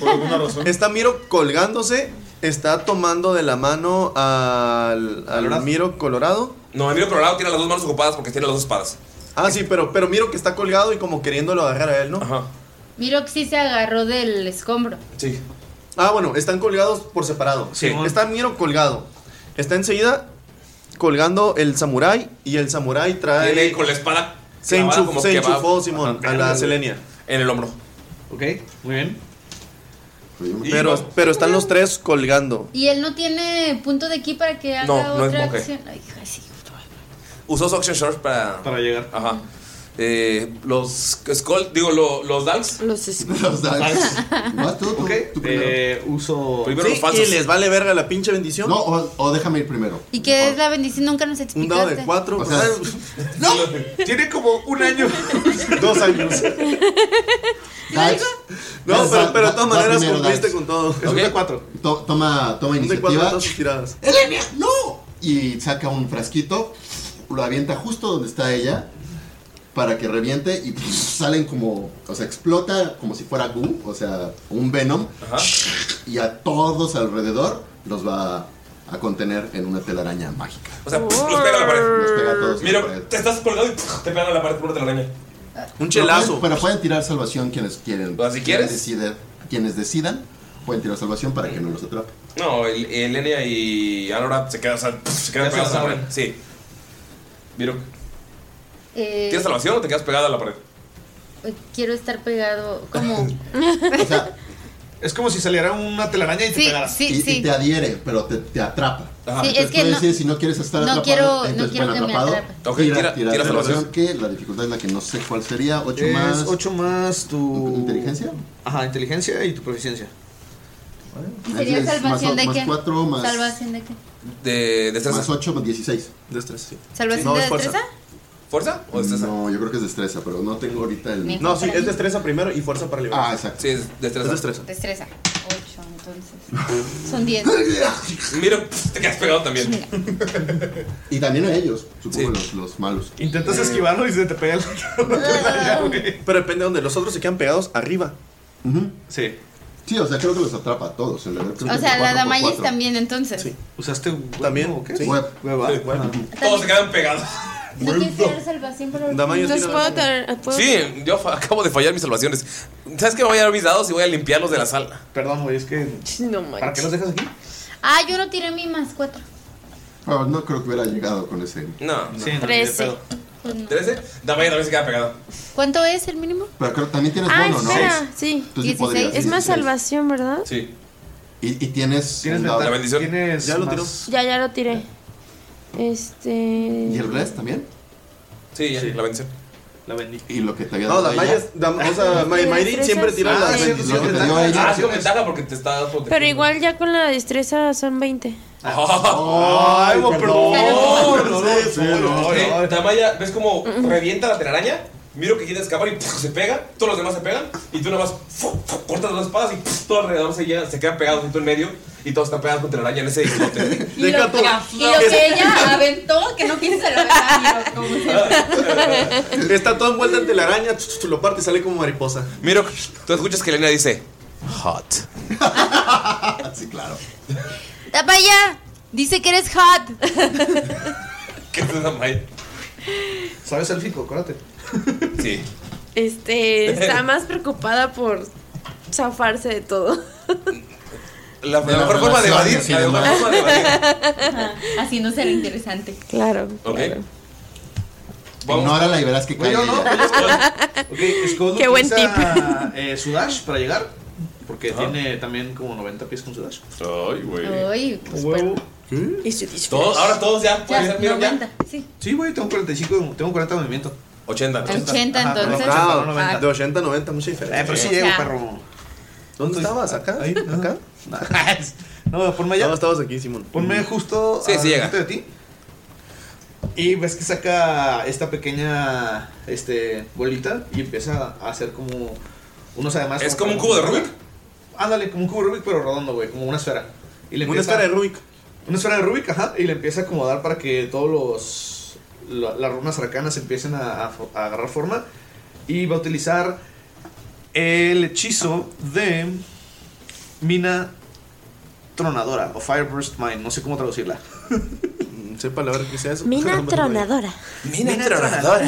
[SPEAKER 4] Por alguna razón. Está Miro colgándose, está tomando de la mano al, al Miro Colorado.
[SPEAKER 1] No, Emilio Colorado tiene las dos manos ocupadas porque tiene las dos espadas.
[SPEAKER 4] Ah, sí, pero, pero Miro que está colgado y como queriéndolo agarrar a él, ¿no?
[SPEAKER 1] Ajá.
[SPEAKER 6] Miro que sí se agarró del escombro.
[SPEAKER 1] Sí.
[SPEAKER 4] Ah, bueno, están colgados por separado. Sí. Está Miro colgado. Está enseguida colgando el samurái y el samurái trae...
[SPEAKER 1] Tiene con la espada.
[SPEAKER 4] Se,
[SPEAKER 1] clavada
[SPEAKER 4] enchufó-
[SPEAKER 1] como
[SPEAKER 4] se
[SPEAKER 1] que va-
[SPEAKER 4] enchufó Simón a la Selenia.
[SPEAKER 1] En el hombro.
[SPEAKER 5] Ok, muy bien.
[SPEAKER 4] Pero, pero están los tres colgando.
[SPEAKER 6] Y él no tiene punto de aquí para que haga
[SPEAKER 1] No, no es
[SPEAKER 6] otra
[SPEAKER 1] monje.
[SPEAKER 6] acción. Ay, hija, sí.
[SPEAKER 1] Usó su Action Short para. Para llegar. Ajá. Eh, los Skull, digo, lo- los Dalks.
[SPEAKER 2] Los
[SPEAKER 7] Los
[SPEAKER 4] Ah,
[SPEAKER 7] Dalks.
[SPEAKER 5] Ok, eh, uso.
[SPEAKER 1] Primero los falsos.
[SPEAKER 4] vale verga la pinche bendición?
[SPEAKER 7] No, o, o déjame ir primero.
[SPEAKER 6] ¿Y qué es la bendición? Nunca nos explicaste.
[SPEAKER 4] pues,
[SPEAKER 7] O sea,
[SPEAKER 5] No, tiene como un año.
[SPEAKER 4] Dos años.
[SPEAKER 7] Dax.
[SPEAKER 4] No,
[SPEAKER 7] Vas,
[SPEAKER 4] pero,
[SPEAKER 7] vas,
[SPEAKER 4] pero de todas
[SPEAKER 7] vas
[SPEAKER 4] maneras
[SPEAKER 7] primero,
[SPEAKER 4] cumpliste
[SPEAKER 7] Dax.
[SPEAKER 4] con todo. Es un D4.
[SPEAKER 7] To- toma,
[SPEAKER 4] Un
[SPEAKER 7] toma
[SPEAKER 4] D4
[SPEAKER 7] iniciativa.
[SPEAKER 4] de todas sus tiradas.
[SPEAKER 7] ¡Elenia! ¡No! Y saca un frasquito, lo avienta justo donde está ella, para que reviente y pff, salen como, o sea, explota como si fuera goo, o sea, un venom, y a todos alrededor los va a contener en una telaraña mágica.
[SPEAKER 1] O sea, pf, los pega a la pared.
[SPEAKER 7] Los pega a todos.
[SPEAKER 1] Mira, te estás colgado y pf, te pegan a la pared por una telaraña.
[SPEAKER 7] Pero pueden- Pero pueden tirar salvación quienes quieren.
[SPEAKER 1] Pues, si quieres.
[SPEAKER 7] Decide- quienes decidan, pueden tirar salvación para que no los atrape.
[SPEAKER 1] No, el, Elenia y Alora se quedan, o sea, pf, se quedan
[SPEAKER 7] Ya se
[SPEAKER 1] pegados a la
[SPEAKER 7] saben.
[SPEAKER 1] pared. Sí. Miro,
[SPEAKER 6] Eh,
[SPEAKER 1] ¿tienes salvación o te quedas pegada a la pared?
[SPEAKER 6] eh, Quiero estar pegado. Como.
[SPEAKER 5] Es como si saliera una telaraña y te
[SPEAKER 6] Sí,
[SPEAKER 5] pegara.
[SPEAKER 6] sí,
[SPEAKER 7] y, y te adhiere, pero te, te atrapa.
[SPEAKER 6] Sí,
[SPEAKER 7] Entonces
[SPEAKER 6] es que
[SPEAKER 7] tú
[SPEAKER 6] no-
[SPEAKER 7] decides si no quieres estar
[SPEAKER 6] no
[SPEAKER 7] atrapado,
[SPEAKER 6] quiero- no
[SPEAKER 7] entonces
[SPEAKER 6] quiero
[SPEAKER 7] bueno,
[SPEAKER 6] que me
[SPEAKER 7] atrapado,
[SPEAKER 6] atrape.
[SPEAKER 1] Ok,
[SPEAKER 7] tira,
[SPEAKER 1] tira-
[SPEAKER 7] tira
[SPEAKER 1] tira
[SPEAKER 7] salvación,
[SPEAKER 1] salvación.
[SPEAKER 7] que la dificultad es la que no sé cuál sería, 8
[SPEAKER 5] Es
[SPEAKER 7] más.
[SPEAKER 5] 8 más tu.
[SPEAKER 7] ¿Inteligencia?
[SPEAKER 5] Ajá, inteligencia y tu proficiencia.
[SPEAKER 6] ¿Y sería
[SPEAKER 7] Es más-
[SPEAKER 6] salvación de
[SPEAKER 7] más
[SPEAKER 6] qué?
[SPEAKER 7] cuatro, más-
[SPEAKER 6] ¿Salvación de qué?
[SPEAKER 1] De destreza.
[SPEAKER 7] Más 8 más 16.
[SPEAKER 4] Destreza, sí.
[SPEAKER 6] ¿Salvación de destreza?
[SPEAKER 1] ¿Fuerza o destreza?
[SPEAKER 7] No, yo creo que es destreza, pero no tengo ahorita el.
[SPEAKER 6] Mejor No, sí, para es mí.
[SPEAKER 4] destreza primero y fuerza para liberar.
[SPEAKER 7] Ah, exacto.
[SPEAKER 1] Sí, es destreza.
[SPEAKER 6] Destreza. Ocho, entonces. Son diez.
[SPEAKER 1] Miro, pf, te quedas pegado también.
[SPEAKER 7] Y también a ellos, supongo, los, los malos.
[SPEAKER 4] Intentas esquivarlo y se te pega el
[SPEAKER 7] Ah.
[SPEAKER 4] Pero depende de donde. Los otros se quedan pegados arriba.
[SPEAKER 5] Sí.
[SPEAKER 7] Sí, o sea, creo que los atrapa a todos. en realidad. Creo
[SPEAKER 6] O
[SPEAKER 7] que
[SPEAKER 6] sea, la
[SPEAKER 7] es cuatro por
[SPEAKER 6] Damayis
[SPEAKER 7] cuatro.
[SPEAKER 6] también, entonces.
[SPEAKER 5] ¿Usaste también o qué?
[SPEAKER 7] Sí.
[SPEAKER 5] Web.
[SPEAKER 7] Web.
[SPEAKER 1] Todos se quedan pegados.
[SPEAKER 6] ¿No quieres tirar salvación para
[SPEAKER 1] Damayis
[SPEAKER 2] Los
[SPEAKER 1] tira-
[SPEAKER 2] puedo tar- puedo-
[SPEAKER 1] Sí, yo fa- acabo de fallar mis salvaciones. ¿Sabes qué? Me voy a dar mis dados y voy a limpiarlos de la sala.
[SPEAKER 5] Perdón, güey, es que.
[SPEAKER 2] No
[SPEAKER 5] ¿Para qué los dejas aquí?
[SPEAKER 6] Ah, yo no tiré mi más cuatro.
[SPEAKER 7] Ah, no creo que hubiera llegado con ese.
[SPEAKER 1] No,
[SPEAKER 7] Sí,
[SPEAKER 2] Trece.
[SPEAKER 6] Pues no.
[SPEAKER 1] 13. Damaya también se queda pegada.
[SPEAKER 6] ¿Cuánto es el mínimo?
[SPEAKER 7] Pero creo que también tienes
[SPEAKER 2] Ah,
[SPEAKER 7] bono, ¿no?
[SPEAKER 2] espera, sí.
[SPEAKER 7] Tú sí podrías,
[SPEAKER 2] Es más
[SPEAKER 7] 16.
[SPEAKER 2] salvación, ¿verdad?
[SPEAKER 1] Sí.
[SPEAKER 7] Y, y tienes,
[SPEAKER 5] Tienes
[SPEAKER 7] un
[SPEAKER 5] la-
[SPEAKER 7] dado.
[SPEAKER 1] La bendición.
[SPEAKER 5] Ya lo tiró.
[SPEAKER 2] Ya, ya lo tiré. Este.
[SPEAKER 7] ¿Y el Bless también?
[SPEAKER 1] Sí, ya, la bendición.
[SPEAKER 5] La bendí.
[SPEAKER 7] Y lo que te había
[SPEAKER 4] No,
[SPEAKER 7] dado.
[SPEAKER 4] las
[SPEAKER 7] ella.
[SPEAKER 4] mayas. dam- O sea, Ma- Mayrin siempre tira
[SPEAKER 7] Ah,
[SPEAKER 4] las
[SPEAKER 7] sí,
[SPEAKER 4] bendiciones.
[SPEAKER 7] lo que te dio ella.
[SPEAKER 1] Ah, es con ventaja porque te está protegiendo.
[SPEAKER 2] Pero igual ya con la destreza son 20.
[SPEAKER 4] Ah, Ay, bueno, perdón.
[SPEAKER 5] perdón.
[SPEAKER 4] Sí, no,
[SPEAKER 1] Oye,
[SPEAKER 4] no.
[SPEAKER 1] Damaya, ¿ves cómo revienta la telaraña? Miro que quiere escapar y ¡puf! se pega, todos los demás se pegan, y tú nada más ¡fu! fu! cortas las espadas y ¡puf! todo alrededor se, llega, se queda pegado junto en medio y todos están pegados con telaraña en ese islote.
[SPEAKER 6] Y lo,
[SPEAKER 4] Deja tú.
[SPEAKER 6] y lo que ella aventó, que no quise se lo aventar, yo, como siempre.
[SPEAKER 4] Está toda envuelta en telaraña, ch- ch- lo parte y sale como mariposa.
[SPEAKER 1] Miro, tú escuchas que Elena dice: Hot.
[SPEAKER 7] Sí, claro.
[SPEAKER 6] Tapaya, dice que eres hot.
[SPEAKER 1] ¿Qué es Damaya?
[SPEAKER 5] ¿Sabes el fico? Acuérdate.
[SPEAKER 1] Sí.
[SPEAKER 2] Este. Está más preocupada por zafarse de todo.
[SPEAKER 1] La, la
[SPEAKER 7] las
[SPEAKER 1] mejor forma de
[SPEAKER 7] relaciones
[SPEAKER 1] evadir.
[SPEAKER 7] y
[SPEAKER 1] La mejor
[SPEAKER 7] demás.
[SPEAKER 1] forma de evadir.
[SPEAKER 6] Haciéndose lo interesante.
[SPEAKER 2] Claro.
[SPEAKER 1] Ok. Vamos.
[SPEAKER 7] Ignórala y verás que cae.
[SPEAKER 5] Bueno, no,
[SPEAKER 7] ella.
[SPEAKER 5] pues, Skull. Ok, Skull
[SPEAKER 2] Qué buen
[SPEAKER 5] utiliza, eh, su dash para llegar. Porque tiene también como 90 pies con su dash.
[SPEAKER 1] Ay, güey.
[SPEAKER 6] Uy, pues bueno.
[SPEAKER 2] Y su disfraz.
[SPEAKER 1] Todos, ahora todos ya pueden
[SPEAKER 6] Ya,
[SPEAKER 1] ser Miro ya.
[SPEAKER 6] 90, sí.
[SPEAKER 5] Sí, güey, tengo 45, tengo 40 de movimiento.
[SPEAKER 1] 80.
[SPEAKER 6] 80
[SPEAKER 5] Ajá,
[SPEAKER 6] entonces.
[SPEAKER 5] no, no, no,
[SPEAKER 6] Ah,
[SPEAKER 5] noventa.
[SPEAKER 4] De 80 a 90, mucha
[SPEAKER 5] Eh,
[SPEAKER 4] diferencia.
[SPEAKER 5] pero sí
[SPEAKER 6] O sea.
[SPEAKER 5] llego, perro.
[SPEAKER 4] ¿Dónde estabas? ¿Acá?
[SPEAKER 5] Ahí,
[SPEAKER 4] ¿Acá?
[SPEAKER 5] Nah. No, ponme
[SPEAKER 4] Pues, No,
[SPEAKER 5] allá.
[SPEAKER 4] estabas aquí, Simón.
[SPEAKER 5] Ponme justo
[SPEAKER 1] Sí, sí llega.
[SPEAKER 5] adelante de ti. Y ves que saca esta pequeña este, bolita y empieza a hacer como unos además.
[SPEAKER 1] Es como un cubo de Rubik.
[SPEAKER 5] Ándale, como un cubo de Rubik, pero redondo, güey, como una esfera. Y le
[SPEAKER 4] Una
[SPEAKER 5] empieza-
[SPEAKER 4] esfera de Rubik.
[SPEAKER 5] Una esfera de Rubik, ajá. Y le empieza a acomodar para que todos los. la- las runas arcanas empiecen a, a fo- a agarrar forma. Y va a utilizar el hechizo de. Mina Tronadora o Fireburst Mine. No sé cómo traducirla.
[SPEAKER 4] Mm, Sé palabra que sea eso.
[SPEAKER 2] Mina tronadora.
[SPEAKER 1] Mina tronadora.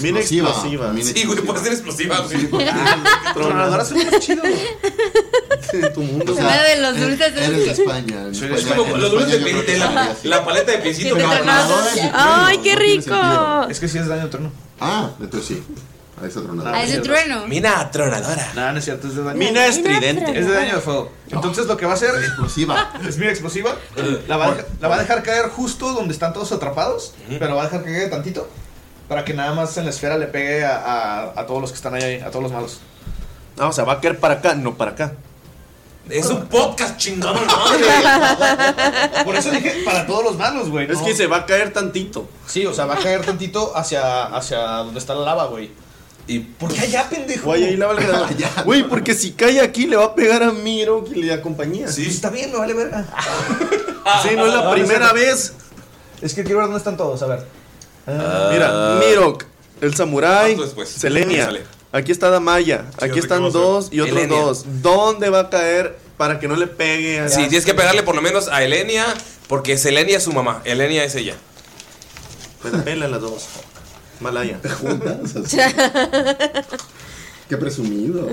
[SPEAKER 4] Mina
[SPEAKER 7] Explosiva,
[SPEAKER 4] explosiva.
[SPEAKER 7] mina
[SPEAKER 1] Sí, güey, puede ser explosiva. güey.
[SPEAKER 5] Tronadora suena más chido.
[SPEAKER 4] En tu mundo.
[SPEAKER 6] Se va de los dulces.
[SPEAKER 7] Eres de España. en
[SPEAKER 1] Pues Es
[SPEAKER 7] España-
[SPEAKER 1] como
[SPEAKER 7] en
[SPEAKER 1] los dulces de,
[SPEAKER 7] España yo creo
[SPEAKER 1] de
[SPEAKER 7] que
[SPEAKER 1] la,
[SPEAKER 7] sí.
[SPEAKER 1] la paleta de piecitos.
[SPEAKER 7] Pero
[SPEAKER 1] ¿no?
[SPEAKER 7] tronadora es de trueno,
[SPEAKER 2] ¡Ay,
[SPEAKER 7] no
[SPEAKER 2] qué
[SPEAKER 7] tiene sentido.
[SPEAKER 2] rico!
[SPEAKER 5] Es que sí es daño de trono.
[SPEAKER 7] Ah, entonces sí. Ahí está tronado.
[SPEAKER 6] Ah, es de trueno.
[SPEAKER 1] Mina tronadora.
[SPEAKER 5] Nada, no es cierto, es de daño.
[SPEAKER 4] Mina estridente.
[SPEAKER 5] Es de daño de fuego. Entonces lo que va a hacer
[SPEAKER 7] Explosiva.
[SPEAKER 5] es mira explosiva. La va, a deja- la va a dejar caer justo donde están todos atrapados. Pero va a dejar que caiga tantito. Para que nada más en la esfera le pegue a, a- a todos los que están ahí, a todos los malos.
[SPEAKER 4] No, o sea, va a caer para acá, no para acá.
[SPEAKER 1] Es un podcast chingón, madre.
[SPEAKER 5] Por eso dije para todos los malos, güey.
[SPEAKER 4] Es
[SPEAKER 5] ¿no?
[SPEAKER 4] que se va a caer tantito.
[SPEAKER 5] Sí, o sea, va a caer tantito hacia, hacia donde está la lava, güey.
[SPEAKER 1] ¿Y por qué allá, pendejo?
[SPEAKER 4] Güey, ahí la va a
[SPEAKER 7] Ya.
[SPEAKER 4] Güey, porque si cae aquí le va a pegar a Miro y le da compañía.
[SPEAKER 5] Pues
[SPEAKER 1] Sí.
[SPEAKER 5] está bien, me vale verga. Ah,
[SPEAKER 4] Sí, Ah, no es la primera vez.
[SPEAKER 5] Es que quiero ver dónde están todos, a ver. Ah.
[SPEAKER 4] Mira, Mirok, el samurái,
[SPEAKER 1] ¿Cuánto Ah. después?
[SPEAKER 4] Selenia.
[SPEAKER 1] Sale.
[SPEAKER 4] Aquí está Damaya. Aquí
[SPEAKER 1] ahorita
[SPEAKER 4] están
[SPEAKER 1] que voy a
[SPEAKER 4] dos
[SPEAKER 1] hacer.
[SPEAKER 4] y otros
[SPEAKER 1] Elenia.
[SPEAKER 4] dos. ¿Dónde va a caer para que no le pegue? a-
[SPEAKER 1] Sí, tienes que pegarle por lo menos a Elenia, porque es Elenia es su mamá. Elenia es ella. Pues
[SPEAKER 4] Me la pelan las dos. Malaya.
[SPEAKER 7] Juntas, así. Qué presumido.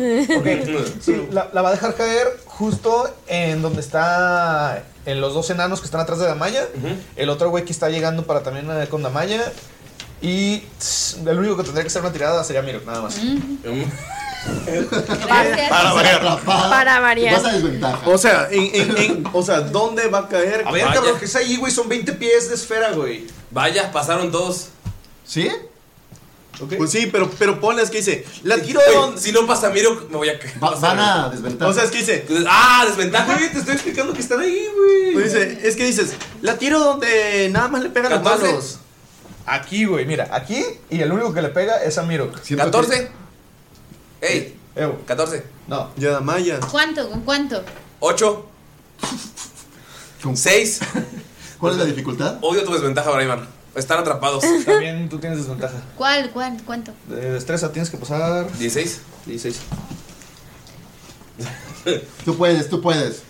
[SPEAKER 5] Sí, la, la va a dejar caer justo en donde está en los dos enanos que están atrás de Damaya. El otro güey que está llegando para también eh, con Damaya. Y tss, el único que tendría que hacer una tirada sería Miro, nada más.
[SPEAKER 6] Gracias.
[SPEAKER 7] Para ver. Atrapada.
[SPEAKER 2] Para variar.
[SPEAKER 7] Vas a desventaja.
[SPEAKER 4] O sea, en- en- en- o sea, ¿dónde va a caer?
[SPEAKER 5] A ver,
[SPEAKER 1] Ah, Vaya.
[SPEAKER 5] cabrón, que es ahí, güey, son 20 pies de esfera, güey.
[SPEAKER 1] Vaya, pasaron todos.
[SPEAKER 7] ¿Sí?
[SPEAKER 5] Ok.
[SPEAKER 4] Pues sí, pero, pero ponle, es que dice, la tiro
[SPEAKER 1] Güey,
[SPEAKER 4] donde.
[SPEAKER 1] Si no pasa Miro, me voy a caer.
[SPEAKER 7] Va- van a desventaja.
[SPEAKER 4] O sea, es que dice,
[SPEAKER 1] Entonces, ah, desventaja.
[SPEAKER 5] Güey, te estoy explicando que están ahí, güey.
[SPEAKER 4] dice, es que dices, la tiro donde nada más le pegan los
[SPEAKER 1] 14.
[SPEAKER 4] malos.
[SPEAKER 5] Aquí, güey, mira, aquí y el único que le pega es a Miro.
[SPEAKER 7] Siento que-
[SPEAKER 1] 14. Ey,
[SPEAKER 5] Ew,
[SPEAKER 1] 14.
[SPEAKER 5] no.
[SPEAKER 4] Ya Damaya.
[SPEAKER 6] ¿Cuánto? ¿Con cuánto?
[SPEAKER 1] 8.
[SPEAKER 7] ¿Con-
[SPEAKER 1] 6.
[SPEAKER 7] ¿Cuál es la dificultad?
[SPEAKER 1] Odio tu desventaja, Brayman. Están atrapados.
[SPEAKER 5] También tú tienes desventaja.
[SPEAKER 6] ¿Cuál? ¿Cuál? ¿Cuánto?
[SPEAKER 5] De destreza tienes que pasar
[SPEAKER 1] 16.
[SPEAKER 5] 16.
[SPEAKER 7] Tú puedes, tú puedes.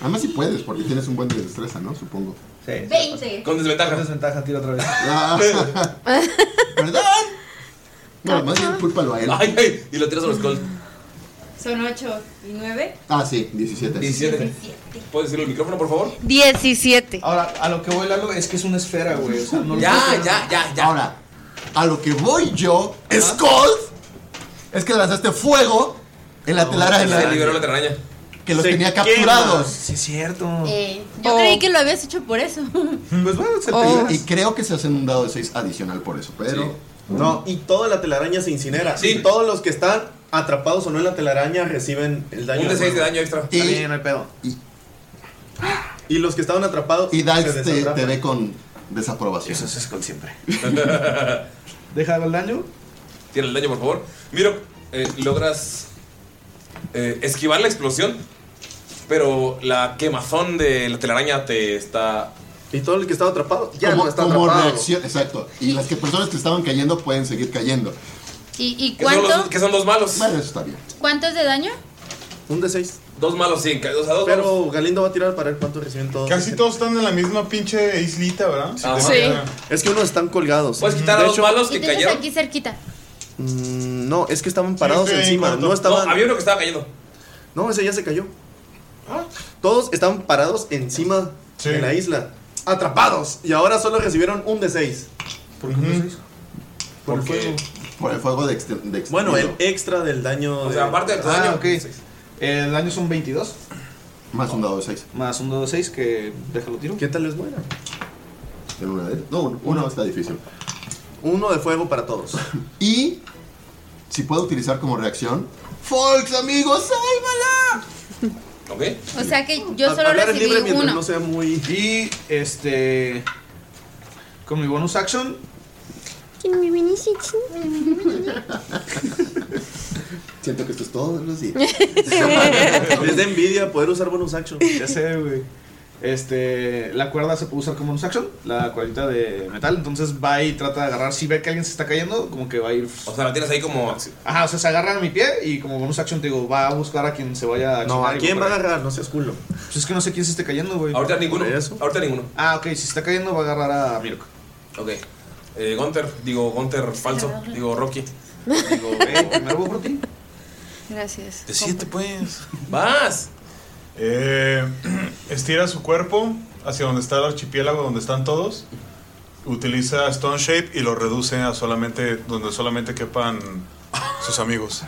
[SPEAKER 7] Además sí puedes, porque tienes un buen de destreza, ¿no? Supongo.
[SPEAKER 5] Sí.
[SPEAKER 6] 20.
[SPEAKER 1] Con
[SPEAKER 5] Con
[SPEAKER 1] desventaja.
[SPEAKER 5] desventaja, tiro otra vez.
[SPEAKER 7] Ah, ¿Perdón? No, más bien cúlpalo a él.
[SPEAKER 1] Ay, ay. Y lo tiras a los Gold.
[SPEAKER 6] Son 8 y 9.
[SPEAKER 7] Ah, sí, 17.
[SPEAKER 1] 17. ¿Puedes decirlo al micrófono, por favor?
[SPEAKER 6] 17.
[SPEAKER 5] Ahora, a lo que voy, Lalo, es que es una esfera, güey. O sea, no lo
[SPEAKER 1] Ya,
[SPEAKER 5] puedes poner-
[SPEAKER 1] ya, ya, ya.
[SPEAKER 7] Ahora, A lo que voy yo, Skull, es que lanzaste fuego en la telaraña
[SPEAKER 1] Se liberó la telaraña.
[SPEAKER 7] que los tenía capturados.
[SPEAKER 5] Sí, es cierto.
[SPEAKER 6] Eh, yo creí que lo habías hecho por eso.
[SPEAKER 5] Pues bueno, se
[SPEAKER 6] Oh.
[SPEAKER 7] Y, y creo que se hacen un dado de 6 adicional por eso, pero.
[SPEAKER 4] No, y toda la telaraña se incinera.
[SPEAKER 1] Sí.
[SPEAKER 4] Y todos los que están atrapados o no en la telaraña reciben el daño.
[SPEAKER 1] Un de 6 de
[SPEAKER 4] fuego.
[SPEAKER 1] daño extra.
[SPEAKER 7] Y,
[SPEAKER 5] También no hay pedo.
[SPEAKER 4] Y los que estaban atrapados.
[SPEAKER 7] y Dax
[SPEAKER 4] se
[SPEAKER 7] te,
[SPEAKER 4] desatrapan.
[SPEAKER 7] te ve con desaprobación.
[SPEAKER 5] Eso es con siempre. Deja el daño.
[SPEAKER 1] Tira el daño, por favor. Miro, eh, logras eh, esquivar la explosión, pero la quemazón de la telaraña te está.
[SPEAKER 4] Y todo el que estaba atrapado ya
[SPEAKER 7] como
[SPEAKER 4] no está
[SPEAKER 7] como
[SPEAKER 4] atrapado.
[SPEAKER 7] reacción, exacto. Y las que personas que estaban cayendo pueden seguir cayendo.
[SPEAKER 6] ¿Y, y
[SPEAKER 1] Que son,
[SPEAKER 6] cuánto,
[SPEAKER 1] los, que son dos malos.
[SPEAKER 7] Bueno, eso está bien.
[SPEAKER 6] cuántos de daño?
[SPEAKER 4] Un de 6.
[SPEAKER 1] Dos malos, sí. ca- O sea, dos malos.
[SPEAKER 4] Pero Galindo va a tirar para ver cuánto reciben todos.
[SPEAKER 3] Casi todos están en la misma pinche islita, ¿verdad?
[SPEAKER 1] Ajá.
[SPEAKER 2] Sí.
[SPEAKER 4] Es que unos están colgados.
[SPEAKER 1] Puedes quitar a
[SPEAKER 4] de
[SPEAKER 1] dos
[SPEAKER 4] hecho,
[SPEAKER 1] malos
[SPEAKER 6] Y
[SPEAKER 1] que
[SPEAKER 6] tú estás
[SPEAKER 1] cayeron.
[SPEAKER 6] aquí cerquita.
[SPEAKER 4] mm, No, es que estaban parados
[SPEAKER 3] estoy ahí
[SPEAKER 4] encima.
[SPEAKER 3] cuando-
[SPEAKER 4] No
[SPEAKER 1] No,
[SPEAKER 4] estaban.
[SPEAKER 1] había uno que estaba cayendo.
[SPEAKER 4] No, ese ya se cayó. Todos estaban parados encima
[SPEAKER 3] Sí.
[SPEAKER 4] de la isla. Atrapados. Y ahora solo recibieron un de 6. ¿Por qué
[SPEAKER 1] Porque.
[SPEAKER 7] Por el fuego de, exten- Este, de
[SPEAKER 4] Bueno, el
[SPEAKER 7] extendido,
[SPEAKER 4] extra del daño.
[SPEAKER 1] O sea, aparte de tu daño.
[SPEAKER 5] Ah, ok. El daño son 22.
[SPEAKER 7] más un dado de 6.
[SPEAKER 5] Más un dado 6 que déjalo tiro.
[SPEAKER 4] ¿Qué tal les muera?
[SPEAKER 7] En una de, no, un- uno está difícil.
[SPEAKER 4] Uno de fuego para todos.
[SPEAKER 7] Y si puedo utilizar como reacción, Folks, amigos, sálvala.
[SPEAKER 1] Ok.
[SPEAKER 6] O sea que yo
[SPEAKER 4] Ha-
[SPEAKER 6] solo
[SPEAKER 4] hablar es libre
[SPEAKER 6] recibí
[SPEAKER 4] mientras
[SPEAKER 6] uno.
[SPEAKER 4] no sea muy.
[SPEAKER 5] Y este. Con mi bonus action.
[SPEAKER 7] Siento que esto es todos los días.
[SPEAKER 4] Les da envidia poder usar bonus action.
[SPEAKER 5] Ya sé, güey. Este. La cuerda se puede usar como bonus action. La cuerdita de metal. Entonces va y trata de agarrar. Si ve que alguien se está cayendo, como que va a ir.
[SPEAKER 1] O sea, la tienes ahí como.
[SPEAKER 5] Ajá, o sea, se agarra a mi pie y como bonus action te digo, va a buscar a quien se vaya a
[SPEAKER 4] No,
[SPEAKER 5] accionar
[SPEAKER 4] ¿a
[SPEAKER 5] y
[SPEAKER 4] quién va a
[SPEAKER 5] para-
[SPEAKER 4] agarrar? No seas culo.
[SPEAKER 5] Pues es que no sé quién se esté cayendo, güey.
[SPEAKER 1] Ahorita ninguno.
[SPEAKER 4] ¿Por eso?
[SPEAKER 1] Ahorita ninguno.
[SPEAKER 5] Ah, ok, si se está cayendo va a agarrar a Mirko.
[SPEAKER 1] Ah, Ok. Eh, Gunter, digo Gunter falso, digo Rocky.
[SPEAKER 5] Digo, eh, primero voy por ti.
[SPEAKER 6] Gracias.
[SPEAKER 3] De siete, pues.
[SPEAKER 1] ¡Vas!
[SPEAKER 3] Eh, estira su cuerpo hacia donde está el archipiélago, donde están todos. Utiliza Stone Shape y lo reduce a solamente donde solamente quepan sus amigos.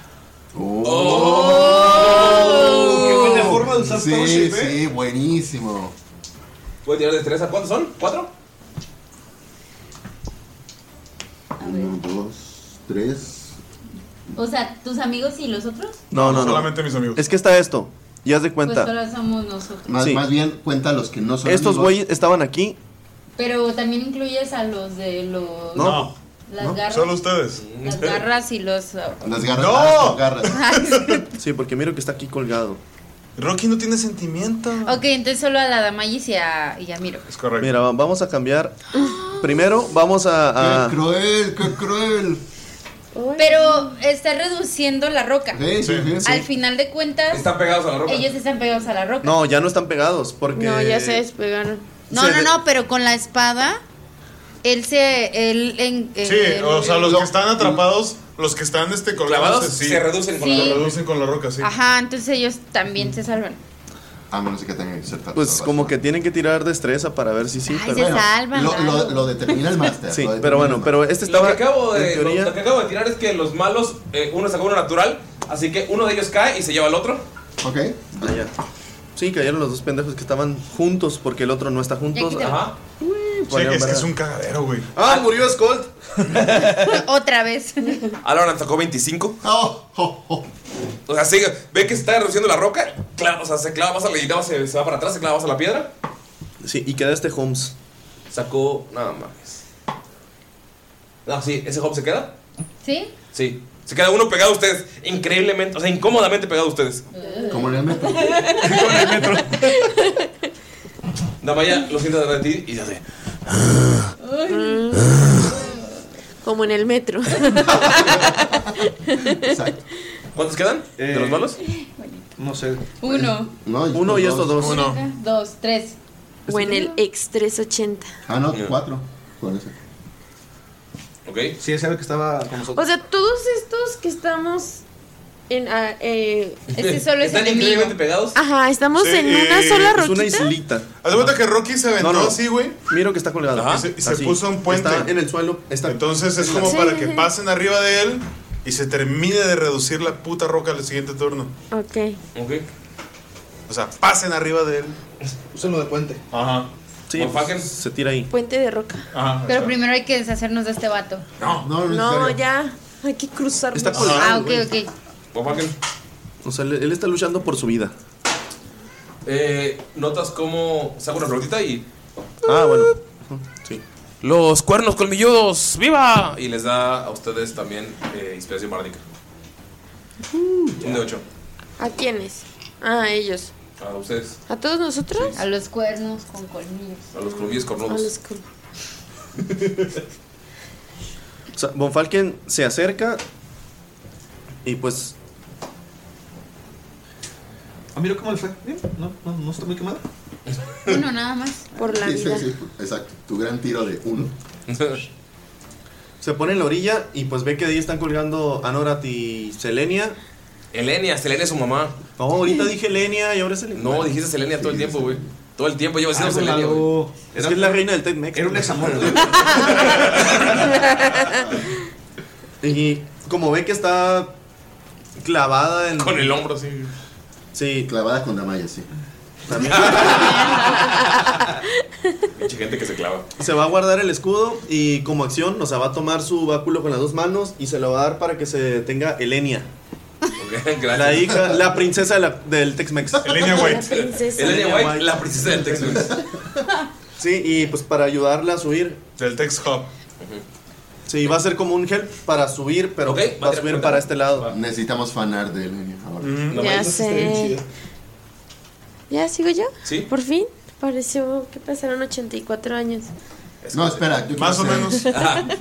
[SPEAKER 4] Oh.
[SPEAKER 6] Oh.
[SPEAKER 3] Oh.
[SPEAKER 5] Qué buena forma de usar todo
[SPEAKER 7] Sí, sí, buenísimo.
[SPEAKER 1] Puedes tirar destreza. ¿Cuántos son? ¿Cuatro?
[SPEAKER 7] Uno, dos, tres.
[SPEAKER 6] O sea, tus amigos y los otros,
[SPEAKER 4] No, no, no.
[SPEAKER 3] Solamente mis amigos.
[SPEAKER 4] Es que está esto. Y haz de
[SPEAKER 6] pues
[SPEAKER 4] cuenta.
[SPEAKER 6] solo somos nosotros.
[SPEAKER 7] Más,
[SPEAKER 4] Sí.
[SPEAKER 7] más bien cuenta los que no son
[SPEAKER 4] Estos
[SPEAKER 7] amigos.
[SPEAKER 4] güeyes estaban aquí.
[SPEAKER 6] Pero también incluyes a los de los
[SPEAKER 4] No.
[SPEAKER 6] las garras,
[SPEAKER 3] Solo ustedes.
[SPEAKER 6] las garras y los uh,
[SPEAKER 7] Las garras.
[SPEAKER 3] ¡No!
[SPEAKER 7] ah, las garras.
[SPEAKER 4] Sí, porque miro que está aquí colgado.
[SPEAKER 3] Rocky no tiene sentimiento.
[SPEAKER 6] Ok, entonces solo a la Damayis y a, y a Miro.
[SPEAKER 3] Es correcto.
[SPEAKER 4] Mira, va- vamos a cambiar. Primero, vamos a. a-
[SPEAKER 7] ¡Qué cruel, qué cruel!
[SPEAKER 6] Pero está reduciendo la roca.
[SPEAKER 7] Sí, sí, sí.
[SPEAKER 6] Al final de cuentas,
[SPEAKER 1] Están pegados a la roca.
[SPEAKER 6] ellos están pegados a la roca.
[SPEAKER 4] No, ya no están pegados. Porque.
[SPEAKER 2] No, ya se despegaron.
[SPEAKER 6] No,
[SPEAKER 4] Se
[SPEAKER 6] no,
[SPEAKER 4] de-
[SPEAKER 6] no, pero con la espada, él se. Él, en, eh,
[SPEAKER 3] Sí,
[SPEAKER 6] él-
[SPEAKER 3] o sea, los que están atrapados, los que están este colgados,
[SPEAKER 1] clavados
[SPEAKER 3] sí,
[SPEAKER 1] se reducen con
[SPEAKER 6] Sí.
[SPEAKER 1] la
[SPEAKER 3] lo
[SPEAKER 1] roca.
[SPEAKER 3] reducen con la roca, sí.
[SPEAKER 6] Ajá, entonces ellos también se salvan.
[SPEAKER 7] A menos que tengan que ser tan-
[SPEAKER 4] Pues como que tienen que tirar destreza para ver si sí.
[SPEAKER 6] Ay,
[SPEAKER 4] pero
[SPEAKER 6] se
[SPEAKER 4] bueno.
[SPEAKER 6] salvan.
[SPEAKER 7] Lo, lo,
[SPEAKER 6] claro.
[SPEAKER 7] lo determina el máster.
[SPEAKER 4] Sí,
[SPEAKER 7] lo determina
[SPEAKER 4] pero
[SPEAKER 7] el
[SPEAKER 4] bueno, pero este
[SPEAKER 1] Lo
[SPEAKER 4] estaba.
[SPEAKER 1] que, acabo de,
[SPEAKER 4] en teoría,
[SPEAKER 1] lo que acabo de tirar es que los malos, eh, uno sacó uno natural, así que uno de ellos cae y se lleva al otro.
[SPEAKER 7] máster. Ok.
[SPEAKER 4] Ah, ya. Sí, cayeron los dos pendejos que estaban juntos porque el otro no está juntos.
[SPEAKER 6] Ya quítalo.
[SPEAKER 1] Ajá.
[SPEAKER 3] Sí, es que es un cagadero, güey.
[SPEAKER 4] Ah, murió Skolt.
[SPEAKER 6] Otra vez.
[SPEAKER 1] Alvaran sacó 25.
[SPEAKER 7] Oh, oh, oh.
[SPEAKER 1] O sea, sigue, ve que se está reduciendo la roca. Claro, o sea, se clava más a la guitarra, se, se va para atrás, se clava más a la piedra.
[SPEAKER 4] Sí, y queda este Holmes.
[SPEAKER 1] Sacó. Nada más. No, Ah, sí, ese Hob se queda.
[SPEAKER 6] ¿Sí?
[SPEAKER 1] Sí. Se queda uno pegado a ustedes. Increíblemente, o sea, incómodamente pegado a ustedes.
[SPEAKER 7] Como en el metro.
[SPEAKER 1] Damaya lo sienta detrás de ti y hace.
[SPEAKER 2] Como en el metro.
[SPEAKER 7] Exacto.
[SPEAKER 1] ¿Cuántos quedan? ¿De los
[SPEAKER 5] Eh.
[SPEAKER 1] malos?
[SPEAKER 5] No sé.
[SPEAKER 6] Uno,
[SPEAKER 7] No,
[SPEAKER 4] Uno y estos dos.
[SPEAKER 3] Uno.
[SPEAKER 6] dos, tres.
[SPEAKER 2] o en el ex 380.
[SPEAKER 7] Ah, no, cuatro. Con ese.
[SPEAKER 1] Ok.
[SPEAKER 5] Sí, es algo que estaba con
[SPEAKER 2] O
[SPEAKER 5] nosotros.
[SPEAKER 2] sea, todos estos que estamos En, ah, eh,
[SPEAKER 6] Este solo es
[SPEAKER 1] ¿Están
[SPEAKER 6] enemigo.
[SPEAKER 1] increíblemente pegados?
[SPEAKER 2] Ajá, estamos
[SPEAKER 3] Sí,
[SPEAKER 2] en una sola
[SPEAKER 4] Es una
[SPEAKER 2] roquita.
[SPEAKER 4] islita.
[SPEAKER 3] Haz de cuenta que Rocky se aventó
[SPEAKER 4] No, no.
[SPEAKER 3] así, güey.
[SPEAKER 4] Miro que está colgado.
[SPEAKER 3] Ajá. Y se- y se
[SPEAKER 4] Así.
[SPEAKER 3] puso un puente.
[SPEAKER 4] Está en el suelo. Está
[SPEAKER 3] Entonces es como
[SPEAKER 2] Sí,
[SPEAKER 3] para
[SPEAKER 2] sí,
[SPEAKER 3] que
[SPEAKER 2] sí.
[SPEAKER 3] pasen arriba de él y se termine de reducir la puta roca al siguiente turno.
[SPEAKER 2] Ok.
[SPEAKER 1] Ok.
[SPEAKER 3] O sea, pasen arriba de él.
[SPEAKER 5] Úsenlo de puente.
[SPEAKER 3] Ajá.
[SPEAKER 4] Sí, pues,
[SPEAKER 1] Motherfucker.
[SPEAKER 4] se tira ahí.
[SPEAKER 2] Puente de roca.
[SPEAKER 4] Ah,
[SPEAKER 3] Ajá.
[SPEAKER 6] Pero primero hay que deshacernos de este vato.
[SPEAKER 3] No.
[SPEAKER 7] No,
[SPEAKER 2] No,
[SPEAKER 7] necesario.
[SPEAKER 2] ya. Hay que cruzarnos.
[SPEAKER 4] Está colgado.
[SPEAKER 6] Ah, ok,
[SPEAKER 4] güey.
[SPEAKER 6] ok.
[SPEAKER 1] Motherfucker.
[SPEAKER 4] O sea, él, él está luchando por su vida.
[SPEAKER 1] Eh, notas cómo saca una florita y
[SPEAKER 4] Ah, bueno. Ujú, Sí.
[SPEAKER 1] Los cuernos colmilludos, ¡viva! Y les da a ustedes también eh, inspiración bardica. Un de 8.
[SPEAKER 2] ¿A quiénes? Ah, a ellos.
[SPEAKER 1] A ustedes,
[SPEAKER 2] ¿A todos nosotros?
[SPEAKER 6] A los cuernos con colmillos.
[SPEAKER 1] a los colmillos
[SPEAKER 2] A los
[SPEAKER 1] cornudos.
[SPEAKER 2] col-
[SPEAKER 4] O sea, Von Falken se acerca y pues
[SPEAKER 5] A mí lo cómo le fue.
[SPEAKER 3] ¿eh?
[SPEAKER 5] Bien, no, no, no está muy quemado.
[SPEAKER 6] Uno nada más.
[SPEAKER 2] por la
[SPEAKER 7] Sí, sí,
[SPEAKER 2] vida.
[SPEAKER 7] sí, exacto. Tu gran tiro de uno.
[SPEAKER 4] se pone en la orilla y pues ve que de ahí están colgando Anorat y Selenia.
[SPEAKER 1] Elenia, Selenia es su mamá.
[SPEAKER 4] No, ahorita dije Lenia y ahora es Selenia. Ah,
[SPEAKER 1] No, dijiste Selenia todo el tiempo, güey. Todo el tiempo llevo diciendo Selenia, güey.
[SPEAKER 5] Álvaro.
[SPEAKER 4] Es que es la reina del Tex-Mex.
[SPEAKER 5] Era un examor,
[SPEAKER 4] Y como ve que está clavada en...
[SPEAKER 1] Con el hombro así.
[SPEAKER 4] Sí,
[SPEAKER 7] Clavada con Damaya, sí.
[SPEAKER 4] también.
[SPEAKER 1] Pinche gente que se clava.
[SPEAKER 4] se va a guardar el escudo y como acción, o sea, va a tomar su báculo con las dos manos y se lo va a dar para que se detenga Elenia,
[SPEAKER 1] Ok, gracias.
[SPEAKER 4] la hija, la princesa de la- del Tex-Mex.
[SPEAKER 3] Elenia White.
[SPEAKER 2] Princesa.
[SPEAKER 1] Elenia
[SPEAKER 4] Elenia
[SPEAKER 1] White,
[SPEAKER 4] White.
[SPEAKER 1] la princesa del Texas.
[SPEAKER 4] Sí, y pues para ayudarla a subir.
[SPEAKER 3] Del Tex Hub.
[SPEAKER 4] Sí, va a ser como un help para subir, pero
[SPEAKER 1] Ok,
[SPEAKER 4] va
[SPEAKER 1] va a
[SPEAKER 4] a subir
[SPEAKER 1] tirar
[SPEAKER 4] para
[SPEAKER 1] cuenta.
[SPEAKER 4] este lado.
[SPEAKER 7] Necesitamos fanar de Elenia ahora.
[SPEAKER 3] Mm.
[SPEAKER 2] Ya sé. ¿Ya sigo yo?
[SPEAKER 1] Sí.
[SPEAKER 2] Por fin. Pareció que pasaron 84 años.
[SPEAKER 7] No, espera. yo
[SPEAKER 3] Más o
[SPEAKER 7] quiero hacer-
[SPEAKER 3] menos.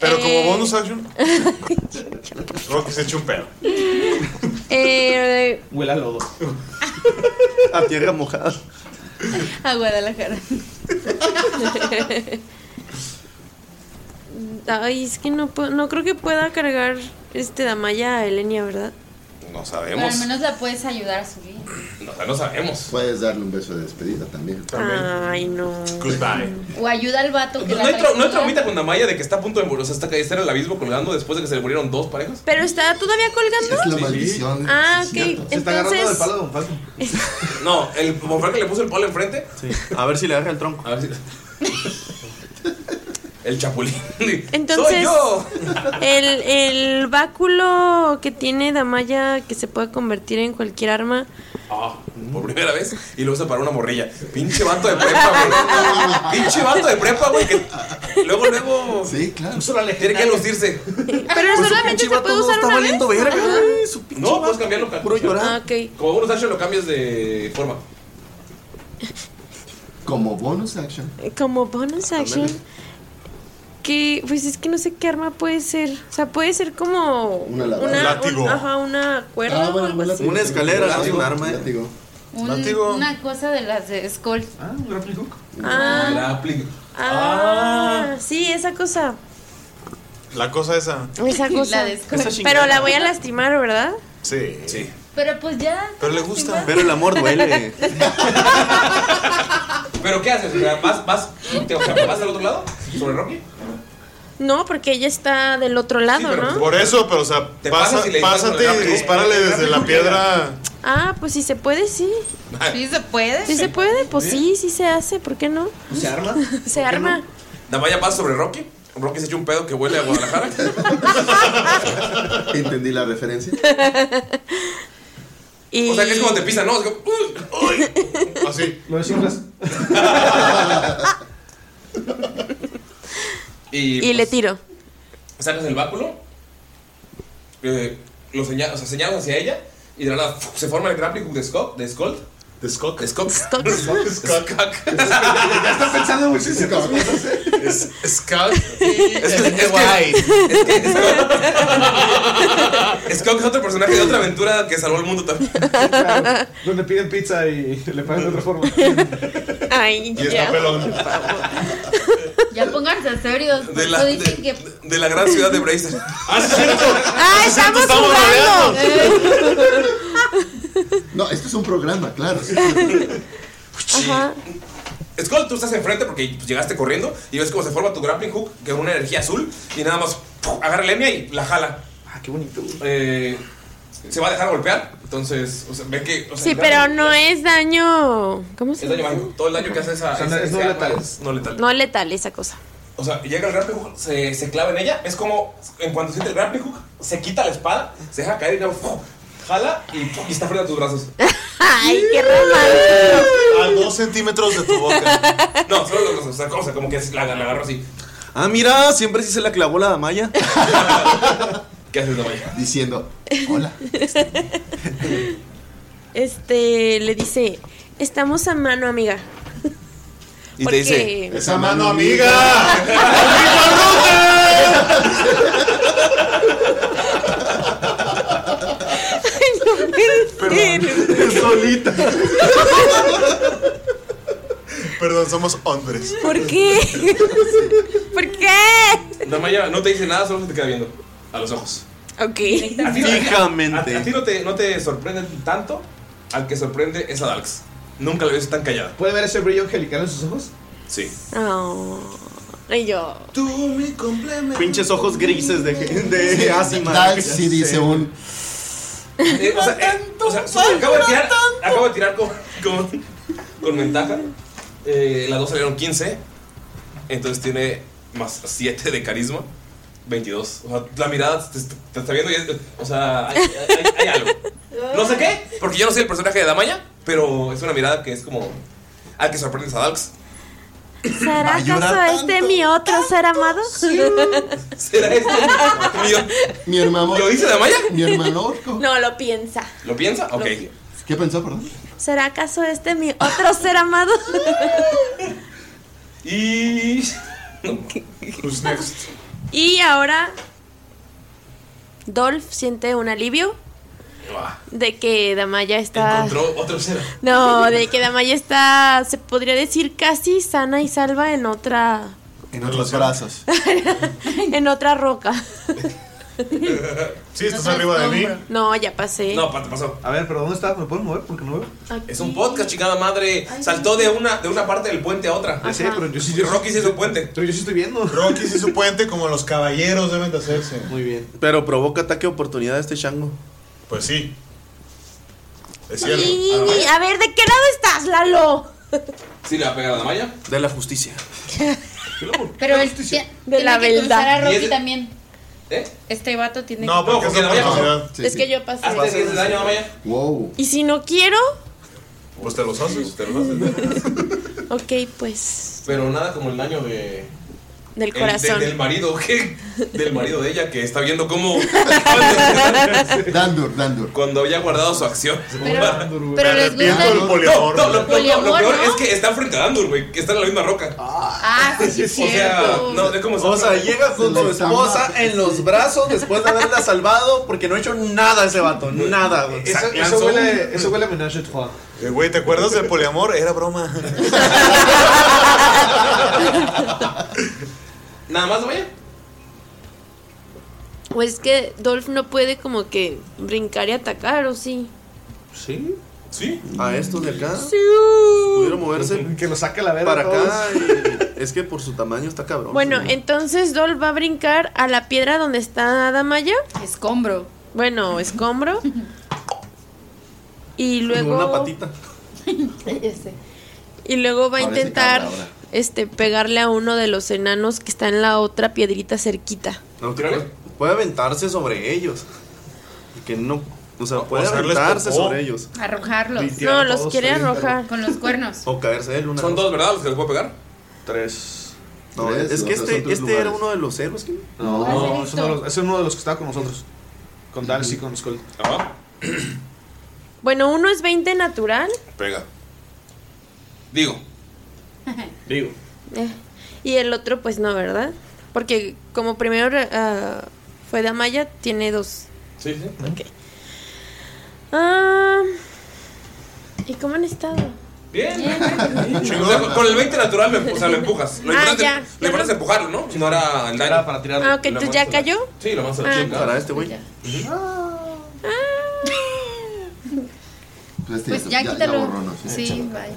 [SPEAKER 3] Pero como
[SPEAKER 2] Eh.
[SPEAKER 3] bonus action, Rocky se echa un pedo.
[SPEAKER 2] Eh,
[SPEAKER 5] Huele a lodo.
[SPEAKER 4] A tierra mojada.
[SPEAKER 6] A Guadalajara.
[SPEAKER 2] ay, es que no, puedo- no creo que pueda cargar este Damaya a Elenia, ¿verdad?
[SPEAKER 1] No
[SPEAKER 6] Pero
[SPEAKER 1] sabemos.
[SPEAKER 6] al menos la puedes ayudar a subir.
[SPEAKER 1] No, no sabemos.
[SPEAKER 7] Puedes darle un beso de despedida también.
[SPEAKER 2] Ay, no.
[SPEAKER 3] Goodbye.
[SPEAKER 6] O ayuda al vato que
[SPEAKER 1] ¿No
[SPEAKER 6] la
[SPEAKER 1] hay, tra- ¿No hay
[SPEAKER 6] traicionó.
[SPEAKER 1] traumita con Damaya de que está a punto de morir? O sea, está, está en el abismo colgando después de que se le murieron dos parejas.
[SPEAKER 2] ¿Pero está todavía colgando?
[SPEAKER 7] Es la maldición.
[SPEAKER 2] Ah,
[SPEAKER 7] sí,
[SPEAKER 2] ok.
[SPEAKER 7] cierto.
[SPEAKER 5] Se está agarrando del
[SPEAKER 2] Entonces,
[SPEAKER 5] palo de Don Falcon.
[SPEAKER 1] No, el Monfrán que le puso el palo enfrente.
[SPEAKER 4] Sí. A ver si le agarra el tronco.
[SPEAKER 1] A ver si. El chapulín.
[SPEAKER 2] Entonces-
[SPEAKER 1] ¡Soy yo!
[SPEAKER 2] el, el báculo que tiene Damaya que se puede convertir en cualquier arma.
[SPEAKER 1] Ah, por primera vez. Y lo usa para una morrilla. Pinche vato de prepa, güey. Pinche vato de prepa, güey. Que luego, luego.
[SPEAKER 7] Sí, claro.
[SPEAKER 1] Tiene que lucirse.
[SPEAKER 2] Pero
[SPEAKER 4] Pues
[SPEAKER 2] solamente se puede usar
[SPEAKER 4] está
[SPEAKER 2] una vez.
[SPEAKER 4] valiendo verga, güey. Su pinche
[SPEAKER 1] No, puedes
[SPEAKER 4] vato,
[SPEAKER 1] cambiarlo, cara.
[SPEAKER 4] Puro
[SPEAKER 2] Ah,
[SPEAKER 4] llorar.
[SPEAKER 2] ok.
[SPEAKER 1] Como bonus action lo cambias de forma.
[SPEAKER 7] Como bonus action.
[SPEAKER 2] eh, Como bonus action. Que, pues es que no sé qué arma puede ser. O sea, puede ser como.
[SPEAKER 7] Una lava-
[SPEAKER 2] un-
[SPEAKER 3] Látigo.
[SPEAKER 2] ajá, una cuerda
[SPEAKER 7] Ah,
[SPEAKER 2] o
[SPEAKER 7] bueno,
[SPEAKER 2] algo
[SPEAKER 7] bueno,
[SPEAKER 2] así.
[SPEAKER 7] látigo.
[SPEAKER 4] Una escalera, ¿no?
[SPEAKER 7] Látigo,
[SPEAKER 4] Un arma, eh.
[SPEAKER 7] látigo.
[SPEAKER 6] Un-
[SPEAKER 3] Látigo.
[SPEAKER 6] una cosa de las de Skull.
[SPEAKER 5] Ah, un grappling hook.
[SPEAKER 2] Ah,
[SPEAKER 1] La aplica.
[SPEAKER 2] ah, sí, esa cosa.
[SPEAKER 3] La cosa esa.
[SPEAKER 2] Esa cosa.
[SPEAKER 6] La de Skull.
[SPEAKER 4] Esa chingada.
[SPEAKER 2] Pero la voy a lastimar, ¿verdad?
[SPEAKER 3] Sí.
[SPEAKER 1] Sí.
[SPEAKER 6] Pero pues ya.
[SPEAKER 3] Pero le gusta.
[SPEAKER 4] Pero el amor duele.
[SPEAKER 1] ¿Pero qué haces? O sea, ¿Vas, vas, te- o sea, vas al otro lado? ¿Sobre Rocky?
[SPEAKER 2] No, porque ella está del otro lado,
[SPEAKER 1] pero
[SPEAKER 2] ¿no?
[SPEAKER 3] Por eso, pero o sea,
[SPEAKER 1] Te
[SPEAKER 3] pasa-
[SPEAKER 1] pasas y le disparas con
[SPEAKER 3] pásate
[SPEAKER 1] el
[SPEAKER 3] y
[SPEAKER 1] lápiz.
[SPEAKER 3] dispárale desde la piedra.
[SPEAKER 2] Ah, pues si se puede, sí.
[SPEAKER 6] Sí se puede.
[SPEAKER 2] Si se puede, pues sí, sí se hace, ¿por qué no?
[SPEAKER 5] ¿Se arma?
[SPEAKER 2] Se arma.
[SPEAKER 1] Damaya pasa sobre Rocky. Rocky se echa un pedo que huele a Guadalajara.
[SPEAKER 7] Entendí la referencia.
[SPEAKER 2] Y...
[SPEAKER 1] O sea, que es como te pisa, ¿no? Es como, "Uy, uy".
[SPEAKER 3] Así.
[SPEAKER 5] Lo desinflas.
[SPEAKER 1] Y,
[SPEAKER 2] y le
[SPEAKER 1] pues,
[SPEAKER 2] tiro.
[SPEAKER 1] sacas el báculo, eh, lo señal, o sea, señalas hacia ella y de la nada ¡fuf! se forma el grappling hook de Scott, de Scott,
[SPEAKER 3] De Scott.
[SPEAKER 1] de Scott,
[SPEAKER 2] Scott.
[SPEAKER 5] Está pensando muchísimo.
[SPEAKER 3] Es- Scott. Es que es guay.
[SPEAKER 1] Scott es otro personaje de otra aventura que salvó el mundo también.
[SPEAKER 5] Claro, donde piden pizza y le pagan de otra forma.
[SPEAKER 2] Ay,
[SPEAKER 3] Y está
[SPEAKER 2] ya.
[SPEAKER 3] pelón.
[SPEAKER 6] Ya pónganse serios.
[SPEAKER 1] De la-
[SPEAKER 6] Yo dije que
[SPEAKER 1] De la gran ciudad de Bracer. ¡Ah, sí, cierto!
[SPEAKER 6] ¡Ah,
[SPEAKER 1] estamos estamos jugando!
[SPEAKER 7] No, esto es un programa, claro.
[SPEAKER 2] Ajá.
[SPEAKER 1] Skull, tú estás enfrente porque pues, llegaste corriendo y ves cómo se forma tu grappling hook que es una energía azul y nada más ¡puf! agarra a Lemia y la jala. Ah, qué bonito. se va a dejar golpear, entonces o sea, ve que... o sea,
[SPEAKER 2] Sí,
[SPEAKER 1] el
[SPEAKER 2] pero
[SPEAKER 1] daño-
[SPEAKER 2] no es daño. ¿Cómo se
[SPEAKER 1] Es daño
[SPEAKER 2] llama?
[SPEAKER 1] mágico. Todo el daño que hace esa...
[SPEAKER 5] O sea,
[SPEAKER 1] esa-
[SPEAKER 5] es no
[SPEAKER 1] ese
[SPEAKER 5] letal.
[SPEAKER 1] arma es no letal.
[SPEAKER 2] No letal esa cosa.
[SPEAKER 1] O sea, llega el grappling hook, se, se clava en ella, es como en cuanto siente el grappling hook, se quita la espada, se deja caer y luego ¡puf! jala y, ¡puf! y está frente a tus brazos.
[SPEAKER 2] Ay, qué romántico.
[SPEAKER 1] A dos centímetros de tu boca. No, solo los brazos, o sea, como, o sea, como que la, la agarró así.
[SPEAKER 4] Ah, mira, siempre sí se la clavó la Damaya.
[SPEAKER 1] ¿Qué haces, Damaya?
[SPEAKER 7] Diciendo.
[SPEAKER 2] Este le dice, estamos a mano, amiga.
[SPEAKER 1] Y
[SPEAKER 2] Porque- dice,
[SPEAKER 3] ¡Esa mano amiga! ¡Amigo
[SPEAKER 7] Solita.
[SPEAKER 3] Perdón, somos hombres.
[SPEAKER 2] ¿Por qué? ¿Por qué?
[SPEAKER 1] Damaya no te dice nada, solo se te queda viendo a los ojos.
[SPEAKER 2] Ok.
[SPEAKER 1] A ti no-
[SPEAKER 4] Fijamente.
[SPEAKER 1] A, a ti no te, no te sorprende tanto, al que sorprende es a Dalx. Nunca lo ves tan callada.
[SPEAKER 5] ¿Puede ver ese brillo angelical en sus ojos?
[SPEAKER 1] Sí.
[SPEAKER 2] Oh, y yo.
[SPEAKER 1] Tú me complementas.
[SPEAKER 4] Pinches ojos grises de, de
[SPEAKER 7] Sí,
[SPEAKER 4] Asima.
[SPEAKER 7] Dal sí dice un.
[SPEAKER 1] Eh, o sea, eh, o sea, su- acabo, de tirar, acabo de tirar con, con, con ventaja. Eh, las dos salieron 15. Entonces tiene más 7 de carisma. 22. O sea, la mirada te, te está viendo y es- O sea, hay, hay- hay algo. No sé qué, porque yo no soy el personaje de Damaya, pero es una mirada que es como. Al que sorprendes a Dalks.
[SPEAKER 2] ¿Será
[SPEAKER 1] Va a llorar
[SPEAKER 2] acaso este mi otro ser amado?
[SPEAKER 1] ¿Será esto?
[SPEAKER 7] Mi hermano.
[SPEAKER 1] ¿Lo dice Damaya?
[SPEAKER 7] Mi hermano.
[SPEAKER 2] No lo piensa.
[SPEAKER 1] ¿Lo piensa? Ok.
[SPEAKER 7] ¿Qué pensó, perdón?
[SPEAKER 2] ¿Será acaso este mi otro ser amado?
[SPEAKER 1] Y. Who's next?
[SPEAKER 2] Y ahora Dolph siente un alivio
[SPEAKER 1] Ah,
[SPEAKER 2] de que Damaya está
[SPEAKER 1] Encontró otro cero.
[SPEAKER 2] No, de que Damaya está se podría decir casi sana y salva en otra
[SPEAKER 7] En otros brazos.
[SPEAKER 2] en otra roca.
[SPEAKER 3] Sí, estás arriba de mí.
[SPEAKER 2] No, ya pasé.
[SPEAKER 1] No, pa- te pasó.
[SPEAKER 5] A ver, pero ¿dónde está? ¿Me pueden mover? Porque no veo.
[SPEAKER 1] Es un podcast, chingada madre. Saltó de una, de una parte del puente a otra.
[SPEAKER 5] Ya sé, pero yo sí,
[SPEAKER 1] Y Rocky sí es un puente.
[SPEAKER 5] pero yo sí estoy viendo.
[SPEAKER 3] Rocky sí su puente como los caballeros deben de hacerse.
[SPEAKER 5] Muy bien.
[SPEAKER 4] Pero provoca ataque de oportunidad a este chango.
[SPEAKER 3] Pues sí. Es
[SPEAKER 2] Ni,
[SPEAKER 3] cierto.
[SPEAKER 2] ni, ni. A ver, ¿de qué lado estás, Lalo?
[SPEAKER 1] Sí, le va a pegar a la malla.
[SPEAKER 4] De la justicia.
[SPEAKER 6] Pero él tie-
[SPEAKER 2] De
[SPEAKER 6] tiene
[SPEAKER 2] la
[SPEAKER 6] que
[SPEAKER 2] verdad.
[SPEAKER 6] cruzar a
[SPEAKER 1] Y
[SPEAKER 6] Rocky
[SPEAKER 1] es de-
[SPEAKER 6] también.
[SPEAKER 1] ¿Eh?
[SPEAKER 6] Este vato tiene
[SPEAKER 3] No,
[SPEAKER 6] que...
[SPEAKER 3] porque es
[SPEAKER 1] porque la vaya a
[SPEAKER 3] oportunidad.
[SPEAKER 7] Sí,
[SPEAKER 2] es
[SPEAKER 7] sí.
[SPEAKER 2] que yo pasé.
[SPEAKER 1] Hazte 10 de daño a la malla.
[SPEAKER 7] Wow.
[SPEAKER 2] ¿Y si no quiero?
[SPEAKER 3] Pues te los haces.
[SPEAKER 1] Te lo haces.
[SPEAKER 2] Ok, pues
[SPEAKER 1] Pero nada como el daño de.
[SPEAKER 2] del
[SPEAKER 1] el- de-
[SPEAKER 2] corazón.
[SPEAKER 1] del marido, que Del marido de ella que está viendo cómo.
[SPEAKER 7] Dandur, Dandur.
[SPEAKER 1] Cuando había guardado su acción.
[SPEAKER 6] Pero, pero les gusta...
[SPEAKER 3] Arrepiento del
[SPEAKER 1] No,
[SPEAKER 3] poliamor.
[SPEAKER 1] no, lo, lo- lo- lo
[SPEAKER 6] Poliamor,
[SPEAKER 1] peor
[SPEAKER 6] ¿no?
[SPEAKER 1] es que está frente a Dandur, güey, que está en la misma roca.
[SPEAKER 6] Ah, sí, sí,
[SPEAKER 1] o sea,
[SPEAKER 6] cierto.
[SPEAKER 1] no, es como
[SPEAKER 4] O sea, llega con
[SPEAKER 7] Se
[SPEAKER 4] su
[SPEAKER 7] le está
[SPEAKER 4] esposa
[SPEAKER 7] mal.
[SPEAKER 4] en los brazos después de haberla salvado porque no ha hecho nada ese vato. Nada, güey.
[SPEAKER 5] Eso, eso huele, eso huele a Menage a trois.
[SPEAKER 3] Eh, Güey, ¿te acuerdas del poliamor? Era broma.
[SPEAKER 1] Nada más, güey.
[SPEAKER 2] O Pues es que Dolph no puede como que brincar y atacar, ¿o sí?
[SPEAKER 5] ¿Sí?
[SPEAKER 1] Sí.
[SPEAKER 4] A estos de acá
[SPEAKER 2] Sí.
[SPEAKER 4] pudieron moverse
[SPEAKER 5] Que lo saque a la verga.
[SPEAKER 4] para acá.
[SPEAKER 5] todos.
[SPEAKER 4] y- es que por su tamaño está cabrón.
[SPEAKER 2] Bueno,
[SPEAKER 4] Sí.
[SPEAKER 2] entonces Dolph va a brincar a la piedra donde está Damaya.
[SPEAKER 6] Escombro.
[SPEAKER 2] Bueno, escombro. Y
[SPEAKER 4] Con
[SPEAKER 2] luego.
[SPEAKER 4] una patita.
[SPEAKER 6] Ese.
[SPEAKER 2] ¿Eh? Y luego va a
[SPEAKER 7] Ahora sí
[SPEAKER 2] intentar
[SPEAKER 7] cabra, ahora.
[SPEAKER 2] este pegarle a uno de los enanos que está en la otra piedrita cerquita.
[SPEAKER 4] No, que
[SPEAKER 1] Tírale.
[SPEAKER 4] puede, puede aventarse sobre ellos. Que no. O sea, puede
[SPEAKER 3] hacerles
[SPEAKER 4] aventarse
[SPEAKER 3] popó.
[SPEAKER 4] sobre ellos.
[SPEAKER 6] Arrojarlos.
[SPEAKER 5] Sí.
[SPEAKER 2] No,
[SPEAKER 5] Tira
[SPEAKER 2] los
[SPEAKER 5] todos
[SPEAKER 2] quiere
[SPEAKER 5] ahí,
[SPEAKER 2] arrojar.
[SPEAKER 6] Con los cuernos.
[SPEAKER 4] O caerse él una.
[SPEAKER 1] Son dos, ¿verdad? Los que les puedo pegar.
[SPEAKER 4] Tres. No,
[SPEAKER 7] Tres,
[SPEAKER 4] es que
[SPEAKER 7] los otros son
[SPEAKER 4] este,
[SPEAKER 7] tres
[SPEAKER 4] este era
[SPEAKER 7] lugares.
[SPEAKER 4] uno de los héroes que.
[SPEAKER 6] No,
[SPEAKER 5] No, es uno, de los, es uno de los que estaba con nosotros. Con Dals y con Skull.
[SPEAKER 1] Ajá.
[SPEAKER 2] Bueno, uno es 20 natural
[SPEAKER 1] Pega. Digo.
[SPEAKER 5] Digo.
[SPEAKER 2] eh, y el otro pues no, ¿verdad? Porque como primero ah, fue Damaya, tiene dos.
[SPEAKER 1] Sí, sí.
[SPEAKER 2] Ah, ¿Y cómo han estado?
[SPEAKER 1] Bien. O sea, con- con el 20 natural me, o sea, lo empujas. Lo
[SPEAKER 2] Ah,
[SPEAKER 1] importante,
[SPEAKER 2] ya.
[SPEAKER 1] lo importante es empujarlo, ¿no? Si no era el daño. para tirarlo.
[SPEAKER 2] Ah, ok, entonces ya cayó.
[SPEAKER 1] Sí, lo más a la
[SPEAKER 2] Ah.
[SPEAKER 1] chingada.
[SPEAKER 4] Para este güey.
[SPEAKER 7] Pues, este,
[SPEAKER 6] Pues ya, quítalo.
[SPEAKER 7] borró, ¿no?
[SPEAKER 6] sí, vaya.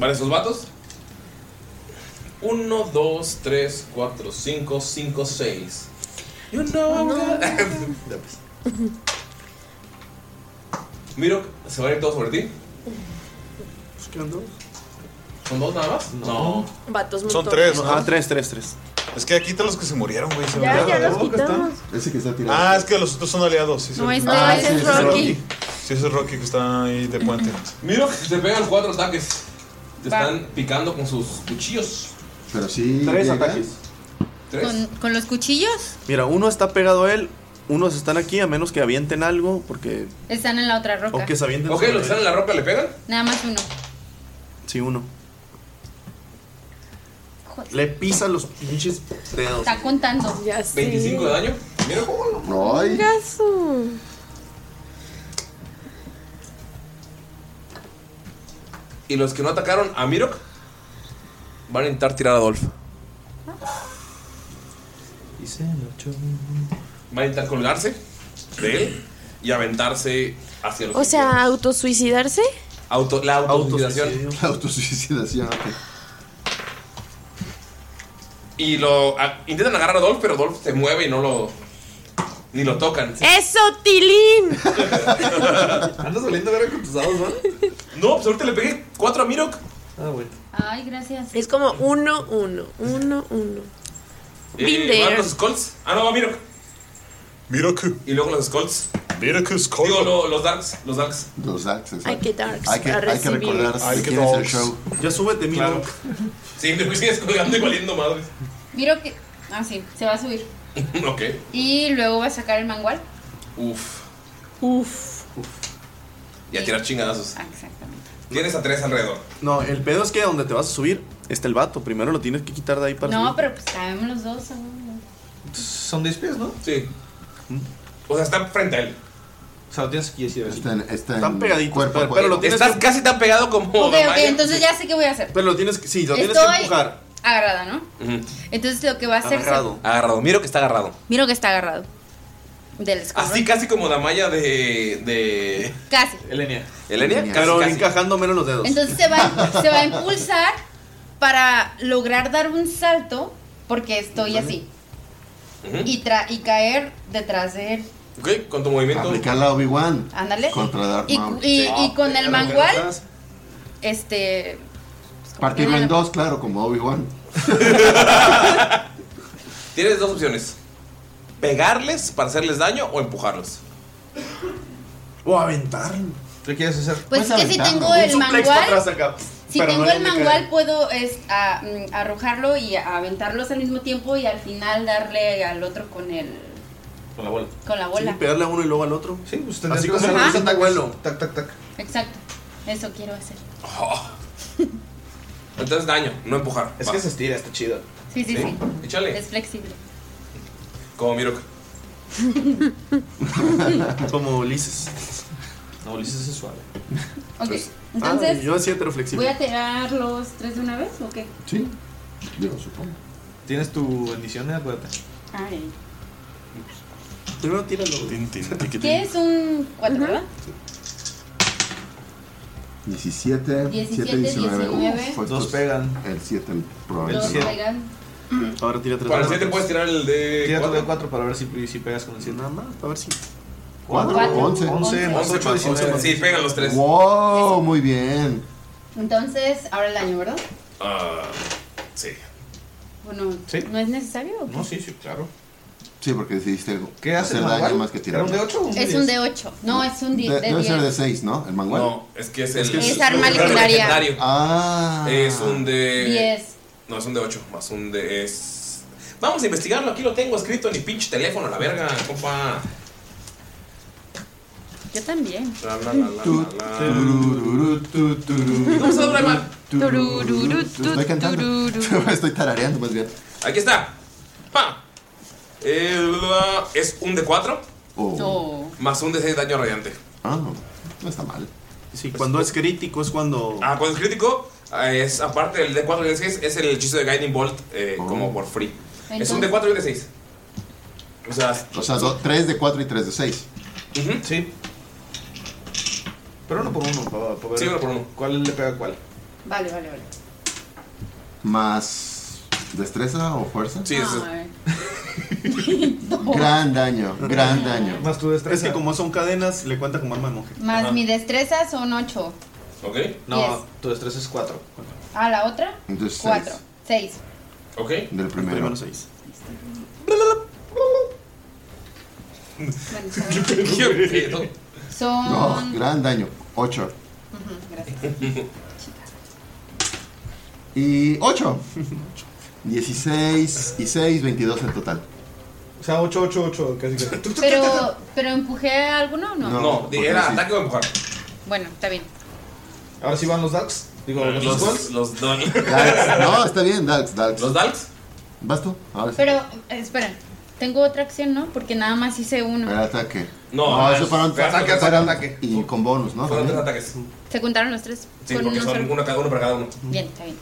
[SPEAKER 1] ¿Para esos vatos? 1, 2, 3, 4, 5, 5, 6. You know. pues. Miro, ¿se va a ir todo sobre ti? ¿Son dos nada más? No.
[SPEAKER 2] Vatos
[SPEAKER 3] Son
[SPEAKER 2] montones.
[SPEAKER 3] tres, ¿no?
[SPEAKER 4] Ah, tres, tres, tres.
[SPEAKER 3] Es que aquí están los que se murieron, güey. se
[SPEAKER 2] Ya,
[SPEAKER 3] murieron.
[SPEAKER 2] ya los quitamos.
[SPEAKER 7] Ese que está tirado.
[SPEAKER 3] Ah, es que los otros son aliados. Sí,
[SPEAKER 6] No,
[SPEAKER 3] sí.
[SPEAKER 6] es
[SPEAKER 7] Ah,
[SPEAKER 6] no, ese
[SPEAKER 7] sí,
[SPEAKER 6] es
[SPEAKER 7] sí,
[SPEAKER 6] Rocky.
[SPEAKER 3] Sí, ese es Rocky que está ahí de puente.
[SPEAKER 1] Miro, te pegan cuatro ataques. Te
[SPEAKER 6] Va.
[SPEAKER 1] están picando con sus cuchillos.
[SPEAKER 7] Pero sí.
[SPEAKER 4] Tres
[SPEAKER 7] llega.
[SPEAKER 4] ataques.
[SPEAKER 1] Tres.
[SPEAKER 6] ¿Con, con los cuchillos
[SPEAKER 4] Mira, uno está pegado a él, unos están aquí, a menos que avienten algo, porque.
[SPEAKER 6] están en la otra roca.
[SPEAKER 4] O que se avienten.
[SPEAKER 1] Ok,
[SPEAKER 4] sobre
[SPEAKER 1] los que están en la roca le pegan.
[SPEAKER 6] Nada más uno.
[SPEAKER 4] él. Sí, uno. Le pisa los pinches dedos.
[SPEAKER 6] Está contando.
[SPEAKER 2] Ya sé.
[SPEAKER 1] 25 de daño. Miro.
[SPEAKER 7] Ay,
[SPEAKER 2] Caso.
[SPEAKER 1] Y los que no atacaron a Mirok van a intentar tirar a Dolph. Van a intentar colgarse de él y aventarse hacia los.
[SPEAKER 2] O sea, autosuicidarse.
[SPEAKER 1] Auto- la autosuicidación.
[SPEAKER 4] Autosuicidio.
[SPEAKER 7] la autosuicidación. ok.
[SPEAKER 1] Y lo a- intentan agarrar a Dolph, pero Dolph se mueve y no lo. ni lo tocan.
[SPEAKER 2] ¡Eso, Tilín!
[SPEAKER 5] Andas saliendo verga con tus dados, ¿no?
[SPEAKER 1] No, pues ahorita le pegué cuatro a Mirok.
[SPEAKER 5] Ah, bueno.
[SPEAKER 6] Ay, gracias.
[SPEAKER 2] Es como uno, uno, uno, uno. Been
[SPEAKER 1] Eh, van
[SPEAKER 2] there.
[SPEAKER 1] los Skulls. Ah, no, va Mirok.
[SPEAKER 3] Miracle.
[SPEAKER 1] Y luego los Skulls.
[SPEAKER 3] Miracle
[SPEAKER 1] Digo,
[SPEAKER 3] Skull.
[SPEAKER 1] lo- los Darks. Los Darks.
[SPEAKER 7] Los Dax, exacto.
[SPEAKER 2] Ay, qué darks,
[SPEAKER 7] Hay que,
[SPEAKER 2] a
[SPEAKER 7] hay que
[SPEAKER 2] recibir.
[SPEAKER 7] recordar
[SPEAKER 3] Ay,
[SPEAKER 7] de
[SPEAKER 3] qué
[SPEAKER 7] quién es el
[SPEAKER 3] dogs.
[SPEAKER 7] show.
[SPEAKER 4] Ya súbete, mira.
[SPEAKER 3] Claro.
[SPEAKER 1] Sí, me sigues colgando y valiendo madres.
[SPEAKER 6] Miro que. Ah, sí, se va a subir.
[SPEAKER 1] ok.
[SPEAKER 6] Y luego va a sacar el mangual.
[SPEAKER 1] Uf.
[SPEAKER 2] Uf.
[SPEAKER 1] Y a tirar chingadazos.
[SPEAKER 6] Ah, exactamente.
[SPEAKER 1] Tienes a tres alrededor.
[SPEAKER 4] No, el pedo es que a donde te vas a subir está el vato. Primero lo tienes que quitar de ahí para.
[SPEAKER 6] No,
[SPEAKER 4] subir.
[SPEAKER 6] pero pues cabemos los dos. ah.
[SPEAKER 5] Son 10 pies, ¿no? O
[SPEAKER 1] Sí. O sea, está frente a él.
[SPEAKER 5] sea, lo tienes aquí así. así.
[SPEAKER 7] Están, están,
[SPEAKER 4] Están pegaditos,
[SPEAKER 7] cuerpo a
[SPEAKER 4] pero,
[SPEAKER 7] cuerpo.
[SPEAKER 4] pero lo tienes
[SPEAKER 1] Estás
[SPEAKER 4] que.
[SPEAKER 1] casi tan pegado como.
[SPEAKER 6] Ok, ok,
[SPEAKER 1] Damaya.
[SPEAKER 6] entonces ya sé qué voy a hacer.
[SPEAKER 4] Pero lo tienes que. Sí, lo tienes que
[SPEAKER 6] Estoy
[SPEAKER 4] empujar.
[SPEAKER 6] agarrada, ¿no?
[SPEAKER 1] Ujú.
[SPEAKER 6] Entonces lo que va a hacer.
[SPEAKER 4] Agarrado.
[SPEAKER 1] Agarrado. Miro que está agarrado.
[SPEAKER 6] Miro que está agarrado. Del escombro.
[SPEAKER 1] Así casi como la malla de. de.
[SPEAKER 6] Casi.
[SPEAKER 5] Elenia.
[SPEAKER 1] Elenia. Casi,
[SPEAKER 4] Pero
[SPEAKER 1] casi.
[SPEAKER 4] encajando menos los dedos.
[SPEAKER 6] Entonces se va, se va a impulsar para lograr dar un salto porque estoy así.
[SPEAKER 1] Ujú.
[SPEAKER 6] Y, tra y caer detrás de él.
[SPEAKER 1] Ok, con tu movimiento.
[SPEAKER 7] Aplicar la Obi-Wan.
[SPEAKER 6] Ándale.
[SPEAKER 7] Contra Darth
[SPEAKER 6] y,
[SPEAKER 7] Maul.
[SPEAKER 6] y- y con el mangual,
[SPEAKER 4] Atrás.
[SPEAKER 6] este.
[SPEAKER 7] Partirlo en dos, claro, como Obi-Wan.
[SPEAKER 1] Tienes dos opciones: pegarles para hacerles daño o empujarlos.
[SPEAKER 4] O aventarlo.
[SPEAKER 5] ¿Qué quieres hacer?
[SPEAKER 6] Pues
[SPEAKER 7] Puedes
[SPEAKER 6] es que si
[SPEAKER 7] aventarlo.
[SPEAKER 6] tengo
[SPEAKER 7] Un
[SPEAKER 6] el
[SPEAKER 4] suplex para atrás
[SPEAKER 6] mangual.
[SPEAKER 4] acá.
[SPEAKER 6] Si
[SPEAKER 4] Pero
[SPEAKER 6] tengo
[SPEAKER 4] no le
[SPEAKER 6] el
[SPEAKER 4] voy a caer.
[SPEAKER 6] mangual, puedo es, a- mm, arrojarlo y a- aventarlos al mismo tiempo y al final darle al otro con el.
[SPEAKER 1] Con la bola.
[SPEAKER 6] con la bola.
[SPEAKER 4] Sí, pegarle a uno y luego al otro.
[SPEAKER 5] Sí, pues
[SPEAKER 4] Así
[SPEAKER 5] que
[SPEAKER 4] como
[SPEAKER 5] hacer
[SPEAKER 4] lo
[SPEAKER 5] los
[SPEAKER 4] hizo tu
[SPEAKER 5] ataques.
[SPEAKER 4] abuelo.
[SPEAKER 5] Tac, tac, tac.
[SPEAKER 6] Exacto. Eso quiero hacer.
[SPEAKER 1] Entonces daño, no empujar.
[SPEAKER 5] Es
[SPEAKER 1] Va.
[SPEAKER 5] que se estira, está chido.
[SPEAKER 6] Sí, sí,
[SPEAKER 1] Sí,
[SPEAKER 6] sí.
[SPEAKER 1] Échale.
[SPEAKER 6] Es flexible.
[SPEAKER 1] Como Miro.
[SPEAKER 4] Como Ulises.
[SPEAKER 5] No, Ulises es suave.
[SPEAKER 6] Ok.
[SPEAKER 4] ah,
[SPEAKER 6] Entonces,
[SPEAKER 4] yo decía
[SPEAKER 6] ¿voy a
[SPEAKER 4] heteroflexible.
[SPEAKER 6] tirar los tres de una vez o qué?
[SPEAKER 7] Sí. Digo, supongo.
[SPEAKER 5] Tienes tu bendición, eh, acuérdate.
[SPEAKER 6] Ay.
[SPEAKER 4] Primero tíralo.
[SPEAKER 3] Tin, tin, tiqui, tin.
[SPEAKER 6] ¿Qué es un 4, verdad?
[SPEAKER 7] 17,
[SPEAKER 6] 17,
[SPEAKER 7] 7, 19.
[SPEAKER 6] 19.
[SPEAKER 7] Uf, pues
[SPEAKER 5] Dos
[SPEAKER 7] estos-
[SPEAKER 5] pegan.
[SPEAKER 7] El 7
[SPEAKER 5] El
[SPEAKER 6] Los
[SPEAKER 7] probablemente.
[SPEAKER 5] siete.
[SPEAKER 6] pegan.
[SPEAKER 4] Ahora tira tres.
[SPEAKER 1] Para
[SPEAKER 4] dados.
[SPEAKER 1] el 7 puedes tirar el de.
[SPEAKER 5] Tira tu
[SPEAKER 1] cuatro.
[SPEAKER 5] D4 para ver si, si pegas con el 100.
[SPEAKER 4] Nada más, a ver si.
[SPEAKER 7] 4,
[SPEAKER 6] Cuatro.
[SPEAKER 7] 11.
[SPEAKER 6] Once.
[SPEAKER 5] 11 más
[SPEAKER 1] Once
[SPEAKER 5] 8,
[SPEAKER 1] más, once
[SPEAKER 5] 19.
[SPEAKER 1] más. Sí, pegan los tres.
[SPEAKER 7] Wow, muy bien.
[SPEAKER 6] Entonces, ahora el daño, ¿verdad?
[SPEAKER 1] Ah, sí.
[SPEAKER 6] Bueno,
[SPEAKER 5] Sí.
[SPEAKER 6] ¿no es necesario? o qué?
[SPEAKER 5] No, sí, sí, claro.
[SPEAKER 7] Sí, porque decidiste
[SPEAKER 5] ¿Qué hace
[SPEAKER 7] hacer
[SPEAKER 5] el
[SPEAKER 7] daño
[SPEAKER 5] manual?
[SPEAKER 7] más que tirar.
[SPEAKER 5] ¿Era un D8 o un
[SPEAKER 6] Es
[SPEAKER 5] D10?
[SPEAKER 6] un de 8. No, es un di-
[SPEAKER 7] De-
[SPEAKER 6] de
[SPEAKER 7] debe ser de
[SPEAKER 6] 10.
[SPEAKER 7] 6, ¿no? El mangual.
[SPEAKER 1] No, es que es el.
[SPEAKER 4] que
[SPEAKER 6] es arma
[SPEAKER 1] el
[SPEAKER 6] legendaria.
[SPEAKER 1] legendario.
[SPEAKER 7] Ah.
[SPEAKER 1] Es un de.
[SPEAKER 6] 10.
[SPEAKER 1] No, es un de 8, más un de. Es... Vamos a investigarlo, aquí lo tengo escrito en mi pinche teléfono, la verga, compa.
[SPEAKER 6] Yo también.
[SPEAKER 1] La, la, la, la,
[SPEAKER 7] Tu,
[SPEAKER 1] la, la.
[SPEAKER 7] tururú, tu, tururú,
[SPEAKER 1] ¿Cómo se dobla el mar?
[SPEAKER 7] tururú,
[SPEAKER 2] Tururú,
[SPEAKER 7] tu. Estoy cantando.
[SPEAKER 2] tururú.
[SPEAKER 7] Estoy tarareando más bien.
[SPEAKER 1] Aquí está. Pa. El, uh, es un de 4,
[SPEAKER 7] Oh.
[SPEAKER 6] No.
[SPEAKER 1] más un de 6 daño radiante.
[SPEAKER 7] Ah, no está mal.
[SPEAKER 4] Sí, cuando es crítico es cuando.
[SPEAKER 1] Pues, Ah, cuando es crítico, ah, es aparte del D4 y el D6, es el hechizo de Guiding Bolt eh,
[SPEAKER 4] Oh.
[SPEAKER 1] como por free. Es un
[SPEAKER 7] Entonces-
[SPEAKER 1] D4 y un D6. O sea,
[SPEAKER 7] O sea, 3 de 4 y 3 de 6.
[SPEAKER 5] Sí. Pero uno por uno, para, para ver
[SPEAKER 1] Sí, uno por uno.
[SPEAKER 5] ¿Cuál le pega a cuál?
[SPEAKER 6] Vale, vale, vale.
[SPEAKER 7] Más destreza o fuerza.
[SPEAKER 1] Sí,
[SPEAKER 7] Gran daño, gran daño.
[SPEAKER 4] Más tu destreza. Es que como son cadenas, le cuenta como arma de monje.
[SPEAKER 6] Más mi destreza son 8.
[SPEAKER 1] Ok.
[SPEAKER 5] No, tu destreza es 4.
[SPEAKER 6] Ah, la otra.
[SPEAKER 7] Entonces,
[SPEAKER 6] 4. 6.
[SPEAKER 1] Ok.
[SPEAKER 7] Del primero.
[SPEAKER 4] primero 6.
[SPEAKER 6] Son.
[SPEAKER 7] No, gran daño. 8.
[SPEAKER 6] Ujú, gracias.
[SPEAKER 7] Y 8. 16 y 6, 22 en total.
[SPEAKER 5] O sea, 8, 8, 8, casi casi.
[SPEAKER 6] Pero, pero empujé a alguno o no?
[SPEAKER 7] No, No, porque era sí.
[SPEAKER 1] ataque o empujar.
[SPEAKER 6] Bueno, está bien.
[SPEAKER 5] Ahora sí van los Dax. Digo, los,
[SPEAKER 1] Los-
[SPEAKER 5] Squalls.
[SPEAKER 1] Los
[SPEAKER 7] Dalks. No, está bien, Dalks, Dalks. ¿Los
[SPEAKER 1] Dalks?
[SPEAKER 7] ¿Vas tú? Ahora Ah, sí.
[SPEAKER 6] Pero, eh, espera, tengo otra acción, ¿no? Porque nada más hice uno.
[SPEAKER 7] Era ataque.
[SPEAKER 1] No,
[SPEAKER 7] eso
[SPEAKER 1] es-
[SPEAKER 7] fueron
[SPEAKER 1] fue ataque,
[SPEAKER 7] fueron-
[SPEAKER 1] ataque, ataque.
[SPEAKER 7] Y con bonus, ¿no?
[SPEAKER 1] Fueron tres
[SPEAKER 7] También.
[SPEAKER 1] ataques.
[SPEAKER 6] Se juntaron los tres.
[SPEAKER 1] Sí,
[SPEAKER 6] con
[SPEAKER 1] porque
[SPEAKER 6] uno
[SPEAKER 1] son
[SPEAKER 6] solo.
[SPEAKER 1] uno, cada uno para cada uno.
[SPEAKER 6] Bien, está bien.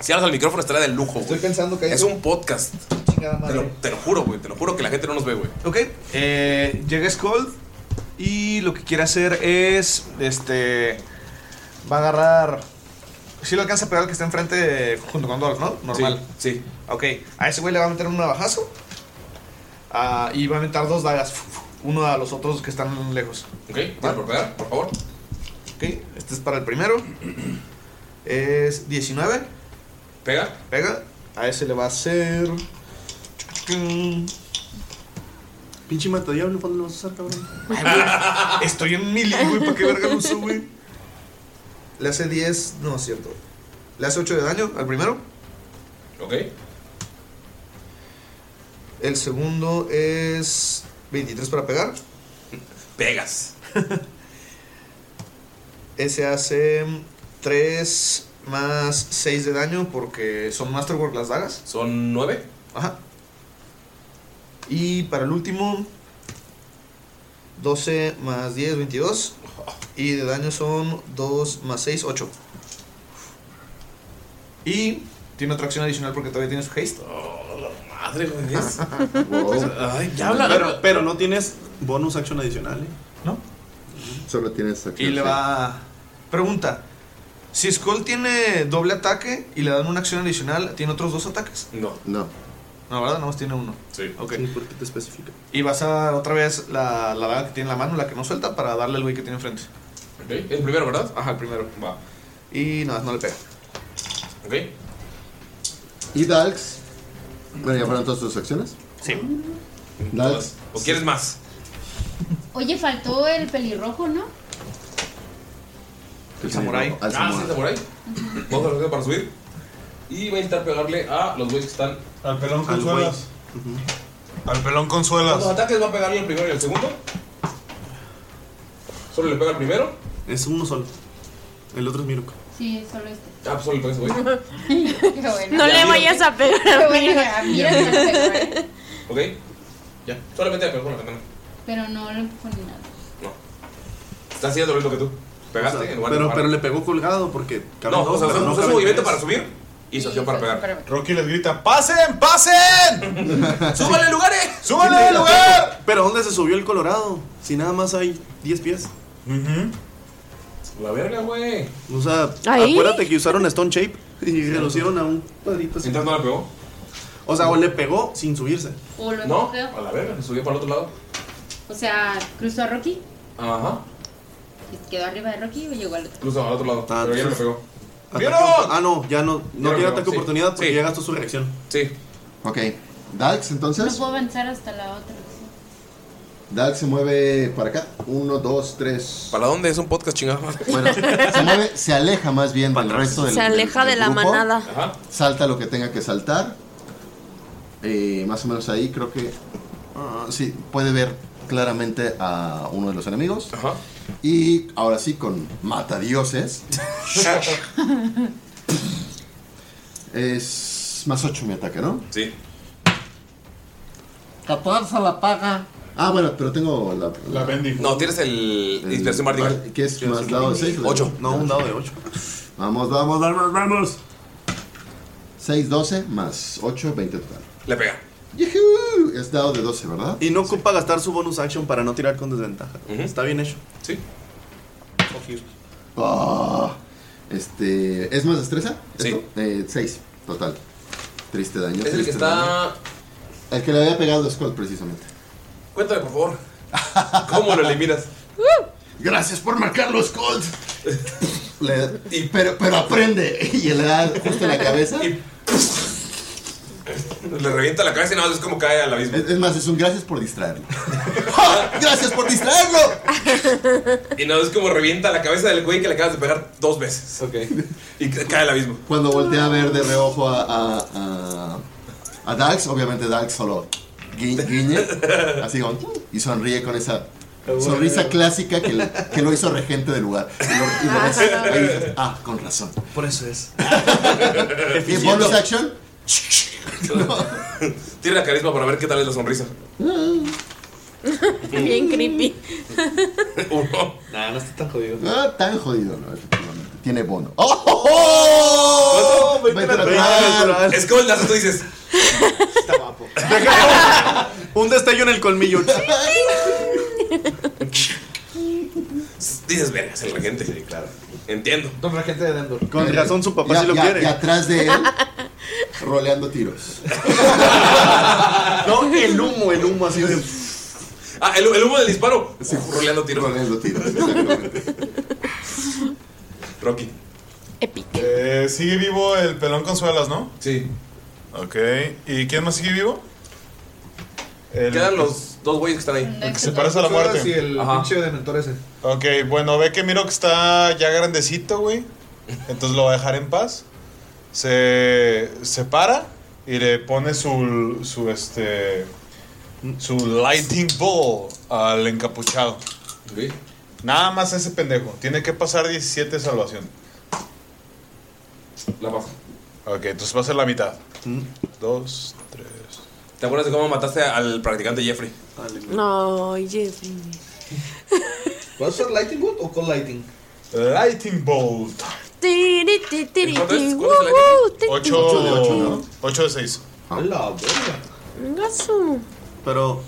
[SPEAKER 1] Si hablas al micrófono estaría de lujo, Estoy
[SPEAKER 5] pensando que
[SPEAKER 1] Es un podcast. Te lo, te lo juro, güey. Te lo juro que la gente no nos ve, güey.
[SPEAKER 5] Ok, eh, llega Scold y lo que quiere hacer es, este, va a agarrar, si lo alcanza a pegar al que está enfrente junto con Dolph, ¿no? Normal.
[SPEAKER 1] Sí,
[SPEAKER 5] Ok, a ese güey le va a meter un navajazo ah, y va a aventar dos dagas, uno a los otros que están lejos.
[SPEAKER 1] Ok, tira por pegar, por favor.
[SPEAKER 5] Ok, este es para el primero, es 19.
[SPEAKER 1] Pega.
[SPEAKER 5] Pega, a ese le va a hacer...
[SPEAKER 4] Pinche mata diablo, ¿cuándo lo vas a usar, cabrón?
[SPEAKER 5] Estoy en mili, güey, ¿para qué verga lo uso, güey? Le hace 10, no es cierto. Le hace 8 de daño al primero.
[SPEAKER 1] Ok.
[SPEAKER 5] El segundo es 23 para pegar.
[SPEAKER 1] Pegas.
[SPEAKER 5] Ese hace 3 más 6 de daño porque son Masterwork las dagas.
[SPEAKER 1] Son 9.
[SPEAKER 5] Ajá. Y para el último, 12 más 10, 22. Y de daño son 2 más 6, 8. Y tiene otra acción adicional porque todavía tiene su haste.
[SPEAKER 1] Oh, madre, güey. es-
[SPEAKER 5] Ay,
[SPEAKER 1] ya habla.
[SPEAKER 4] Pero, pero no tienes bonus action adicional, ¿eh?
[SPEAKER 7] Solo tienes aquí.
[SPEAKER 5] Y le va. Pregunta: Si Skull tiene doble ataque y le dan una acción adicional, ¿tiene otros dos ataques?
[SPEAKER 1] No.
[SPEAKER 7] No.
[SPEAKER 5] No, ¿verdad? Nada más tiene uno.
[SPEAKER 1] Sí.
[SPEAKER 5] Ok.
[SPEAKER 4] ¿Por qué te especifica?
[SPEAKER 5] Y vas a otra vez la, la daga que tiene en la mano, la que no suelta, para darle al güey que tiene enfrente.
[SPEAKER 1] Ok. El primero, ¿verdad?
[SPEAKER 5] Ajá, el primero.
[SPEAKER 1] Va.
[SPEAKER 5] Y nada, no le pega.
[SPEAKER 1] Ok.
[SPEAKER 7] Y Dalks. Bueno, ya fueron todas tus acciones.
[SPEAKER 5] Sí.
[SPEAKER 7] Dalks.
[SPEAKER 1] ¿O quieres más?
[SPEAKER 6] Oye, faltó el pelirrojo, ¿no?
[SPEAKER 7] El
[SPEAKER 5] samurái.
[SPEAKER 7] Al
[SPEAKER 1] ah, sí,
[SPEAKER 7] samurái.
[SPEAKER 1] samurai. Vamos a hacer para subir. Y va a intentar pegarle a los güeyes que están.
[SPEAKER 3] Al pelón
[SPEAKER 4] Al
[SPEAKER 3] consuelas. Al pelón
[SPEAKER 1] Los
[SPEAKER 3] consuelas.
[SPEAKER 1] ataques va a pegarle el primero y el segundo. Solo le pega el primero.
[SPEAKER 4] Es uno solo. El otro es Miruko.
[SPEAKER 6] Sí, solo este.
[SPEAKER 1] Ah, pues solo le pega ese güey.
[SPEAKER 6] Qué bueno.
[SPEAKER 2] No le vayas a pegar
[SPEAKER 6] Qué
[SPEAKER 2] a mí.
[SPEAKER 6] bueno, a mí no me pegó, eh.
[SPEAKER 1] Ok. Ya. Solamente le pegó con la katana.
[SPEAKER 6] Pero no le pone nada.
[SPEAKER 1] No. Está haciendo lo mismo que tú. Pegaste
[SPEAKER 4] O sea,
[SPEAKER 1] en lugar de
[SPEAKER 4] pero,
[SPEAKER 1] empujar.
[SPEAKER 4] pero le pegó colgado porque
[SPEAKER 1] No, o sea,
[SPEAKER 4] pero
[SPEAKER 1] usó
[SPEAKER 4] no
[SPEAKER 1] usó su
[SPEAKER 4] caben
[SPEAKER 1] movimiento
[SPEAKER 4] tres.
[SPEAKER 1] para subir y su acción para pegar.
[SPEAKER 3] Rocky les grita: ¡Pasen, pasen!
[SPEAKER 1] ¡Súbale lugares!
[SPEAKER 3] ¡Súbanle al lugar!
[SPEAKER 4] Pero ¿dónde se subió el colorado? Si nada más hay 10 pies.
[SPEAKER 1] La verga, güey.
[SPEAKER 4] O sea,
[SPEAKER 2] ¿Ahí?
[SPEAKER 4] acuérdate que usaron Stone Shape y se lo hicieron a un cuadrito así.
[SPEAKER 1] Entonces no le pegó.
[SPEAKER 4] O sea, o le pegó sin subirse.
[SPEAKER 6] O lo
[SPEAKER 1] No,
[SPEAKER 6] empujó.
[SPEAKER 1] a la verga, se subió para el otro lado.
[SPEAKER 6] O sea, cruzó a Rocky.
[SPEAKER 1] Ajá,
[SPEAKER 6] y ¿Quedó arriba de Rocky o llegó al otro?
[SPEAKER 1] incluso al otro lado.
[SPEAKER 4] Ah,
[SPEAKER 1] pero ya no le
[SPEAKER 4] entonces-
[SPEAKER 1] pegó.
[SPEAKER 4] Ataque-
[SPEAKER 1] ¡Vieron!
[SPEAKER 4] Ah, no, ya no, no
[SPEAKER 1] Vieron,
[SPEAKER 4] tiene
[SPEAKER 1] vieron,
[SPEAKER 4] ataque
[SPEAKER 1] sí.
[SPEAKER 4] oportunidad porque
[SPEAKER 1] Sí.
[SPEAKER 4] ya gastó su reacción.
[SPEAKER 1] Sí.
[SPEAKER 7] Ok. Dalks,
[SPEAKER 6] No
[SPEAKER 7] entonces.
[SPEAKER 6] puedo avanzar hasta la otra. sí.
[SPEAKER 7] Dalks se mueve para acá. 1, 2, 3.
[SPEAKER 1] ¿Para dónde? Es un podcast chingado.
[SPEAKER 7] Bueno, se mueve, se aleja más bien del resto del
[SPEAKER 2] Se aleja
[SPEAKER 7] del-
[SPEAKER 2] de
[SPEAKER 7] del
[SPEAKER 2] la
[SPEAKER 7] grupo.
[SPEAKER 2] manada.
[SPEAKER 1] Ajá.
[SPEAKER 7] Salta lo que tenga que saltar. Eh, más o menos ahí creo que... ah, sí, puede ver claramente a uno de los enemigos.
[SPEAKER 1] Ajá.
[SPEAKER 7] Y ahora sí, con matadioses. es más 8 mi ataque, ¿no?
[SPEAKER 1] Sí.
[SPEAKER 7] 14 la paga. Ah, bueno, pero tengo la. La,
[SPEAKER 1] No, tienes el. Inspiración Mardigal.
[SPEAKER 7] ¿Qué es más dado de 6?
[SPEAKER 1] 8.
[SPEAKER 7] No, un dado de 8. Vamos, vamos, vamos, vamos. 6, 12 más 8, 20 total.
[SPEAKER 1] Le pega.
[SPEAKER 7] ¡Yujú! Es dado de 12, ¿verdad?
[SPEAKER 4] Y no ocupa gastar su bonus action para no tirar con desventaja. Está bien hecho.
[SPEAKER 1] Sí.
[SPEAKER 7] Ah, este. ¿Es más destreza? Sí. 6, total. Triste daño.
[SPEAKER 1] Es el que
[SPEAKER 7] triste daño.
[SPEAKER 1] está.
[SPEAKER 7] El que le había pegado a Skull, precisamente.
[SPEAKER 1] Cuéntame, por favor. ¿Cómo lo eliminas?
[SPEAKER 7] Gracias por marcarlo, Skull. Le- pero, pero aprende. Y le da justo en la cabeza.
[SPEAKER 1] Le revienta la cabeza y nada más es como cae al abismo.
[SPEAKER 7] Es, es más, es un gracias por distraerlo. ¡Ja! ¡Ah! ¡Gracias por distraerlo!
[SPEAKER 1] Y nada más es como revienta la cabeza del güey que le acabas de pegar dos veces. Ok. Y ca- cae al abismo.
[SPEAKER 7] Cuando voltea a ver de reojo a, a, a, a Dax, obviamente Dax solo gui- guiñe, así como, y sonríe con esa sonrisa clásica que, le- que lo hizo regente del lugar. Y lo- y lo ves, ahí dices, ah, con razón.
[SPEAKER 5] Por eso es.
[SPEAKER 7] Y en bonus action,
[SPEAKER 1] Tira la carisma para ver qué tal es la sonrisa.
[SPEAKER 2] Bien creepy.
[SPEAKER 1] Uno.
[SPEAKER 5] Nah, no está tan jodido.
[SPEAKER 7] ah, tan jodido, ¿no? Efectivamente. Tiene bono. ¡Oh! oh, oh!
[SPEAKER 5] ¿Cuánto?
[SPEAKER 7] Veinte
[SPEAKER 5] Veinte
[SPEAKER 7] natural.
[SPEAKER 5] natural.
[SPEAKER 1] Es como el lazo tú dices.
[SPEAKER 4] Un destello en el colmillo.
[SPEAKER 1] Dices, vergas, el regente. Sí, claro. Entiendo.
[SPEAKER 5] Don regente de Dendor.
[SPEAKER 4] Con razón su papá
[SPEAKER 7] Ya-
[SPEAKER 4] sí lo
[SPEAKER 7] ya-
[SPEAKER 4] quiere.
[SPEAKER 7] Y atrás de él, roleando tiros.
[SPEAKER 4] No, el humo, el humo así de.
[SPEAKER 1] Ah, el, el humo del disparo. Roleando tiros.
[SPEAKER 7] Roleando tiros, exactamente.
[SPEAKER 1] Rocky.
[SPEAKER 2] Épico.
[SPEAKER 3] Eh, sigue vivo el pelón con suelas, ¿no?
[SPEAKER 1] Sí.
[SPEAKER 3] Ok. ¿Y quién más sigue vivo? El,
[SPEAKER 1] Quedan los dos güeyes que están ahí.
[SPEAKER 3] el que se parece a la muerte.
[SPEAKER 5] Sí, el
[SPEAKER 1] Ajá.
[SPEAKER 5] pinche de mentor ese.
[SPEAKER 3] Ok, bueno, ve que Miro que está ya grandecito, güey. Entonces lo va a dejar en paz. Se, se para y le pone su, su, este, su lighting ball al encapuchado.
[SPEAKER 1] Ok.
[SPEAKER 3] Nada más ese pendejo. Tiene que pasar 17 de salvación.
[SPEAKER 1] La pasa.
[SPEAKER 3] Ok, entonces va a ser la mitad.
[SPEAKER 7] Mm.
[SPEAKER 3] Dos, tres.
[SPEAKER 1] ¿Te acuerdas de cómo mataste al practicante Jeffrey?
[SPEAKER 2] No, Jeffrey.
[SPEAKER 5] ¿Vas a usar Lighting Bolt o Cold Lighting?
[SPEAKER 3] Lighting Bolt.
[SPEAKER 2] Tiri, ti, tiri,
[SPEAKER 1] ¿Cuánto es?
[SPEAKER 2] ti,
[SPEAKER 1] ¿Cuánto
[SPEAKER 2] wuhu,
[SPEAKER 1] es la-
[SPEAKER 2] ti, ti.
[SPEAKER 3] 8
[SPEAKER 7] de
[SPEAKER 3] de
[SPEAKER 7] ocho,
[SPEAKER 3] 8,
[SPEAKER 7] ¿no?
[SPEAKER 3] 8 de 6.
[SPEAKER 5] A la verga.
[SPEAKER 2] Venga, su.
[SPEAKER 4] Ah. Pero.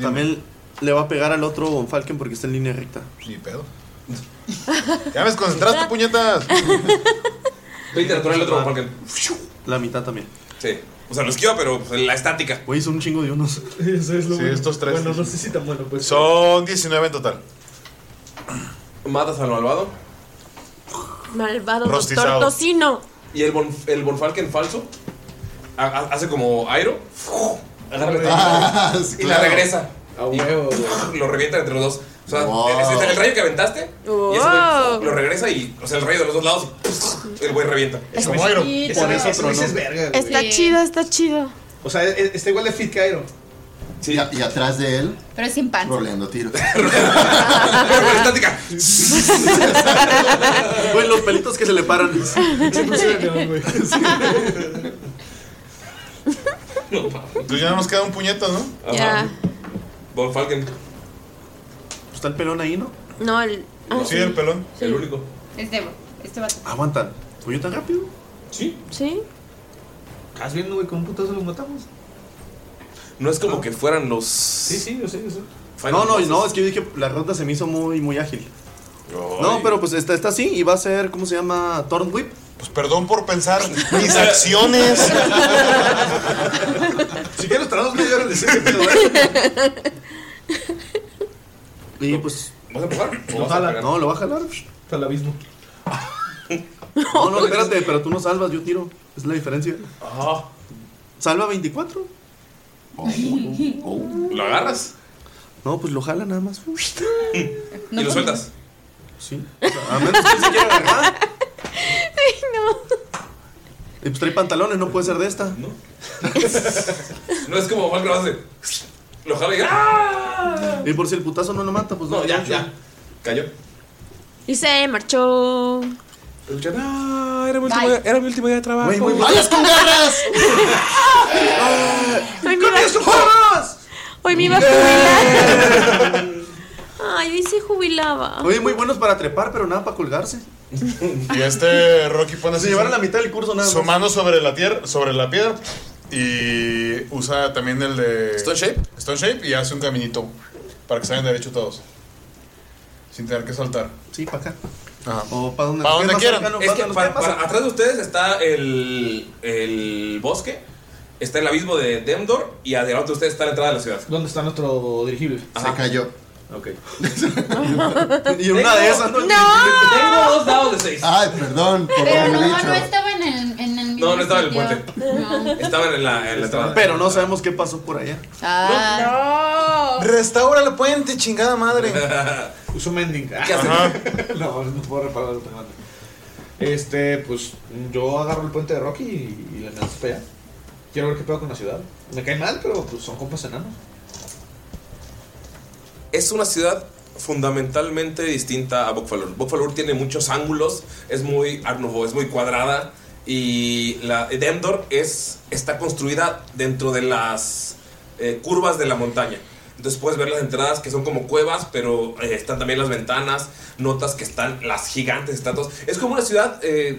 [SPEAKER 4] También le va a pegar al otro Falken porque está en línea recta.
[SPEAKER 3] Ni pedo. Ya me desconcentraste, puñetas.
[SPEAKER 1] 20 natural el otro porque.
[SPEAKER 4] Ah, La mitad también.
[SPEAKER 1] Sí. O sea, lo esquiva, pero pues, la estática.
[SPEAKER 4] Güey, son un chingo de unos.
[SPEAKER 5] Eso es lo
[SPEAKER 3] Sí, estos tres.
[SPEAKER 5] Bueno, no sé si tan bueno, pues.
[SPEAKER 3] Son 19 en total.
[SPEAKER 1] Matas al malvado.
[SPEAKER 2] Malvado
[SPEAKER 3] Rostizado.
[SPEAKER 2] doctor tocino.
[SPEAKER 1] Y el, bon, el Bonfalken falso ha- ha- hace como airo. Agarra la
[SPEAKER 7] Ah,
[SPEAKER 1] y la
[SPEAKER 7] claro.
[SPEAKER 1] regresa.
[SPEAKER 5] A huevo.
[SPEAKER 1] Y lo revienta entre los dos. O sea,
[SPEAKER 7] Wow.
[SPEAKER 1] es- es el rayo que aventaste. Y ese
[SPEAKER 2] Wow.
[SPEAKER 1] güey lo regresa y. O sea, el rayo de los dos lados. y el güey revienta.
[SPEAKER 3] Como Iron.
[SPEAKER 6] Chiquito.
[SPEAKER 5] Por eso, pero es verga, güey.
[SPEAKER 2] Está
[SPEAKER 6] Sí.
[SPEAKER 2] chido, está chido.
[SPEAKER 5] O sea, e- e- está igual de fit que Iron.
[SPEAKER 1] Sí.
[SPEAKER 7] Y, a- y atrás de él,
[SPEAKER 6] Pero es sin panza.
[SPEAKER 7] roleando tiros.
[SPEAKER 1] Pero con la estática.
[SPEAKER 4] Güey, los pelitos que se le paran.
[SPEAKER 3] Entonces ya nos queda un puñetas, ¿no?
[SPEAKER 2] Ya.
[SPEAKER 1] Bonfalken,
[SPEAKER 4] Está el pelón ahí, ¿no?
[SPEAKER 2] No, el. Ah,
[SPEAKER 3] Sí, el pelón.
[SPEAKER 1] el único.
[SPEAKER 6] Es Debo. Este vato.
[SPEAKER 4] Aguantan. Oye, tan rápido.
[SPEAKER 1] Sí.
[SPEAKER 2] sí.
[SPEAKER 5] ¿Estás viendo, güey? Con un putazo los matamos.
[SPEAKER 1] No es como que fueran los.
[SPEAKER 5] Sí, sí, yo sé, yo sé.
[SPEAKER 4] No, no, no, es que yo dije, la ronda se me hizo muy, muy ágil. No, pero pues está, está así y va a ser, ¿cómo se llama? Torn Whip.
[SPEAKER 3] Pues perdón por pensar mis acciones.
[SPEAKER 5] Si quieres, tardamos media hora en decir que pedo, ¿eh?
[SPEAKER 4] Y pues,
[SPEAKER 1] ¿Vas a empujar? ¿O vas a
[SPEAKER 5] jala,
[SPEAKER 1] pegar?
[SPEAKER 4] no, lo va a jalar.
[SPEAKER 5] Hasta el abismo.
[SPEAKER 4] No, no, espérate, pero tú no salvas, yo tiro. Es la diferencia.
[SPEAKER 1] Ajá.
[SPEAKER 4] Salva 24.
[SPEAKER 1] ¿Lo agarras?
[SPEAKER 4] No, pues lo jala nada más.
[SPEAKER 1] y lo sueltas.
[SPEAKER 4] Sí. O sea, a Ah, menos que él se quiera agarrar. Ay, no. Y pues trae pantalones, no puede ser de esta.
[SPEAKER 1] No es como Juan que lo hace. Lo jala y. ¡Ah!
[SPEAKER 4] Y por si el putazo no lo mata, pues
[SPEAKER 1] No, ya,
[SPEAKER 4] ocho.
[SPEAKER 1] ya. Cayó.
[SPEAKER 2] Y se marchó.
[SPEAKER 1] Escuchan, ah, era mi,
[SPEAKER 6] último Bye. día-
[SPEAKER 1] era mi último día de trabajo.
[SPEAKER 4] Güey, güey, güey.
[SPEAKER 7] ¡Alas con garras!
[SPEAKER 2] Ay, mira. Hoy me iba a jubilar. Ay, hoy se jubilaba.
[SPEAKER 4] Oye, muy buenos para trepar, pero nada para colgarse.
[SPEAKER 3] Y este Rocky pone
[SPEAKER 4] Se llevaron la mitad del curso nada más.
[SPEAKER 3] Su mano sobre la tierra, sobre la piedra. Y usa también el de. Stone Shape. Stone Shape y hace un caminito. Para que salgan derecho todos. Sin tener que saltar.
[SPEAKER 4] Sí, para acá.
[SPEAKER 3] Ajá.
[SPEAKER 4] O para donde,
[SPEAKER 3] Para donde
[SPEAKER 4] más
[SPEAKER 3] quieran.
[SPEAKER 4] cercano,
[SPEAKER 1] Es que
[SPEAKER 4] para-
[SPEAKER 1] para-
[SPEAKER 4] para-
[SPEAKER 1] para- atrás de ustedes está el, el bosque, está el abismo de Demdor y adelante de ustedes está la entrada de la ciudad.
[SPEAKER 5] ¿Dónde está nuestro dirigible?
[SPEAKER 7] Se cayó.
[SPEAKER 1] Ok.
[SPEAKER 4] Y una de esas, ¿no?
[SPEAKER 1] Tengo dos dados de seis.
[SPEAKER 7] Ay, perdón por
[SPEAKER 6] Pero
[SPEAKER 7] haberlo
[SPEAKER 6] no,
[SPEAKER 7] dicho.
[SPEAKER 6] no estaba en el, en el mismo
[SPEAKER 1] No, no estaba en el
[SPEAKER 6] sitio. No.
[SPEAKER 1] Estaban en la, en la entrada.
[SPEAKER 4] Pero no sabemos qué pasó por allá.
[SPEAKER 6] Ah,
[SPEAKER 3] Restaura el puente, chingada madre.
[SPEAKER 5] Uso mending.
[SPEAKER 1] ¿Qué hacen?
[SPEAKER 5] no, no puedo reparar el automata. Este, pues yo agarro el puente de Rocky y, y le lanzo para allá. Quiero ver qué pedo con la ciudad. Me cae mal, pero pues son compas enanos.
[SPEAKER 1] Es una ciudad fundamentalmente distinta a Bokfalur. Bokfalur tiene muchos ángulos, es muy Art Nouveau, es muy cuadrada. Y la Demdor es, está construida dentro de las eh, curvas de la montaña. Entonces puedes ver las entradas que son como cuevas, pero eh, están también las ventanas, notas que están las gigantes estatuas. Es como una ciudad, eh,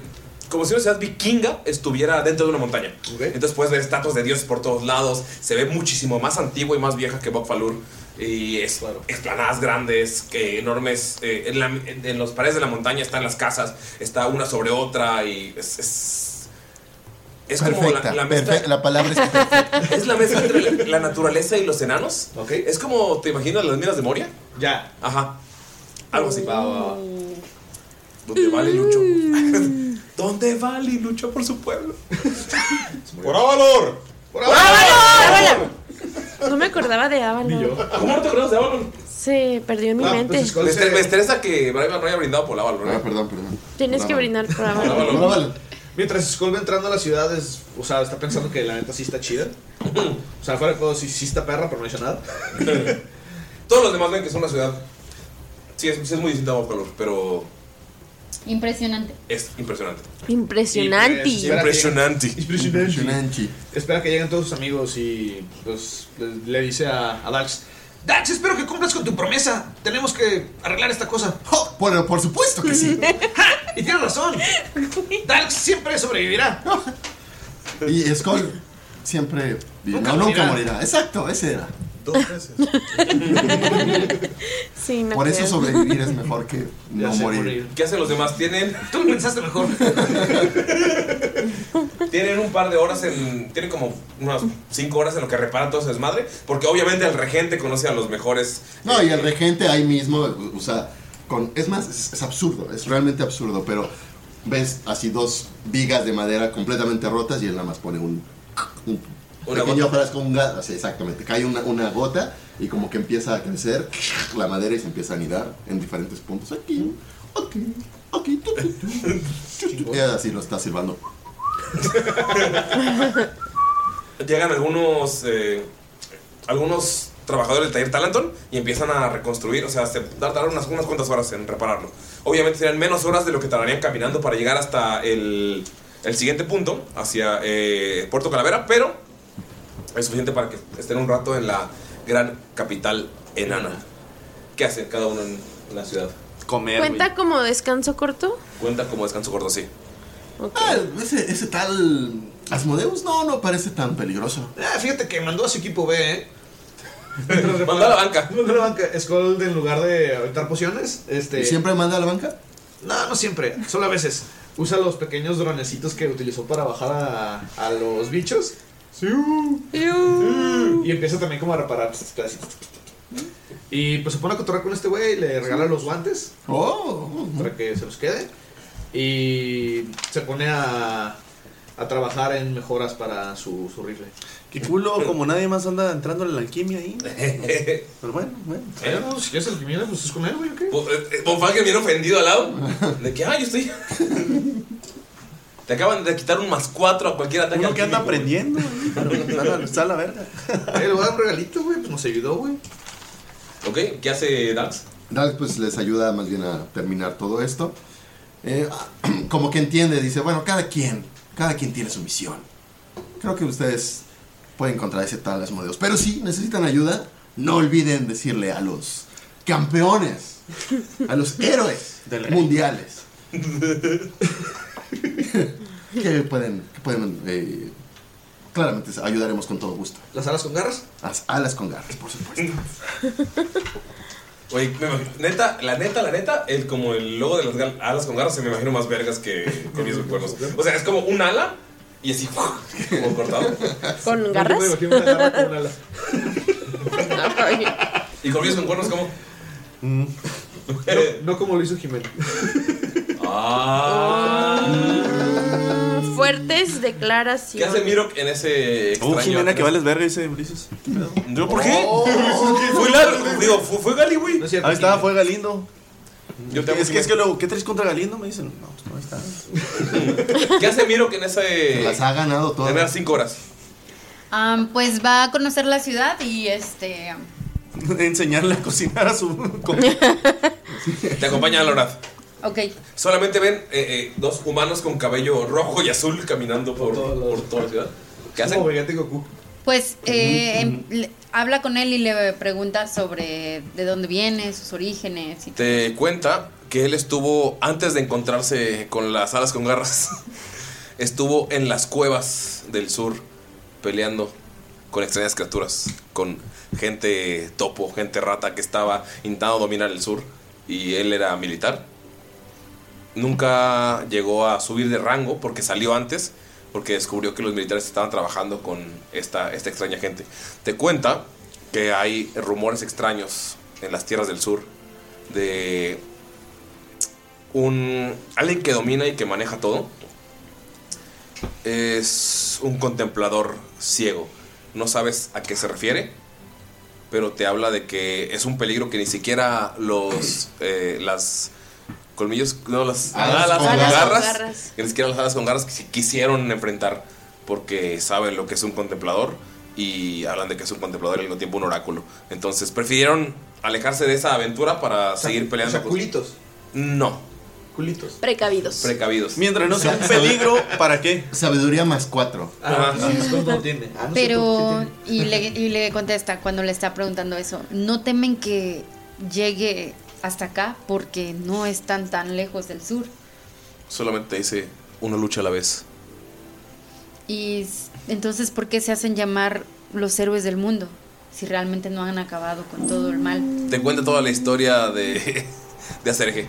[SPEAKER 1] como si una ciudad vikinga estuviera dentro de una montaña.
[SPEAKER 5] Ok.
[SPEAKER 1] Entonces puedes ver estatuas de dioses por todos lados. Se ve muchísimo más antigua y más vieja que Bokfalur. Y es, explanadas grandes, que enormes. eh, en, la- en- en los paredes de la montaña están las casas, está una sobre otra y es... es es como la-
[SPEAKER 7] Perfecta.
[SPEAKER 1] la, mezcla-
[SPEAKER 7] perfe- la palabra es perfecta.
[SPEAKER 1] es la mezcla entre la, la naturaleza y los enanos.
[SPEAKER 5] Ok.
[SPEAKER 1] Es como, ¿te imaginas las minas de Moria?
[SPEAKER 5] Ya.
[SPEAKER 1] Ajá. Algo así.
[SPEAKER 5] Va, va, va.
[SPEAKER 1] ¿Dónde vale Lucho?
[SPEAKER 2] Mm.
[SPEAKER 1] ¿Dónde vale Lucho por su pueblo?
[SPEAKER 3] ¡Por valor!
[SPEAKER 2] ¡Ábalo! No me acordaba de Avalon.
[SPEAKER 1] ¿Cómo no te acuerdas de Avalon?
[SPEAKER 2] Se perdió en mi
[SPEAKER 5] Ah,
[SPEAKER 2] mente.
[SPEAKER 5] pues, ¿cuál
[SPEAKER 1] Me,
[SPEAKER 5] es
[SPEAKER 1] estre-
[SPEAKER 5] el-
[SPEAKER 1] me estresa que Braivan no haya brindado por ¿eh? Avalon.
[SPEAKER 7] Ah,
[SPEAKER 1] ¿verdad?
[SPEAKER 7] perdón, perdón.
[SPEAKER 2] Tienes que brindar por Avalon.
[SPEAKER 7] No, no, vale.
[SPEAKER 5] Mientras Skull va entrando a la ciudad, es- o sea, está pensando que la neta sí está chida. O sea, fuera de juego sí, sí está perra, pero no dice nada.
[SPEAKER 1] Todos los demás ven que es una ciudad. Sí, es, sí es muy distinta a Bokfalur, pero
[SPEAKER 6] impresionante.
[SPEAKER 1] es impresionante.
[SPEAKER 5] Y
[SPEAKER 2] Impresionante.
[SPEAKER 5] pues,
[SPEAKER 1] Impresionante.
[SPEAKER 7] Impresionante.
[SPEAKER 5] Espera que lleguen todos sus amigos y pues le- le dice a, a Dax. Dax, espero que cumplas con tu promesa. Tenemos que arreglar esta cosa.
[SPEAKER 7] Oh, bueno, por supuesto que sí.
[SPEAKER 5] Y tienes razón. Dax siempre sobrevivirá.
[SPEAKER 7] Y Skull siempre.
[SPEAKER 5] Nunca
[SPEAKER 7] no, nunca
[SPEAKER 5] morirá.
[SPEAKER 7] morirá. Exacto, ese era.
[SPEAKER 3] Dos veces.
[SPEAKER 2] Sí, me
[SPEAKER 7] Por eso
[SPEAKER 2] acuerdo.
[SPEAKER 7] sobrevivir es mejor que no
[SPEAKER 5] sé,
[SPEAKER 7] morir.
[SPEAKER 1] ¿Qué hacen los demás? Tienen,
[SPEAKER 5] Tú lo pensaste mejor.
[SPEAKER 1] tienen un par de horas en. Tienen como unas 5 horas en lo que reparan todo su desmadre. Porque obviamente el regente conoce a los mejores.
[SPEAKER 7] No, y el regente ahí mismo, o sea, con, es más, es, es absurdo, es realmente absurdo, pero ves así dos vigas de madera completamente rotas y él nada más pone un, un
[SPEAKER 1] Una
[SPEAKER 7] pequeño
[SPEAKER 1] gota.
[SPEAKER 7] frasco, un gas, así exactamente, cae una, una gota y como que empieza a crecer la madera y se empieza a anidar en diferentes puntos, aquí, aquí, aquí, tu, tu, tu, tu, tu. y así lo está silbando.
[SPEAKER 1] Llegan algunos. eh, algunos trabajadores del taller Talanton y empiezan a reconstruir. O sea, se tardaron unas, unas cuantas horas en repararlo. Obviamente serían menos horas de lo que tardarían caminando para llegar hasta el, el siguiente punto, hacia eh, Puerto Calavera, pero es suficiente para que estén un rato en la gran capital enana. ¿Qué hacen cada uno en la ciudad?
[SPEAKER 4] Comer.
[SPEAKER 2] ¿Cuenta como descanso corto?
[SPEAKER 1] Cuenta como descanso corto, sí.
[SPEAKER 2] Ok.
[SPEAKER 7] Ah, ese, ese tal Asmodeus no, no parece tan peligroso.
[SPEAKER 5] Ah, fíjate que mandó a su equipo B, ¿eh?
[SPEAKER 1] Mandó a la banca.
[SPEAKER 5] Mandó a la banca. Skull, en lugar de aventar pociones, este.
[SPEAKER 7] ¿Y siempre manda a la banca?
[SPEAKER 5] No, no siempre, solo a veces. Usa los pequeños dronecitos que utilizó para bajar a, a los bichos. Sí. Y empieza también como a reparar sus pedacitos. Y pues se pone a cotorrear con este güey, le regala los guantes
[SPEAKER 7] Oh,
[SPEAKER 5] para que se los quede. Y se pone a, a trabajar en mejoras para su, su rifle.
[SPEAKER 4] Qué culo, como nadie más anda entrando en la alquimia ahí. Pero bueno, bueno.
[SPEAKER 5] Eh, no, si quieres el que viene, pues es con él, güey, ¿o qué?
[SPEAKER 1] Bo- eh, eh, Von Falken viene ofendido al lado. De que, ay, yo estoy. Te acaban de quitar un más cuatro a cualquier ataque.
[SPEAKER 4] Uno que anda
[SPEAKER 1] alquímico,
[SPEAKER 4] aprendiendo ahí, pero está la- está la verga.
[SPEAKER 5] Eh, le voy a dar un regalito, güey, pues nos ayudó, güey.
[SPEAKER 1] güey. Ok, ¿qué hace Dax?
[SPEAKER 7] Dallas pues les ayuda más bien a terminar todo esto. Eh, como que entiende, dice, bueno, cada quien, cada quien tiene su misión. Creo que ustedes pueden encontrar ese tal Asmodeus. Pero si necesitan ayuda, no olviden decirle a los campeones, a los héroes mundiales, que pueden, que pueden eh, claramente ayudaremos con todo gusto.
[SPEAKER 5] ¿Las alas con garras?
[SPEAKER 7] Las alas con garras, por supuesto.
[SPEAKER 1] Güey, me imagino- neta, la neta, la neta, el, como el logo de las gal- alas con garras se me imagino más vergas que con mis cuernos. O sea, es como un ala y así, como cortado.
[SPEAKER 2] ¿Con garras?
[SPEAKER 1] me imagino una garra con Y con mis cuernos como...
[SPEAKER 5] Mm. No como lo hizo Jimena.
[SPEAKER 1] Ah.
[SPEAKER 5] Ah.
[SPEAKER 2] Mm, Fuertes declaraciones.
[SPEAKER 1] ¿Qué hace Mirok en ese extraño?
[SPEAKER 4] Uh, Jimena, que vales verga, dice Ulises. Oh.
[SPEAKER 1] ¿Yo por qué? Fue la- digo, fue, fue Gali, güey.
[SPEAKER 4] Ahí Ah, estaba, fue Galindo.
[SPEAKER 1] Yo te amo,
[SPEAKER 4] es, que, es que
[SPEAKER 1] Jimena.
[SPEAKER 4] luego, ¿qué traes contra Galindo? Me dicen, no, pues no ahí está.
[SPEAKER 1] ¿Qué hace Mirok en ese... Las
[SPEAKER 7] ha ganado todas.
[SPEAKER 1] Tener cinco horas.
[SPEAKER 6] Am, pues va a conocer la ciudad y este. am,
[SPEAKER 4] Enseñarle a cocinar a su.
[SPEAKER 1] Te acompaña a la hora.
[SPEAKER 6] Ok.
[SPEAKER 1] Solamente ven eh, eh, dos humanos con cabello rojo y azul caminando por, por toda la ciudad. ¿Qué hacen?
[SPEAKER 6] Pues eh, em, le- habla con él y le pregunta sobre de dónde viene, sus orígenes. Y
[SPEAKER 1] Te cuenta que él estuvo, antes de encontrarse con las alas con garras, estuvo en las cuevas del sur peleando con extrañas criaturas, con gente topo, gente rata que estaba intentando dominar el sur y él era militar. Nunca llegó a subir de rango porque salió antes, porque descubrió que los militares estaban trabajando con esta, esta extraña gente. Te cuenta que hay rumores extraños en las tierras del sur de un alguien que domina y que maneja todo es un contemplador ciego. No sabes a qué se refiere, pero te habla de que es un peligro que ni siquiera los eh, las colmillos, no las
[SPEAKER 7] Alas
[SPEAKER 1] alas
[SPEAKER 7] con
[SPEAKER 1] con
[SPEAKER 7] garras.
[SPEAKER 1] garras, que ni siquiera las alas con garras que si quisieron enfrentar porque saben lo que es un contemplador y hablan de que es un contemplador y al mismo tiempo un oráculo. Entonces prefirieron alejarse de esa aventura para seguir peleando. con- No,
[SPEAKER 5] Culitos.
[SPEAKER 2] Precavidos.
[SPEAKER 1] precavidos.
[SPEAKER 4] Mientras no sea un peligro, ¿para qué?
[SPEAKER 7] Sabiduría más cuatro.
[SPEAKER 5] Ah,
[SPEAKER 3] Ah,
[SPEAKER 1] Ajá. Ah,
[SPEAKER 6] Pero, y le, y le contesta cuando le está preguntando eso, no temen que llegue hasta acá porque no están tan lejos del sur.
[SPEAKER 1] Solamente dice una lucha a la vez.
[SPEAKER 6] Y s- entonces, ¿por qué se hacen llamar los héroes del mundo si realmente no han acabado con todo el mal?
[SPEAKER 1] Te cuenta toda la historia de. de Acerje.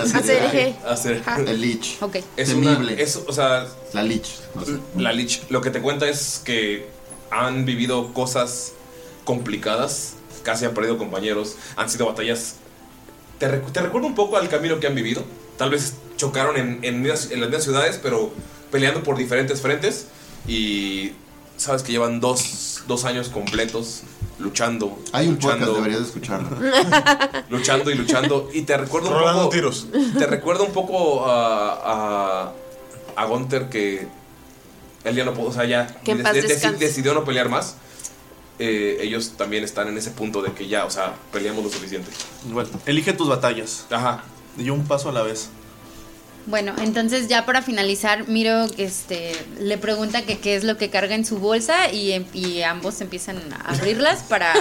[SPEAKER 6] Aserje.
[SPEAKER 1] Aser-
[SPEAKER 7] El Lich.
[SPEAKER 6] Ok.
[SPEAKER 1] Es
[SPEAKER 7] Temible.
[SPEAKER 1] una. es- o sea,
[SPEAKER 7] La Lich. no sé.
[SPEAKER 1] la Lich lo que te cuenta es que han vivido cosas complicadas, casi han perdido compañeros, han sido batallas. Te, recu- te recuerda un poco al camino que han vivido. Tal vez chocaron en, en mismas- en las mismas ciudades, pero peleando por diferentes frentes. Y sabes que llevan dos, dos años completos luchando.
[SPEAKER 7] Hay un
[SPEAKER 1] luchando,
[SPEAKER 7] podcast, deberías de escucharlo.
[SPEAKER 1] luchando y luchando. Y te recuerda un
[SPEAKER 3] Rolando
[SPEAKER 1] poco.
[SPEAKER 3] tiros.
[SPEAKER 1] Te recuerda un poco a. a. a Gunther que. Él ya no pudo. O sea, ya.
[SPEAKER 2] Que en paz
[SPEAKER 1] deci-
[SPEAKER 2] descanse.
[SPEAKER 1] decidió no pelear más. Eh, ellos también están en ese punto de que ya, o sea, peleamos lo suficiente.
[SPEAKER 4] Igual, elige tus batallas.
[SPEAKER 1] Ajá.
[SPEAKER 4] Y un paso a la vez.
[SPEAKER 6] Bueno, entonces ya para finalizar, Miro este, le pregunta que qué es lo que carga en su bolsa y, em- y ambos empiezan a abrirlas para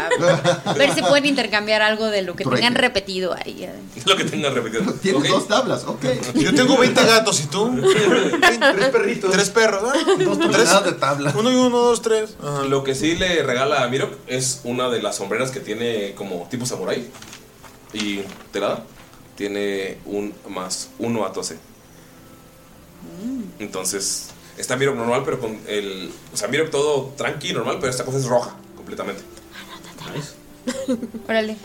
[SPEAKER 6] ver si pueden intercambiar algo de lo que
[SPEAKER 7] Trueque.
[SPEAKER 6] tengan repetido ahí. adentro.
[SPEAKER 1] Lo que tengan repetido.
[SPEAKER 7] Tienes
[SPEAKER 1] Ok.
[SPEAKER 7] dos tablas, ok.
[SPEAKER 3] Yo tengo 20 gatos, ¿y tú?
[SPEAKER 5] Tres perritos.
[SPEAKER 3] Tres perros, ¿ah?
[SPEAKER 4] Dos
[SPEAKER 3] Tres.
[SPEAKER 4] toneladas de tabla.
[SPEAKER 3] Uno y uno, dos, tres. Ajá.
[SPEAKER 1] Lo que sí le regala a Mirok es una de las sombreras que tiene como tipo samurai. Y te la da. Tiene un más uno a 12.
[SPEAKER 6] Mm,
[SPEAKER 1] Entonces, está Mirok normal, pero con el. O sea, Mirok todo tranqui, normal, pero esta cosa es roja completamente.
[SPEAKER 6] Órale,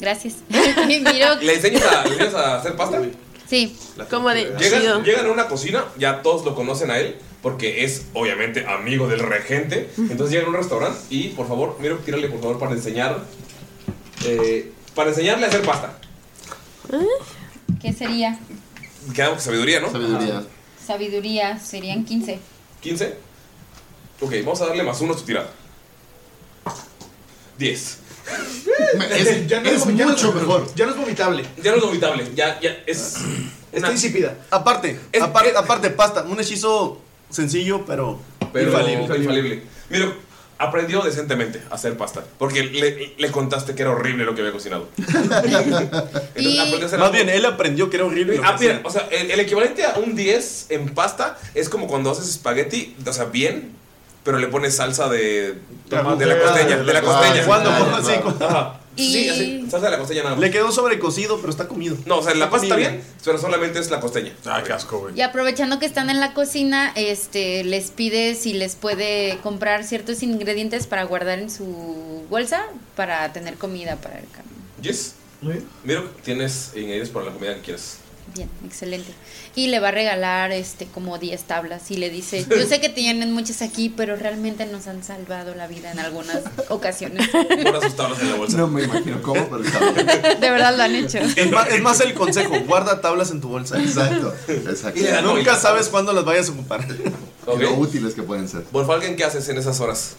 [SPEAKER 6] gracias. Y Miro,
[SPEAKER 1] ¿Le enseñas a, le enseñas a hacer pasta?
[SPEAKER 6] sí,
[SPEAKER 2] Como de
[SPEAKER 1] Llegan,
[SPEAKER 2] chido.
[SPEAKER 1] llegan a una cocina, ya todos lo conocen a él, porque es obviamente amigo del regente. Entonces llegan a un restaurante y por favor, miro, tírale por favor para enseñar. eh, para enseñarle a hacer pasta.
[SPEAKER 6] ¿qué sería?
[SPEAKER 1] Quedamos con sabiduría, ¿no?
[SPEAKER 7] Sabiduría.
[SPEAKER 6] Sabiduría, serían 15.
[SPEAKER 1] 15. Ok, vamos a darle más uno a tu tirada. 10.
[SPEAKER 7] Es,
[SPEAKER 5] Ya no
[SPEAKER 7] es
[SPEAKER 5] ya no-
[SPEAKER 7] mucho mejor.
[SPEAKER 5] Ya no es vomitable.
[SPEAKER 1] Ya no es vomitable, ya, ya es.
[SPEAKER 5] Está
[SPEAKER 1] una-
[SPEAKER 5] insípida.
[SPEAKER 4] Aparte,
[SPEAKER 1] Es-
[SPEAKER 4] aparte,
[SPEAKER 1] es-
[SPEAKER 4] aparte, pasta. Un hechizo sencillo, pero.
[SPEAKER 1] pero
[SPEAKER 4] infalible.
[SPEAKER 1] infalible. Mira, aprendió decentemente a hacer pasta. Porque le, le contaste que era horrible lo que había cocinado. Entonces, aprendió a hacer
[SPEAKER 4] Más
[SPEAKER 1] algo-
[SPEAKER 4] bien, él aprendió que era horrible. lo que
[SPEAKER 1] Ah, mira,
[SPEAKER 4] hacía.
[SPEAKER 1] o sea, el, el equivalente a un 10 en pasta es como cuando haces espagueti, o sea, bien, pero le pones salsa de, de la costeña. De la costeña.
[SPEAKER 4] Cuando por así, cuando-
[SPEAKER 1] Sí, así, salsa de la costeña nada más.
[SPEAKER 4] Le quedó un sobrecocido, pero está comido.
[SPEAKER 1] No, o sea, la pasta está bien, pero solamente es la costeña. Ah, qué asco, güey.
[SPEAKER 6] Y aprovechando que están en la cocina, este, les pide si les puede comprar ciertos ingredientes para guardar en su bolsa para tener comida para el camino.
[SPEAKER 1] Yes. Mira, tienes ingredientes para la comida que quieras.
[SPEAKER 6] Bien, excelente. Y le va a regalar este como 10 tablas y le dice, yo sé que tienen muchas aquí, pero realmente nos han salvado la vida en algunas ocasiones.
[SPEAKER 1] Guarda sus tablas en la bolsa.
[SPEAKER 7] No me imagino cómo, pero está
[SPEAKER 6] De verdad lo han hecho.
[SPEAKER 4] Es más, es más el consejo, guarda tablas en tu bolsa.
[SPEAKER 7] Exacto, exacto.
[SPEAKER 1] Y le dan
[SPEAKER 4] Nunca
[SPEAKER 1] comida.
[SPEAKER 4] sabes cuándo las vayas a ocupar.
[SPEAKER 1] Ok.
[SPEAKER 7] Y Lo útiles que pueden ser.
[SPEAKER 1] Wolfalken, ¿qué haces en esas horas?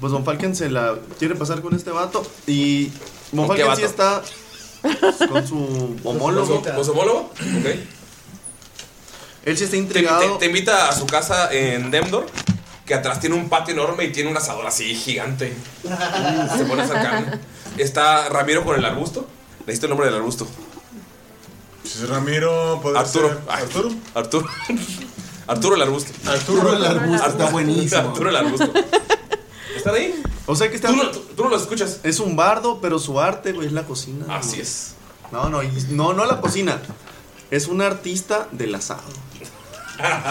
[SPEAKER 4] Pues Von Falken se la quiere pasar con este vato y Von
[SPEAKER 1] ¿Con qué
[SPEAKER 4] Falken sí está
[SPEAKER 1] vato?
[SPEAKER 4] con su Pues, homólogo.
[SPEAKER 1] ¿Vos Pues, homólogo? Ok.
[SPEAKER 4] Él sí está
[SPEAKER 1] Te, te-
[SPEAKER 4] intrigado.
[SPEAKER 1] te invita a su casa en Demdor, que atrás tiene un patio enorme y tiene un asador así gigante. Se pone a hacer carne. Está Ramiro con el arbusto. Necesito el nombre del arbusto.
[SPEAKER 3] Si es Ramiro, podría
[SPEAKER 1] Arturo.
[SPEAKER 3] ser-
[SPEAKER 1] Ay,
[SPEAKER 3] Arturo.
[SPEAKER 1] Arturo. Arturo el arbusto.
[SPEAKER 7] Arturo el arbusto está buenísimo.
[SPEAKER 1] Arturo el arbusto. ¿Están ahí?
[SPEAKER 4] O sea que este
[SPEAKER 1] Tú no,
[SPEAKER 4] vato
[SPEAKER 1] tú- tú no lo escuchas.
[SPEAKER 4] es un bardo, pero su arte, güey, es la cocina.
[SPEAKER 1] Así
[SPEAKER 4] güey.
[SPEAKER 1] es.
[SPEAKER 4] No, no, y- no, no la cocina. Es un artista del asado.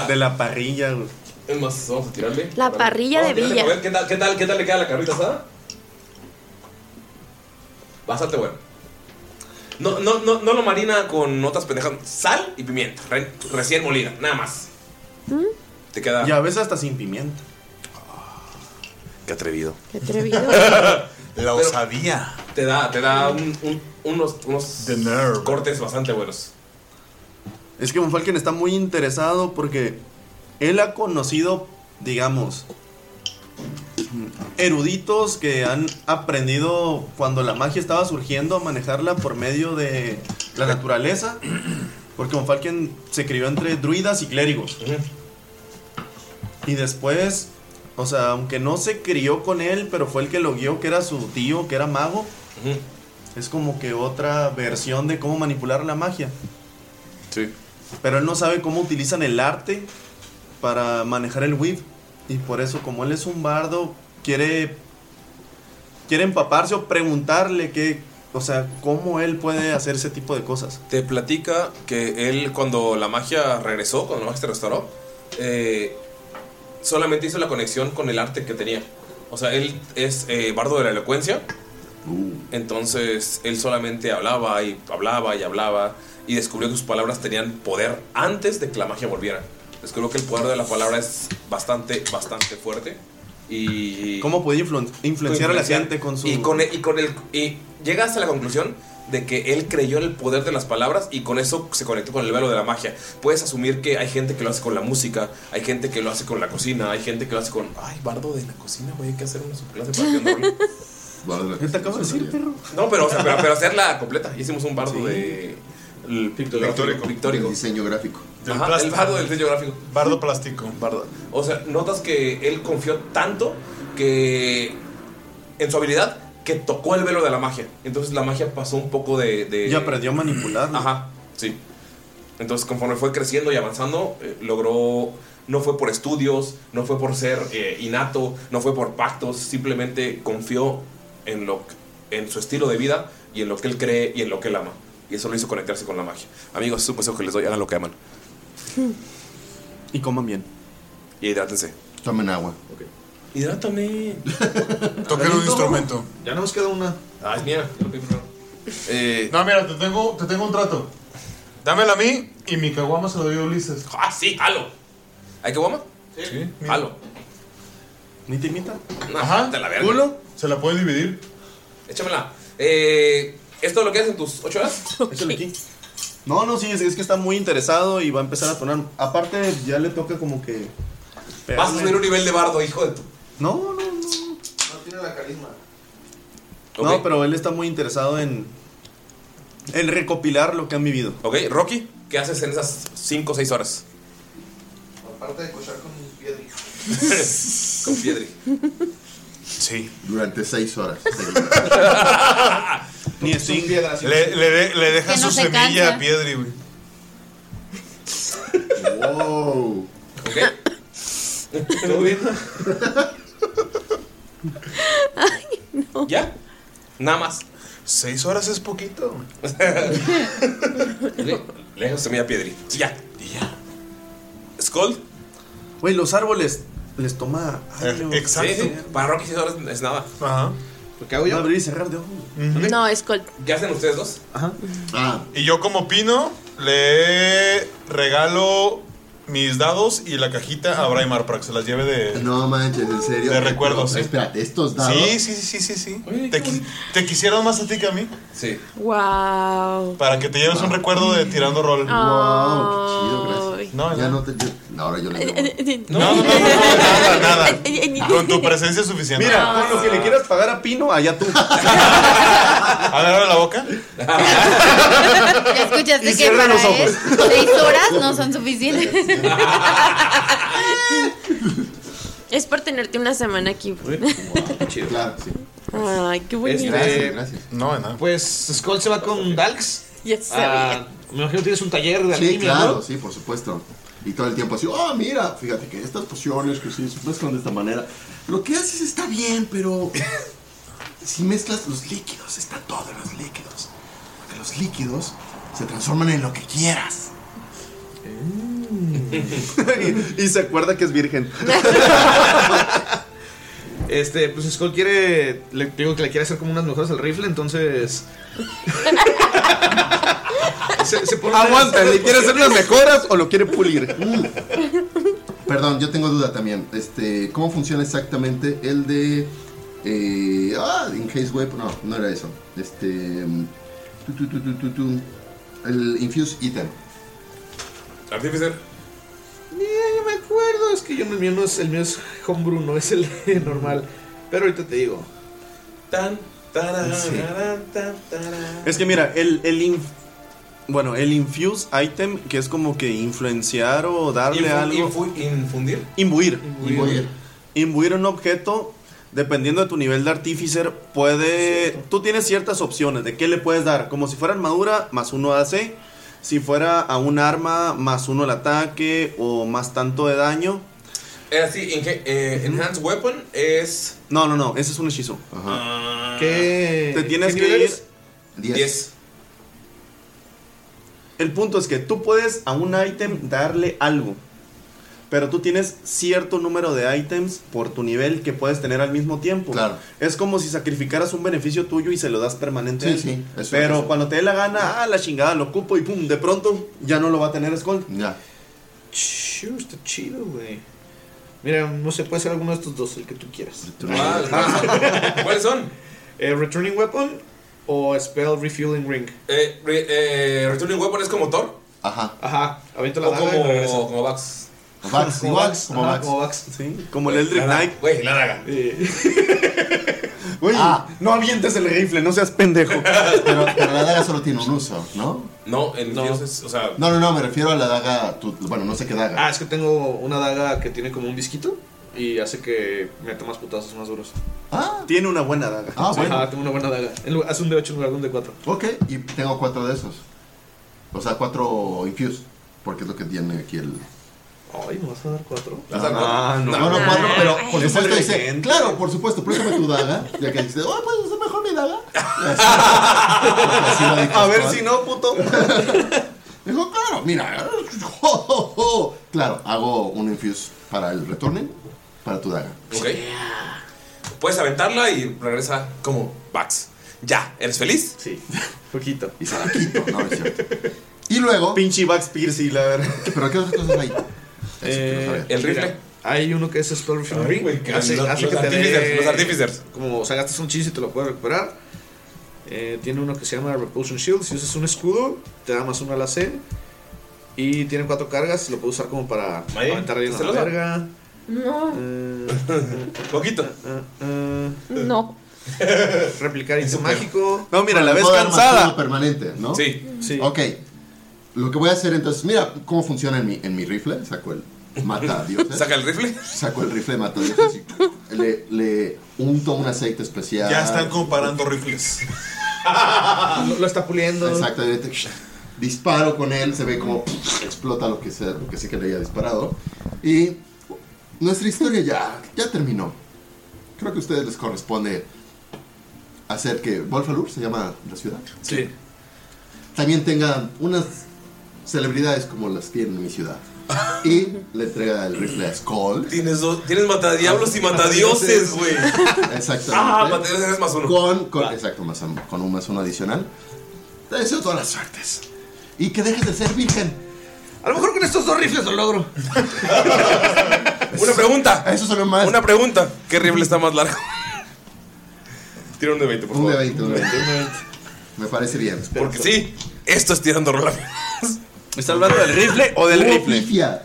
[SPEAKER 4] De la parrilla, güey.
[SPEAKER 1] Es más, vamos a tirarle.
[SPEAKER 2] La
[SPEAKER 1] Vale.
[SPEAKER 2] parrilla
[SPEAKER 1] Vamos a
[SPEAKER 2] de
[SPEAKER 1] tirarle
[SPEAKER 2] Villa.
[SPEAKER 1] para ver ¿Qué tal, qué, tal, ¿Qué tal le queda la carnita asada? Bastante bueno. No, no, no, no lo marina con otras pendejas. Sal y pimienta. re- recién molida, nada más.
[SPEAKER 2] ¿Mm?
[SPEAKER 1] Te queda.
[SPEAKER 4] Y a veces hasta sin pimienta.
[SPEAKER 1] Qué atrevido.
[SPEAKER 2] Qué atrevido.
[SPEAKER 3] La osadía.
[SPEAKER 1] Te da, te da un- un- unos, unos
[SPEAKER 3] The nerve.
[SPEAKER 1] cortes bastante buenos.
[SPEAKER 4] Es que Von Falken está muy interesado porque él ha conocido, digamos, eruditos que han aprendido cuando la magia estaba surgiendo a manejarla por medio de la naturaleza. Porque Von Falken se crió entre druidas y clérigos. Y después, o sea, aunque no se crió con él, pero fue el que lo guió, que era su tío, que era mago.
[SPEAKER 1] Ujú.
[SPEAKER 4] Es como que otra versión de cómo manipular la magia.
[SPEAKER 1] Sí.
[SPEAKER 4] Pero él no sabe cómo utilizan el arte para manejar el whip. Y por eso, como él es un bardo, quiere, quiere empaparse o preguntarle qué, o sea, cómo él puede hacer ese tipo de cosas.
[SPEAKER 1] Te Este, platica que él cuando la magia regresó, cuando la magia se restauró, eh, solamente hizo la conexión con el arte que tenía. O sea, él es eh, bardo de la elocuencia, entonces él solamente hablaba y hablaba y hablaba y descubrió que sus palabras tenían poder antes de que la magia volviera. Descubrió que el poder de la palabra es bastante, bastante fuerte y...
[SPEAKER 4] ¿Cómo puede influen- influenciar a la gente con su...
[SPEAKER 1] Y con, el- y con el. Y llegas a la conclusión de que él creyó en el poder de las palabras y con eso se conectó con el velo de la magia. Puedes asumir que hay gente que lo hace con la música, hay gente que lo hace con la cocina, hay gente que lo hace con. Ay, bardo de la cocina, güey, hay que hacer una subclase para que no-
[SPEAKER 7] Guarda-
[SPEAKER 4] ¿Qué te acabo de decir, perro?
[SPEAKER 1] No, pero, o sea, pero, pero hacerla completa. Hicimos un bardo de. el
[SPEAKER 3] Pictórico.
[SPEAKER 7] El
[SPEAKER 1] pictórico.
[SPEAKER 7] diseño gráfico.
[SPEAKER 3] Del
[SPEAKER 1] Ajá, el
[SPEAKER 3] plástico.
[SPEAKER 1] bardo del sello gráfico.
[SPEAKER 3] Bardo plástico.
[SPEAKER 1] Bardo. O sea, notas que él confió tanto que en su habilidad que tocó el velo de la magia. Entonces la magia pasó un poco de. de-
[SPEAKER 4] Y aprendió a manipular.
[SPEAKER 1] Ajá, sí. Entonces conforme fue creciendo y avanzando, eh, logró. No fue por estudios, no fue por ser eh, innato, no fue por pactos, simplemente confió en, lo, en su estilo de vida y en lo que él cree y en lo que él ama. Y eso lo hizo conectarse con la magia. Amigos, es un consejo que les doy, hagan lo que aman.
[SPEAKER 4] Y coman bien.
[SPEAKER 1] Y hidrátense.
[SPEAKER 7] Tomen agua.
[SPEAKER 1] Hidrátame.
[SPEAKER 3] Toquen un instrumento.
[SPEAKER 5] Ya nos queda una.
[SPEAKER 1] Ay, mira, Ah, yo lo pedí primero. Eh,
[SPEAKER 3] No, mira, te tengo, te tengo un trato. Dámelo a mí y mi caguama se lo doy a Ulises.
[SPEAKER 1] ah, sí, halo. ¿Hay que guama?
[SPEAKER 3] Sí. mira.
[SPEAKER 1] Halo.
[SPEAKER 4] ¿Ni te imita?
[SPEAKER 1] No,
[SPEAKER 3] Ajá.
[SPEAKER 1] te la verga.
[SPEAKER 3] ¿Culo? Se la pueden dividir.
[SPEAKER 1] Échamela. Eh, ¿Esto es lo que haces en tus ocho horas?
[SPEAKER 4] Échale aquí. No, no, sí, es, es que está muy interesado y va a empezar a tonar. Aparte, ya le toca como que...
[SPEAKER 1] Vas a
[SPEAKER 4] pegarle.
[SPEAKER 1] subir un nivel de bardo, hijo de tu.
[SPEAKER 4] No, no, no.
[SPEAKER 5] No tiene la carisma.
[SPEAKER 1] Ok.
[SPEAKER 4] No, pero él está muy interesado en, en recopilar lo que han vivido.
[SPEAKER 1] Ok, Eh, Rocky, ¿qué haces en esas cinco o seis horas?
[SPEAKER 5] Aparte de cochar con mis piedras.
[SPEAKER 1] Con Piedri.
[SPEAKER 3] Sí.
[SPEAKER 7] Durante seis horas.
[SPEAKER 4] Ni es piedras.
[SPEAKER 3] Le, le, de- le deja
[SPEAKER 6] Que no
[SPEAKER 3] su
[SPEAKER 6] se
[SPEAKER 3] semilla
[SPEAKER 6] cansa.
[SPEAKER 3] a Piedri, güey.
[SPEAKER 7] wow.
[SPEAKER 1] ¿Todo bien? ¿Ya? Nada más.
[SPEAKER 3] Seis horas es poquito.
[SPEAKER 1] Pues, Le, le dejo semilla a Piedri. Sí, ya. Y ya. Skull.
[SPEAKER 4] Güey, los árboles les toma años.
[SPEAKER 3] Exacto.
[SPEAKER 1] Sí, sí. Eh, Para Rocky seis horas es nada.
[SPEAKER 3] Ajá.
[SPEAKER 5] ¿Lo que hago yo?
[SPEAKER 4] Abrir y cerrar de ojos.
[SPEAKER 2] No, es col-
[SPEAKER 1] ¿Qué hacen ustedes dos?
[SPEAKER 7] Ah,
[SPEAKER 3] Y yo como Pino le regalo mis dados y la cajita a Braimar para que se las lleve de...
[SPEAKER 7] no manches, en serio.
[SPEAKER 3] De recuerdo, sí.
[SPEAKER 7] Espérate, estos dados.
[SPEAKER 3] Sí, sí, sí, sí, sí.
[SPEAKER 1] Oye,
[SPEAKER 3] Te,
[SPEAKER 1] qué
[SPEAKER 3] qui-
[SPEAKER 1] bonito.
[SPEAKER 3] te quisieron más a ti que a mí.
[SPEAKER 1] Sí.
[SPEAKER 2] Wow.
[SPEAKER 3] Para que te lleves un recuerdo de tirando
[SPEAKER 7] Wow,
[SPEAKER 3] rol.
[SPEAKER 7] qué chido, gracias.
[SPEAKER 3] No,
[SPEAKER 7] ya
[SPEAKER 3] no.
[SPEAKER 7] no te. yo- no, ahora yo le digo.
[SPEAKER 3] No, no, no, no, no, nada, nada. Con tu presencia es suficiente.
[SPEAKER 4] Mira, con lo que le quieras pagar a Pino, allá tú.
[SPEAKER 3] A ver, abre la boca.
[SPEAKER 6] Ya escuchaste
[SPEAKER 4] Y
[SPEAKER 6] que
[SPEAKER 4] cierra
[SPEAKER 6] para
[SPEAKER 4] los ojos.
[SPEAKER 6] él seis horas no son suficientes.
[SPEAKER 2] Es por tenerte una semana aquí.
[SPEAKER 5] Chido.
[SPEAKER 7] Claro, sí.
[SPEAKER 2] Ay, qué bonito.
[SPEAKER 5] Este-
[SPEAKER 7] Gracias,
[SPEAKER 5] Eh,
[SPEAKER 7] gracias.
[SPEAKER 3] No, de nada.
[SPEAKER 5] Pues Skull se va con Dalks.
[SPEAKER 2] Ya sabía.
[SPEAKER 5] Ah, me imagino que tienes un taller de
[SPEAKER 7] Sí,
[SPEAKER 5] alquimia,
[SPEAKER 7] claro,
[SPEAKER 5] claro.
[SPEAKER 7] sí, por supuesto. Y todo el tiempo así, oh, mira, fíjate que estas pociones que sí, se mezclan de esta manera. Lo que haces está bien, pero si mezclas los líquidos, está todo en los líquidos. Porque los líquidos se transforman en lo que quieras.
[SPEAKER 4] Eh. y, y se acuerda que es virgen.
[SPEAKER 5] Este, pues Skull quiere. Le digo que le quiere hacer como unas mejoras al rifle, entonces. se, se pone.
[SPEAKER 4] Aguanta, ¿le quiere hacer las mejoras o lo quiere pulir?
[SPEAKER 7] Mm. Perdón, yo tengo duda también. Este, ¿cómo funciona exactamente el de eh, ah, in case web? No, no era eso. Este, mm, tu, tu, tu, tu, tu, tu, el infuse item.
[SPEAKER 1] Artificer.
[SPEAKER 5] Eh, yo me acuerdo, es que yo, el, mío no es, el mío es homebrew, no es el normal. Pero ahorita te digo.
[SPEAKER 1] Tan, tararán,
[SPEAKER 7] Sí.
[SPEAKER 1] tararán, tan, tararán.
[SPEAKER 4] Es que mira, el, el inf- bueno, el infuse item, que es como que influenciar o darle
[SPEAKER 1] Infu-
[SPEAKER 4] algo.
[SPEAKER 1] infu- Infundir.
[SPEAKER 4] imbuir.
[SPEAKER 7] Y voy a ir.
[SPEAKER 4] Imbuir un objeto, dependiendo de tu nivel de artificer, puede. Tú tienes ciertas opciones de qué le puedes dar. Como si fuera armadura, más uno AC. Si fuera a un arma, más uno el ataque o más tanto de daño.
[SPEAKER 1] Era así, en que, eh, Enhanced Weapon es
[SPEAKER 4] No, no, no, ese es un hechizo.
[SPEAKER 5] ¿Qué?
[SPEAKER 4] Te tienes
[SPEAKER 5] ¿qué
[SPEAKER 4] que
[SPEAKER 5] nivel
[SPEAKER 4] ir.
[SPEAKER 5] eres?
[SPEAKER 7] 10.
[SPEAKER 1] 10.
[SPEAKER 4] El punto es que tú puedes a un ítem darle algo. Pero tú tienes cierto número de ítems por tu nivel que puedes tener al mismo tiempo.
[SPEAKER 7] Claro.
[SPEAKER 4] Es como si sacrificaras un beneficio tuyo y se lo das permanente.
[SPEAKER 7] Sí,
[SPEAKER 4] a él.
[SPEAKER 7] sí, eso
[SPEAKER 4] Pero
[SPEAKER 7] es.
[SPEAKER 4] cuando te dé la gana, ah, la chingada, lo ocupo y pum, de pronto ya no lo va a tener Skull.
[SPEAKER 7] Ya.
[SPEAKER 5] Chiu, está chido, güey. Mira, no sé, puede ser alguno de estos dos, el que tú quieras.
[SPEAKER 1] Ah, ¿cuáles son? ¿Cuáles son?
[SPEAKER 5] Eh, Returning Weapon o Spell Refueling Ring.
[SPEAKER 1] Eh, re- eh, Returning Weapon es como Thor
[SPEAKER 7] Ajá.
[SPEAKER 5] Ajá, aviento la
[SPEAKER 1] o
[SPEAKER 5] daga y me regresa.
[SPEAKER 1] como, como Vax.
[SPEAKER 7] Vax, igual, como
[SPEAKER 5] ajá,
[SPEAKER 7] Vax.
[SPEAKER 5] como Vax.
[SPEAKER 4] ¿sí? Como el Eldritch
[SPEAKER 1] La daga,
[SPEAKER 4] Knight.
[SPEAKER 1] Güey, la daga.
[SPEAKER 5] Eh,
[SPEAKER 4] Güey,
[SPEAKER 7] Ah.
[SPEAKER 4] no avientes el rifle, no seas pendejo.
[SPEAKER 7] Pero, pero la daga solo tiene un uso, ¿no?
[SPEAKER 1] No, el
[SPEAKER 5] No.
[SPEAKER 1] dios es, o sea,
[SPEAKER 7] No, no, no, me refiero a la daga. tu- bueno, no sé qué daga.
[SPEAKER 5] ah, es que tengo una daga que tiene como un disquito y hace que meta más putazos más duros.
[SPEAKER 7] Ah,
[SPEAKER 4] Tiene una buena daga.
[SPEAKER 7] ah,
[SPEAKER 5] Sí,
[SPEAKER 7] bueno.
[SPEAKER 5] Ajá, tengo una buena daga. En lugar- Hace un de 8 en lugar de un de 4.
[SPEAKER 7] Ok, y tengo cuatro de esos. O sea, cuatro infuse. Porque es lo que tiene aquí el.
[SPEAKER 5] Ay, ¿me vas a dar 4?
[SPEAKER 1] o sea,
[SPEAKER 4] Ah,
[SPEAKER 7] No, no, cuatro, pero por
[SPEAKER 4] Es
[SPEAKER 7] supuesto
[SPEAKER 4] el
[SPEAKER 7] dice.
[SPEAKER 4] regente.
[SPEAKER 7] Claro, por supuesto, préstame tu daga. Ya que dice, oh, pues es mejor mi daga.
[SPEAKER 4] A ver si no, puto.
[SPEAKER 7] Dijo, claro, mira. Claro, hago un infuse para el returning, para tu daga.
[SPEAKER 1] ok. Puedes aventarla y regresa como Vax. Ya, ¿eres feliz?
[SPEAKER 5] Sí, poquito.
[SPEAKER 7] Y se la quito, no, no es cierto. Y luego.
[SPEAKER 4] Pinche Vax Piercy, la verdad.
[SPEAKER 7] ¿Pero qué otras cosas hay? Eso
[SPEAKER 4] Eh,
[SPEAKER 7] quiero saber.
[SPEAKER 1] el
[SPEAKER 5] mira,
[SPEAKER 1] rifle.
[SPEAKER 5] Hay uno que es Spell Refueling
[SPEAKER 1] Ay,
[SPEAKER 5] Ring.
[SPEAKER 1] güey, que
[SPEAKER 5] Eh, hace
[SPEAKER 1] los-
[SPEAKER 5] hace
[SPEAKER 1] los
[SPEAKER 5] que te
[SPEAKER 1] artificers,
[SPEAKER 5] dé-
[SPEAKER 1] los artificers.
[SPEAKER 5] Como, o sea, gastas un chis y te lo puedes recuperar. Eh, tiene uno que se llama Repulsion Shield. Si usas un escudo, te da más uno al AC. Y tiene cuatro cargas. Lo puedes usar como para
[SPEAKER 1] Ahí,
[SPEAKER 5] aventar ahí en
[SPEAKER 1] se
[SPEAKER 5] la
[SPEAKER 1] lo da.
[SPEAKER 5] verga.
[SPEAKER 2] No,
[SPEAKER 5] Eh,
[SPEAKER 1] Poquito.
[SPEAKER 5] eh, eh,
[SPEAKER 2] no.
[SPEAKER 5] replicar ítem mágico.
[SPEAKER 4] No, mira, la
[SPEAKER 7] Le
[SPEAKER 4] ves
[SPEAKER 7] puedo dar más uno
[SPEAKER 4] cansada.
[SPEAKER 7] permanente, ¿no?
[SPEAKER 1] Sí.
[SPEAKER 5] Sí.
[SPEAKER 7] Ok. Lo que voy a hacer entonces, mira cómo funciona en mi, en mi rifle. Saco el mata a dioses.
[SPEAKER 1] Saca el rifle.
[SPEAKER 7] Saco el rifle mata a dioses y le, le unto un aceite especial.
[SPEAKER 3] Ya están comparando rifles.
[SPEAKER 5] lo, lo está puliendo.
[SPEAKER 7] Exactamente. Disparo con él, se ve como explota lo que, sea, lo que sí que le haya disparado. Y nuestra historia ya, ya terminó. Creo que a ustedes les corresponde hacer que Wolfalur se llama la ciudad.
[SPEAKER 5] Sí.
[SPEAKER 7] También tenga unas celebridades como las tiene en mi ciudad. Y le entrega el rifle a Skull.
[SPEAKER 1] Tienes, dos, tienes matadiablos y matadioses, güey.
[SPEAKER 7] Exactamente.
[SPEAKER 1] Ah, matadioses eres más uno.
[SPEAKER 7] Con, con- exacto, más, am- con un más uno adicional. Te deseo todas las suertes. Y que dejes de ser virgen.
[SPEAKER 5] A lo mejor con estos dos rifles lo logro.
[SPEAKER 1] Una pregunta.
[SPEAKER 7] Eso sonó más.
[SPEAKER 1] Una pregunta. ¿Qué rifle está más largo? Tira un de 20, por
[SPEAKER 7] Un
[SPEAKER 1] favor.
[SPEAKER 7] de 20, un de 20. Me parece bien.
[SPEAKER 1] Porque sí, esto es tirando Uh, rola.
[SPEAKER 5] ¿Está hablando del rifle o
[SPEAKER 7] Oh, pifia.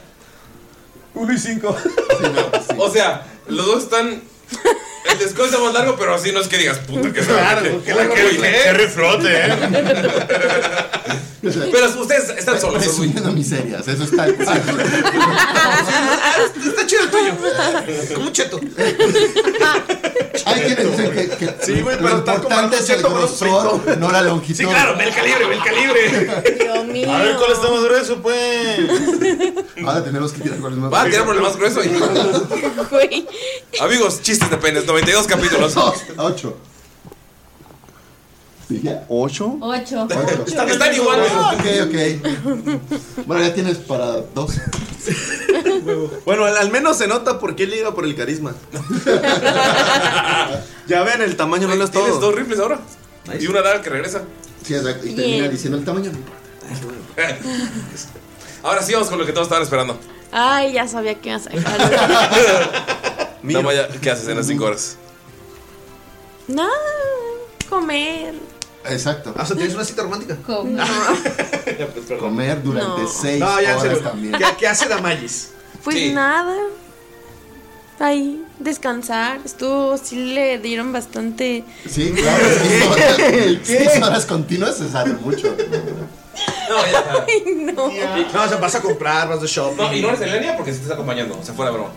[SPEAKER 1] 1 y 5. O sea, los dos están. El descuento está más largo, pero así no es que digas, puta, que largo. Que largo,
[SPEAKER 3] Qué,
[SPEAKER 1] güey,
[SPEAKER 3] qué
[SPEAKER 1] ¿eh?
[SPEAKER 3] riflote, ¿eh?
[SPEAKER 1] Pero ustedes están solos. eso es muy-
[SPEAKER 7] Presumiendo miserias. Eso está.
[SPEAKER 5] Está chido el tuyo. Como un cheto.
[SPEAKER 7] Hay quienes dicen que, que
[SPEAKER 5] Sí, güey, pero
[SPEAKER 7] lo
[SPEAKER 5] está como
[SPEAKER 7] importante es el
[SPEAKER 5] algo cierto,
[SPEAKER 7] grosor, no la longitud.
[SPEAKER 1] Sí, claro, ve el calibre, ve el calibre.
[SPEAKER 2] Dios mío.
[SPEAKER 3] A ver cuál está más grueso, pues. Ah,
[SPEAKER 7] Ahora tenemos que tirar con el más.
[SPEAKER 1] Va a tirar por el más grueso. y-
[SPEAKER 2] Güey.
[SPEAKER 1] Amigos, chistes de penes, 92 capítulos.
[SPEAKER 7] Dos, a ocho. ¿Dije ocho?
[SPEAKER 6] Ocho.
[SPEAKER 1] Están están igual.
[SPEAKER 7] Ah, ok, ok. Bueno, ya tienes para dos.
[SPEAKER 4] Bueno, al, al menos se nota por qué él iba por el carisma. ya ven, el tamaño no lo es
[SPEAKER 1] Tienes
[SPEAKER 4] todo.
[SPEAKER 1] dos rifles ahora. Y una daga que regresa.
[SPEAKER 7] Sí, exacto. Y
[SPEAKER 2] Bien.
[SPEAKER 7] termina diciendo el tamaño. no importa.
[SPEAKER 1] Ahora sí vamos con lo que todos estaban esperando.
[SPEAKER 2] Ay, ya sabía que ibas a dejar.
[SPEAKER 4] Miro.
[SPEAKER 1] Damaya, ¿qué haces en las 5 horas?
[SPEAKER 2] Nada. Comer.
[SPEAKER 7] Exacto.
[SPEAKER 5] Ah, o sea, tienes una cita romántica.
[SPEAKER 6] Con-
[SPEAKER 7] Comer durante
[SPEAKER 2] No.
[SPEAKER 7] seis
[SPEAKER 5] pues, No, ya en
[SPEAKER 7] horas
[SPEAKER 5] serio.
[SPEAKER 7] también.
[SPEAKER 5] ¿Qué, qué hace Damayis?
[SPEAKER 2] Pues
[SPEAKER 1] Sí.
[SPEAKER 2] nada. Ahí, descansar. Estuvo, sí le dieron bastante.
[SPEAKER 7] Sí, claro. Seis horas, seis horas continuas se sale mucho.
[SPEAKER 1] No, ya.
[SPEAKER 2] No.
[SPEAKER 5] No, o sea, vas a comprar, vas de shopping.
[SPEAKER 1] No, y no eres en línea porque se estás acompañando. Se fue la broma.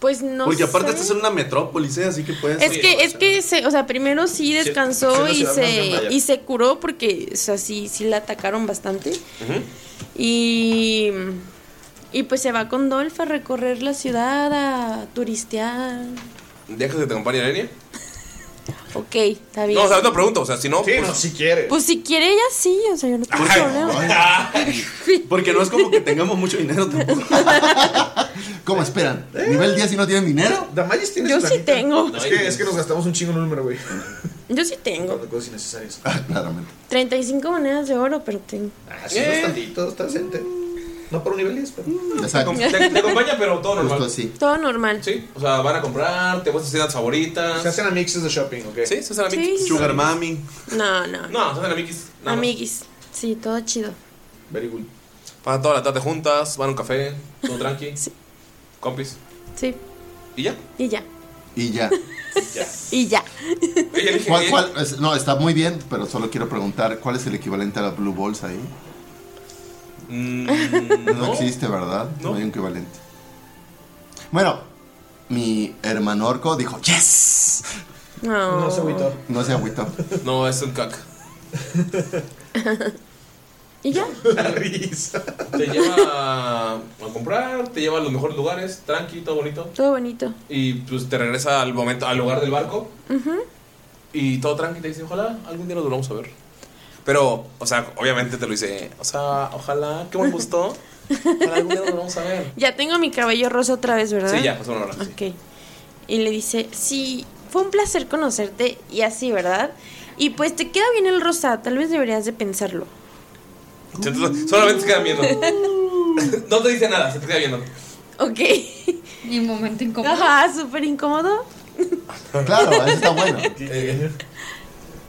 [SPEAKER 2] Pues no.
[SPEAKER 4] Porque aparte
[SPEAKER 2] sé.
[SPEAKER 4] estás en una metrópolis, ¿eh? así que puedes.
[SPEAKER 2] Es que, es que se, o sea, primero sí
[SPEAKER 5] sí,
[SPEAKER 2] descansó
[SPEAKER 5] la
[SPEAKER 2] y
[SPEAKER 5] ciudad más grande
[SPEAKER 2] se
[SPEAKER 5] allá.
[SPEAKER 2] y se curó porque, o sea, sí, sí la atacaron bastante. Y. Y pues se va con Dolph a recorrer la ciudad, a turistear.
[SPEAKER 1] ¿Dejas que te acompañe en línea?
[SPEAKER 2] Ok, está bien.
[SPEAKER 1] No, o sea, no pregunto. O sea, si no.
[SPEAKER 5] Sí,
[SPEAKER 1] pues-
[SPEAKER 5] no, si quieres.
[SPEAKER 2] pues si quiere ella sí, o sea, yo no tengo
[SPEAKER 1] Ay,
[SPEAKER 2] problema.
[SPEAKER 4] Porque no es como que tengamos mucho dinero tampoco.
[SPEAKER 7] ¿Cómo esperan? ¿Nivel 10 si no tienen dinero?
[SPEAKER 5] Damayis tiene
[SPEAKER 2] Yo
[SPEAKER 5] su
[SPEAKER 2] sí
[SPEAKER 5] planita.
[SPEAKER 2] tengo.
[SPEAKER 5] Es que, es que nos gastamos un chingo en un número, güey.
[SPEAKER 2] Yo sí tengo.
[SPEAKER 5] Comprando cosas innecesarias.
[SPEAKER 7] Ah, claramente.
[SPEAKER 2] 35 monedas de oro, pero tengo.
[SPEAKER 5] Ah, sí, no es tantito, está decente. No por un nivel 10, pero.
[SPEAKER 7] Exacto.
[SPEAKER 1] Te, te acompaña, pero todo
[SPEAKER 7] Justo
[SPEAKER 1] normal.
[SPEAKER 7] así.
[SPEAKER 2] Todo normal.
[SPEAKER 1] Sí, o sea, van a comprar, te vas a ciudad favoritas.
[SPEAKER 5] Se hacen amixes de shopping, ¿ok?
[SPEAKER 1] Sí, se hacen amiguis.
[SPEAKER 2] Sí.
[SPEAKER 4] Sugar mami.
[SPEAKER 2] No, no.
[SPEAKER 1] No, se hacen amiguis. nada más.
[SPEAKER 2] Amiguis. Sí, todo chido.
[SPEAKER 5] Very good.
[SPEAKER 1] Pasan toda la tarde juntas, van a un café, todo tranqui.
[SPEAKER 2] Sí.
[SPEAKER 1] Compis.
[SPEAKER 2] Sí.
[SPEAKER 1] ¿Y ya?
[SPEAKER 2] Y ya.
[SPEAKER 7] Y ya.
[SPEAKER 2] Y ya.
[SPEAKER 1] Ella elige-
[SPEAKER 7] ¿Cuál, cuál es- no, está muy bien, pero solo quiero preguntar, ¿cuál es el equivalente a la Blue Balls ahí?
[SPEAKER 1] Mm,
[SPEAKER 7] No,
[SPEAKER 1] no.
[SPEAKER 7] existe, ¿verdad? No.
[SPEAKER 1] No.
[SPEAKER 7] hay un equivalente. Bueno, mi hermano orco dijo, ¡Yes!
[SPEAKER 2] No.
[SPEAKER 5] No se agüitó.
[SPEAKER 7] No se agüitó.
[SPEAKER 1] No, es un cac.
[SPEAKER 2] Y ya.
[SPEAKER 5] La risa.
[SPEAKER 1] Te lleva a comprar, te lleva a los mejores lugares, tranqui, todo bonito.
[SPEAKER 2] Todo bonito.
[SPEAKER 1] Y pues te regresa al momento, al lugar del barco. Y todo tranqui, te dice, ojalá algún día nos volvamos a ver. Pero, o sea, obviamente te lo dice, o sea, ojalá, qué buen gusto. Ojalá algún día nos volvamos a ver.
[SPEAKER 2] Ya tengo mi cabello rosa otra vez, ¿verdad?
[SPEAKER 1] Sí, ya, pasó una hora. sí.
[SPEAKER 2] Ok. Y le dice, sí, fue un placer conocerte y así, ¿verdad? Y pues te queda bien el rosa, tal vez deberías de pensarlo.
[SPEAKER 1] Se te- Solamente se queda viendo. No te dice nada, se te queda viendo.
[SPEAKER 2] Ok.
[SPEAKER 6] Y un momento incómodo.
[SPEAKER 2] Ajá, súper incómodo.
[SPEAKER 7] Claro, eso está bueno.
[SPEAKER 1] Eh,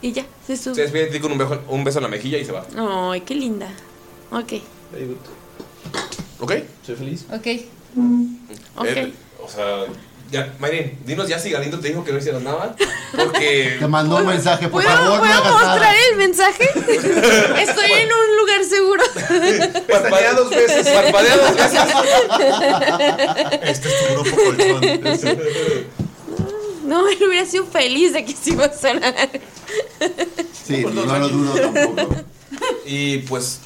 [SPEAKER 2] Y ya, se
[SPEAKER 1] se
[SPEAKER 2] sube.
[SPEAKER 1] despide de ti con un beso, un beso en la mejilla y se va.
[SPEAKER 2] Ay, qué linda. Ok.
[SPEAKER 5] Very good.
[SPEAKER 1] ¿Ok?
[SPEAKER 5] Soy feliz.
[SPEAKER 6] Ok.
[SPEAKER 2] Ok.
[SPEAKER 1] Eh, o sea, ya, Mayrin, dinos ya si Galindo te dijo que no hicieras nada. Porque.
[SPEAKER 7] Te mandó un mensaje, por
[SPEAKER 2] ¿Puedo,
[SPEAKER 7] favor,
[SPEAKER 2] ¿puedo
[SPEAKER 7] no hagas
[SPEAKER 2] mostrar
[SPEAKER 7] nada.
[SPEAKER 2] el mensaje? Estoy en un lugar seguro.
[SPEAKER 1] pa- pa-
[SPEAKER 5] Pestañea dos veces.
[SPEAKER 1] Parpadea dos veces.
[SPEAKER 2] Este es tu grupo No, él hubiera sido feliz de que sí iba a sonar.
[SPEAKER 7] Sí, no, lo dudo tampoco.
[SPEAKER 1] Y pues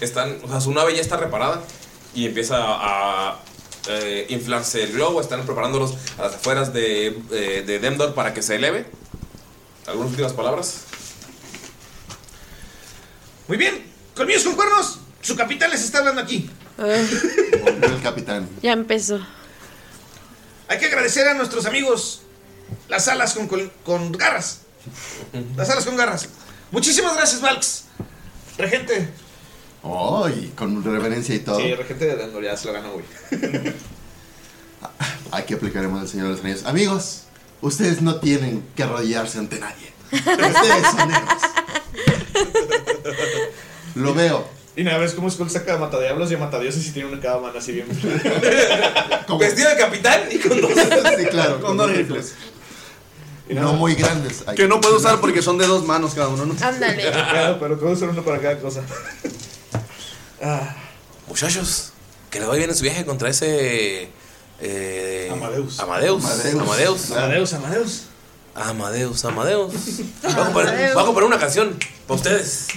[SPEAKER 1] están, o sea, su nave ya está reparada y empieza a eh, inflarse el globo. Están preparándolos a las afueras de, eh, de Demdor para que se eleve. ¿Algunas últimas palabras?
[SPEAKER 8] Muy bien, colmillos con cuernos. Su capitán les está hablando aquí.
[SPEAKER 7] El capitán.
[SPEAKER 2] Ya empezó.
[SPEAKER 8] Hay que agradecer a nuestros amigos las alas con, col- con garras. Las alas con garras. Muchísimas gracias, Valks. Regente.
[SPEAKER 7] Oh, y con reverencia y todo.
[SPEAKER 5] Sí, regente de Dandor ya se la gana, güey.
[SPEAKER 7] Aquí aplicaremos el Señor de los Anillos. Amigos, ustedes no tienen que arrodillarse ante nadie. Lo veo.
[SPEAKER 5] Y nada, ves cómo Skull saca a matadiablos y a matadioses y tiene una en cada mano así bien.
[SPEAKER 1] Vestido de capitán y con dos.
[SPEAKER 7] sí, claro.
[SPEAKER 5] Con dos rifles.
[SPEAKER 7] No muy grandes.
[SPEAKER 4] Que no puedo usar porque son de dos manos cada uno, ¿no?
[SPEAKER 2] Ándale.
[SPEAKER 5] Claro, pero puedo usar uno para cada cosa.
[SPEAKER 1] Ah. Muchachos, que les vaya bien en su viaje contra ese. eh, Amadeus. Amadeus.
[SPEAKER 5] Amadeus.
[SPEAKER 1] Amadeus.
[SPEAKER 5] Amadeus, Amadeus.
[SPEAKER 1] Amadeus, Amadeus. Va a componer, va a componer una canción para ustedes.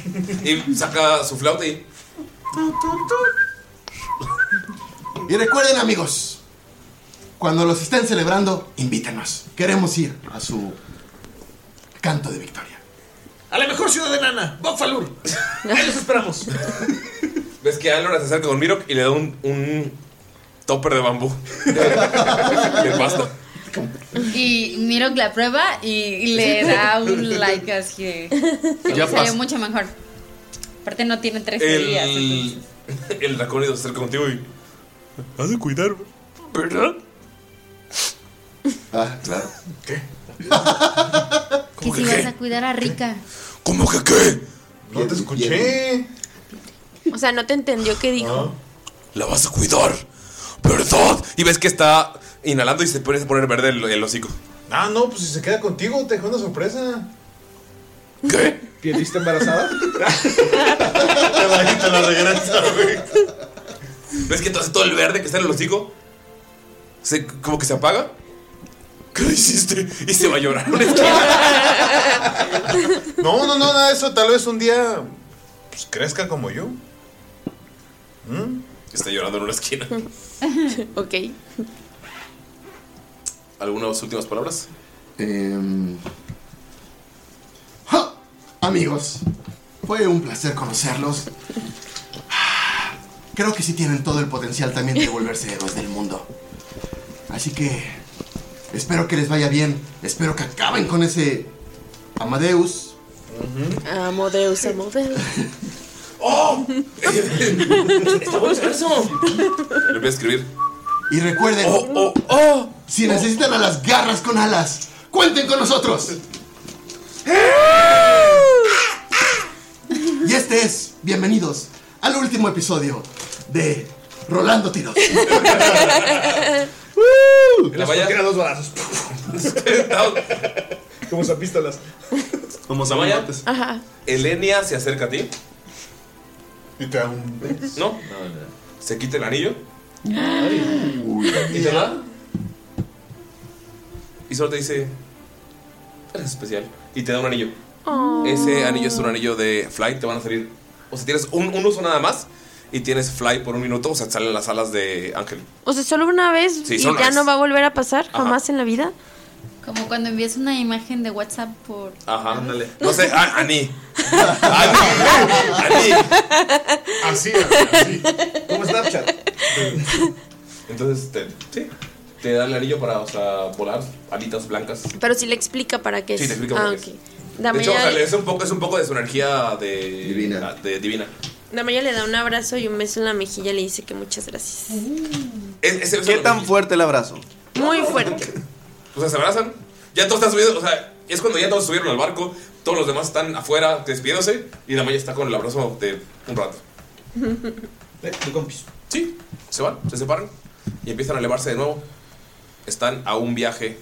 [SPEAKER 1] Y saca su flauta y.
[SPEAKER 7] Y recuerden, amigos, cuando los estén celebrando, invítenos. Queremos ir a su canto de victoria.
[SPEAKER 8] A la mejor ciudad enana, Bokfalur. Ahí los esperamos.
[SPEAKER 1] Ves que Alora se acerca con Mirok y le da un, un topper de bambú. De pasta.
[SPEAKER 6] Y miro la prueba y, y le da un like así de.
[SPEAKER 1] Ya
[SPEAKER 6] salió
[SPEAKER 1] pasó.
[SPEAKER 6] mucho mejor. Aparte no tiene 13 días.
[SPEAKER 1] El, el dracónido se acerca contigo y. Has de cuidar, ¿verdad?
[SPEAKER 7] Ah, claro.
[SPEAKER 1] ¿Qué?
[SPEAKER 6] Que si vas a cuidar a Rica.
[SPEAKER 1] ¿Cómo que qué?
[SPEAKER 3] No te escuché.
[SPEAKER 2] O sea, no te entendió qué dijo.
[SPEAKER 1] La vas a cuidar, ¿verdad? Y ves que está inhalando y se pone a poner verde el, el hocico.
[SPEAKER 3] Ah, no, pues si se queda contigo, te dejó una sorpresa.
[SPEAKER 1] ¿Qué?
[SPEAKER 5] ¿Piediste embarazada?
[SPEAKER 3] Te va y te la regresa, güey.
[SPEAKER 1] ¿Ves que entonces todo el verde que está en el hocico? Se, como que se apaga. ¿Qué le hiciste? Y se va a llorar.
[SPEAKER 3] No, no, no, nada de eso. Tal vez un día pues, crezca como yo. ¿Mm?
[SPEAKER 1] Está llorando en una esquina.
[SPEAKER 2] ok.
[SPEAKER 1] ¿Algunas últimas palabras?
[SPEAKER 7] Em, ¡ja! Amigos, fue un placer conocerlos. Ah, Creo que sí tienen todo el potencial también de volverse héroes del mundo. Así que espero que les vaya bien. Espero que acaben con ese Amadeus.
[SPEAKER 2] Amodeus, Amodeus.
[SPEAKER 1] ¡Oh! ¡Está bueno eso! Lo voy a escribir.
[SPEAKER 7] Y recuerden,
[SPEAKER 1] ¡Oh, oh!
[SPEAKER 7] si necesitan a las garras con alas, cuenten con nosotros. Y este es, bienvenidos al último episodio de Rolando Tiros.
[SPEAKER 1] La valla.
[SPEAKER 5] Tira dos balazos. Como zapístolas.
[SPEAKER 4] Como
[SPEAKER 1] La valla.
[SPEAKER 4] zapatos.
[SPEAKER 2] Ajá.
[SPEAKER 1] Elenia se acerca a ti.
[SPEAKER 3] Y te da un beso.
[SPEAKER 1] ¿No? Se quita el anillo. ¿Y te lo da? Y solo te dice. Eres especial. Y te da un anillo. Ese anillo es un anillo de fly. Te van a salir. O sea, tienes un, un uso nada más. Y tienes fly por un minuto. O sea, te salen las alas de Ángel.
[SPEAKER 2] O sea, solo una vez
[SPEAKER 1] Sí,
[SPEAKER 2] y
[SPEAKER 1] solo una
[SPEAKER 2] ya
[SPEAKER 1] vez.
[SPEAKER 2] no va a volver a pasar jamás en la vida.
[SPEAKER 6] Como cuando envías una imagen de WhatsApp por.
[SPEAKER 1] Ajá. No sé, a- Ani. Ani. Ani.
[SPEAKER 3] Así, así.
[SPEAKER 5] Como Snapchat.
[SPEAKER 1] Entonces, te, sí. Te da el anillo para, o sea, volar alitas blancas.
[SPEAKER 2] Pero si le explica para qué es.
[SPEAKER 1] Sí, te explico por
[SPEAKER 2] ah,
[SPEAKER 1] qué
[SPEAKER 2] ok.
[SPEAKER 1] es. De
[SPEAKER 2] Damaya,
[SPEAKER 1] hecho, o sea, es un poco, es un poco de su energía de ah,
[SPEAKER 7] Divina.
[SPEAKER 1] de- divina.
[SPEAKER 2] Damaya le da un abrazo y un beso en la mejilla y le dice que muchas gracias.
[SPEAKER 1] Es- ese beso
[SPEAKER 4] ¿Qué
[SPEAKER 1] lo-
[SPEAKER 4] tan fuerte el abrazo?
[SPEAKER 2] Muy fuerte.
[SPEAKER 1] O sea, se abrazan. Ya todos están subidos. O sea, es cuando ya todos subieron al barco. Todos los demás están afuera despidiéndose. Y la Maya está con el abrazo de un rato.
[SPEAKER 5] Eh, tu compis.
[SPEAKER 1] Sí, se van, se separan. Y empiezan a elevarse de nuevo. Están a un viaje.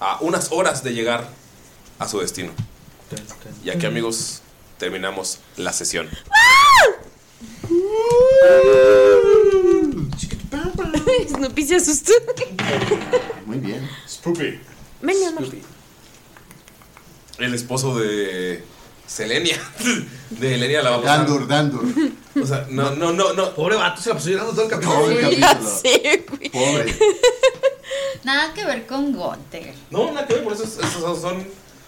[SPEAKER 1] A unas horas de llegar a su destino. Y aquí, amigos, terminamos la sesión.
[SPEAKER 2] Snoopy se asustó.
[SPEAKER 7] Muy bien.
[SPEAKER 1] Spoopy.
[SPEAKER 2] Ven, mi amor.
[SPEAKER 1] El esposo de. Selenia. De Elenia la va a pasar.
[SPEAKER 7] Dandur, Dandur.
[SPEAKER 1] O sea, no, no, no, no. Pobre vato, se la pasó llorando todo el capítulo.
[SPEAKER 7] Todo el
[SPEAKER 6] Güey, ya capítulo. sé, güey.
[SPEAKER 1] Pobre.
[SPEAKER 6] Nada que ver con Gonter.
[SPEAKER 1] No, nada que ver, por eso es- esos son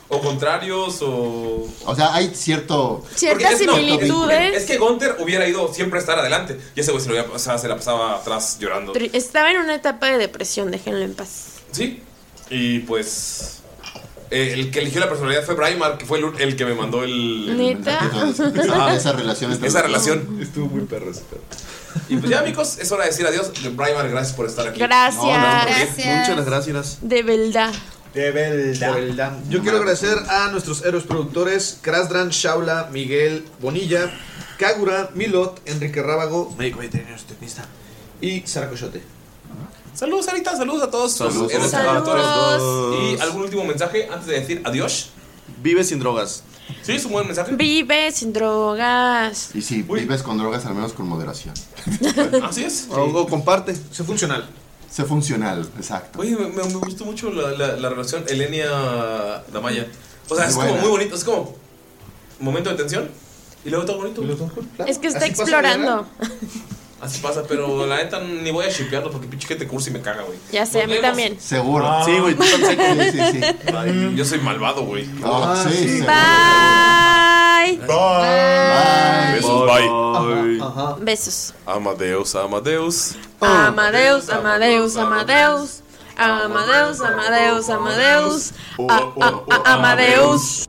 [SPEAKER 1] o contrarios o.
[SPEAKER 7] O sea, hay cierto.
[SPEAKER 1] Porque es- no, no, es, es que Gunther hubiera ido siempre a estar adelante. Y ese güey se, lo hubiera- o sea, se la pasaba atrás llorando.
[SPEAKER 2] Pero Estaba en una etapa de depresión, déjenlo en paz.
[SPEAKER 1] Sí. Y pues. eh, el que eligió la personalidad fue Braimar, que fue el, ul- el que me mandó el. el
[SPEAKER 2] Neta.
[SPEAKER 1] mensaje.
[SPEAKER 2] Esa-
[SPEAKER 7] esa relación entre
[SPEAKER 1] Esa
[SPEAKER 7] los-
[SPEAKER 1] relación. Estuvo muy perro ese pedo. Y pues ya, amigos, es hora de decir adiós. Braimar, gracias por estar aquí.
[SPEAKER 2] Gracias. Gracias.
[SPEAKER 5] Muchas gracias.
[SPEAKER 2] De verdad.
[SPEAKER 5] De verdad. Yo quiero agradecer a nuestros héroes productores: Krasdran, Shaula, Miguel, Bonilla, Kagura, Milot, Enrique Rábago, médico veterinario tecnista, y Sara Coyote.
[SPEAKER 1] Saludos, Sarita, saludos a todos.
[SPEAKER 5] Saludos.
[SPEAKER 1] Eres
[SPEAKER 5] Saludos.
[SPEAKER 1] trabajadores. ¿Y algún último mensaje antes de decir adiós?
[SPEAKER 5] Vive sin drogas.
[SPEAKER 1] Sí, es un buen mensaje.
[SPEAKER 2] Vive sin drogas.
[SPEAKER 7] Y si vives con drogas, al menos con moderación.
[SPEAKER 1] Así es.
[SPEAKER 5] comparte. Sé funcional.
[SPEAKER 7] Sé funcional, exacto.
[SPEAKER 1] Oye, me, me- me gustó mucho la, la- la relación Elenia-Damaya. O sea, es
[SPEAKER 7] Buena.
[SPEAKER 1] como muy bonito, es como momento de tensión y luego todo bonito.
[SPEAKER 2] Es que está
[SPEAKER 1] Así pasa,
[SPEAKER 2] explorando.
[SPEAKER 1] Así pasa, pero la neta ni voy a shipearlo porque pinche gente cursi me caga, güey.
[SPEAKER 2] Ya sé, a mí también.
[SPEAKER 7] Seguro.
[SPEAKER 1] Sí, güey, tú
[SPEAKER 7] también. Ah. Sí, sí,
[SPEAKER 1] Yo soy malvado, güey.
[SPEAKER 7] Ah, sí, sí.
[SPEAKER 2] Bye.
[SPEAKER 1] Besos, bye.
[SPEAKER 2] Besos.
[SPEAKER 1] Amadeus, Amadeus.
[SPEAKER 2] Amadeus, Amadeus, Amadeus. Amadeus, Amadeus, Amadeus. A- a- a- oh, Amadeus.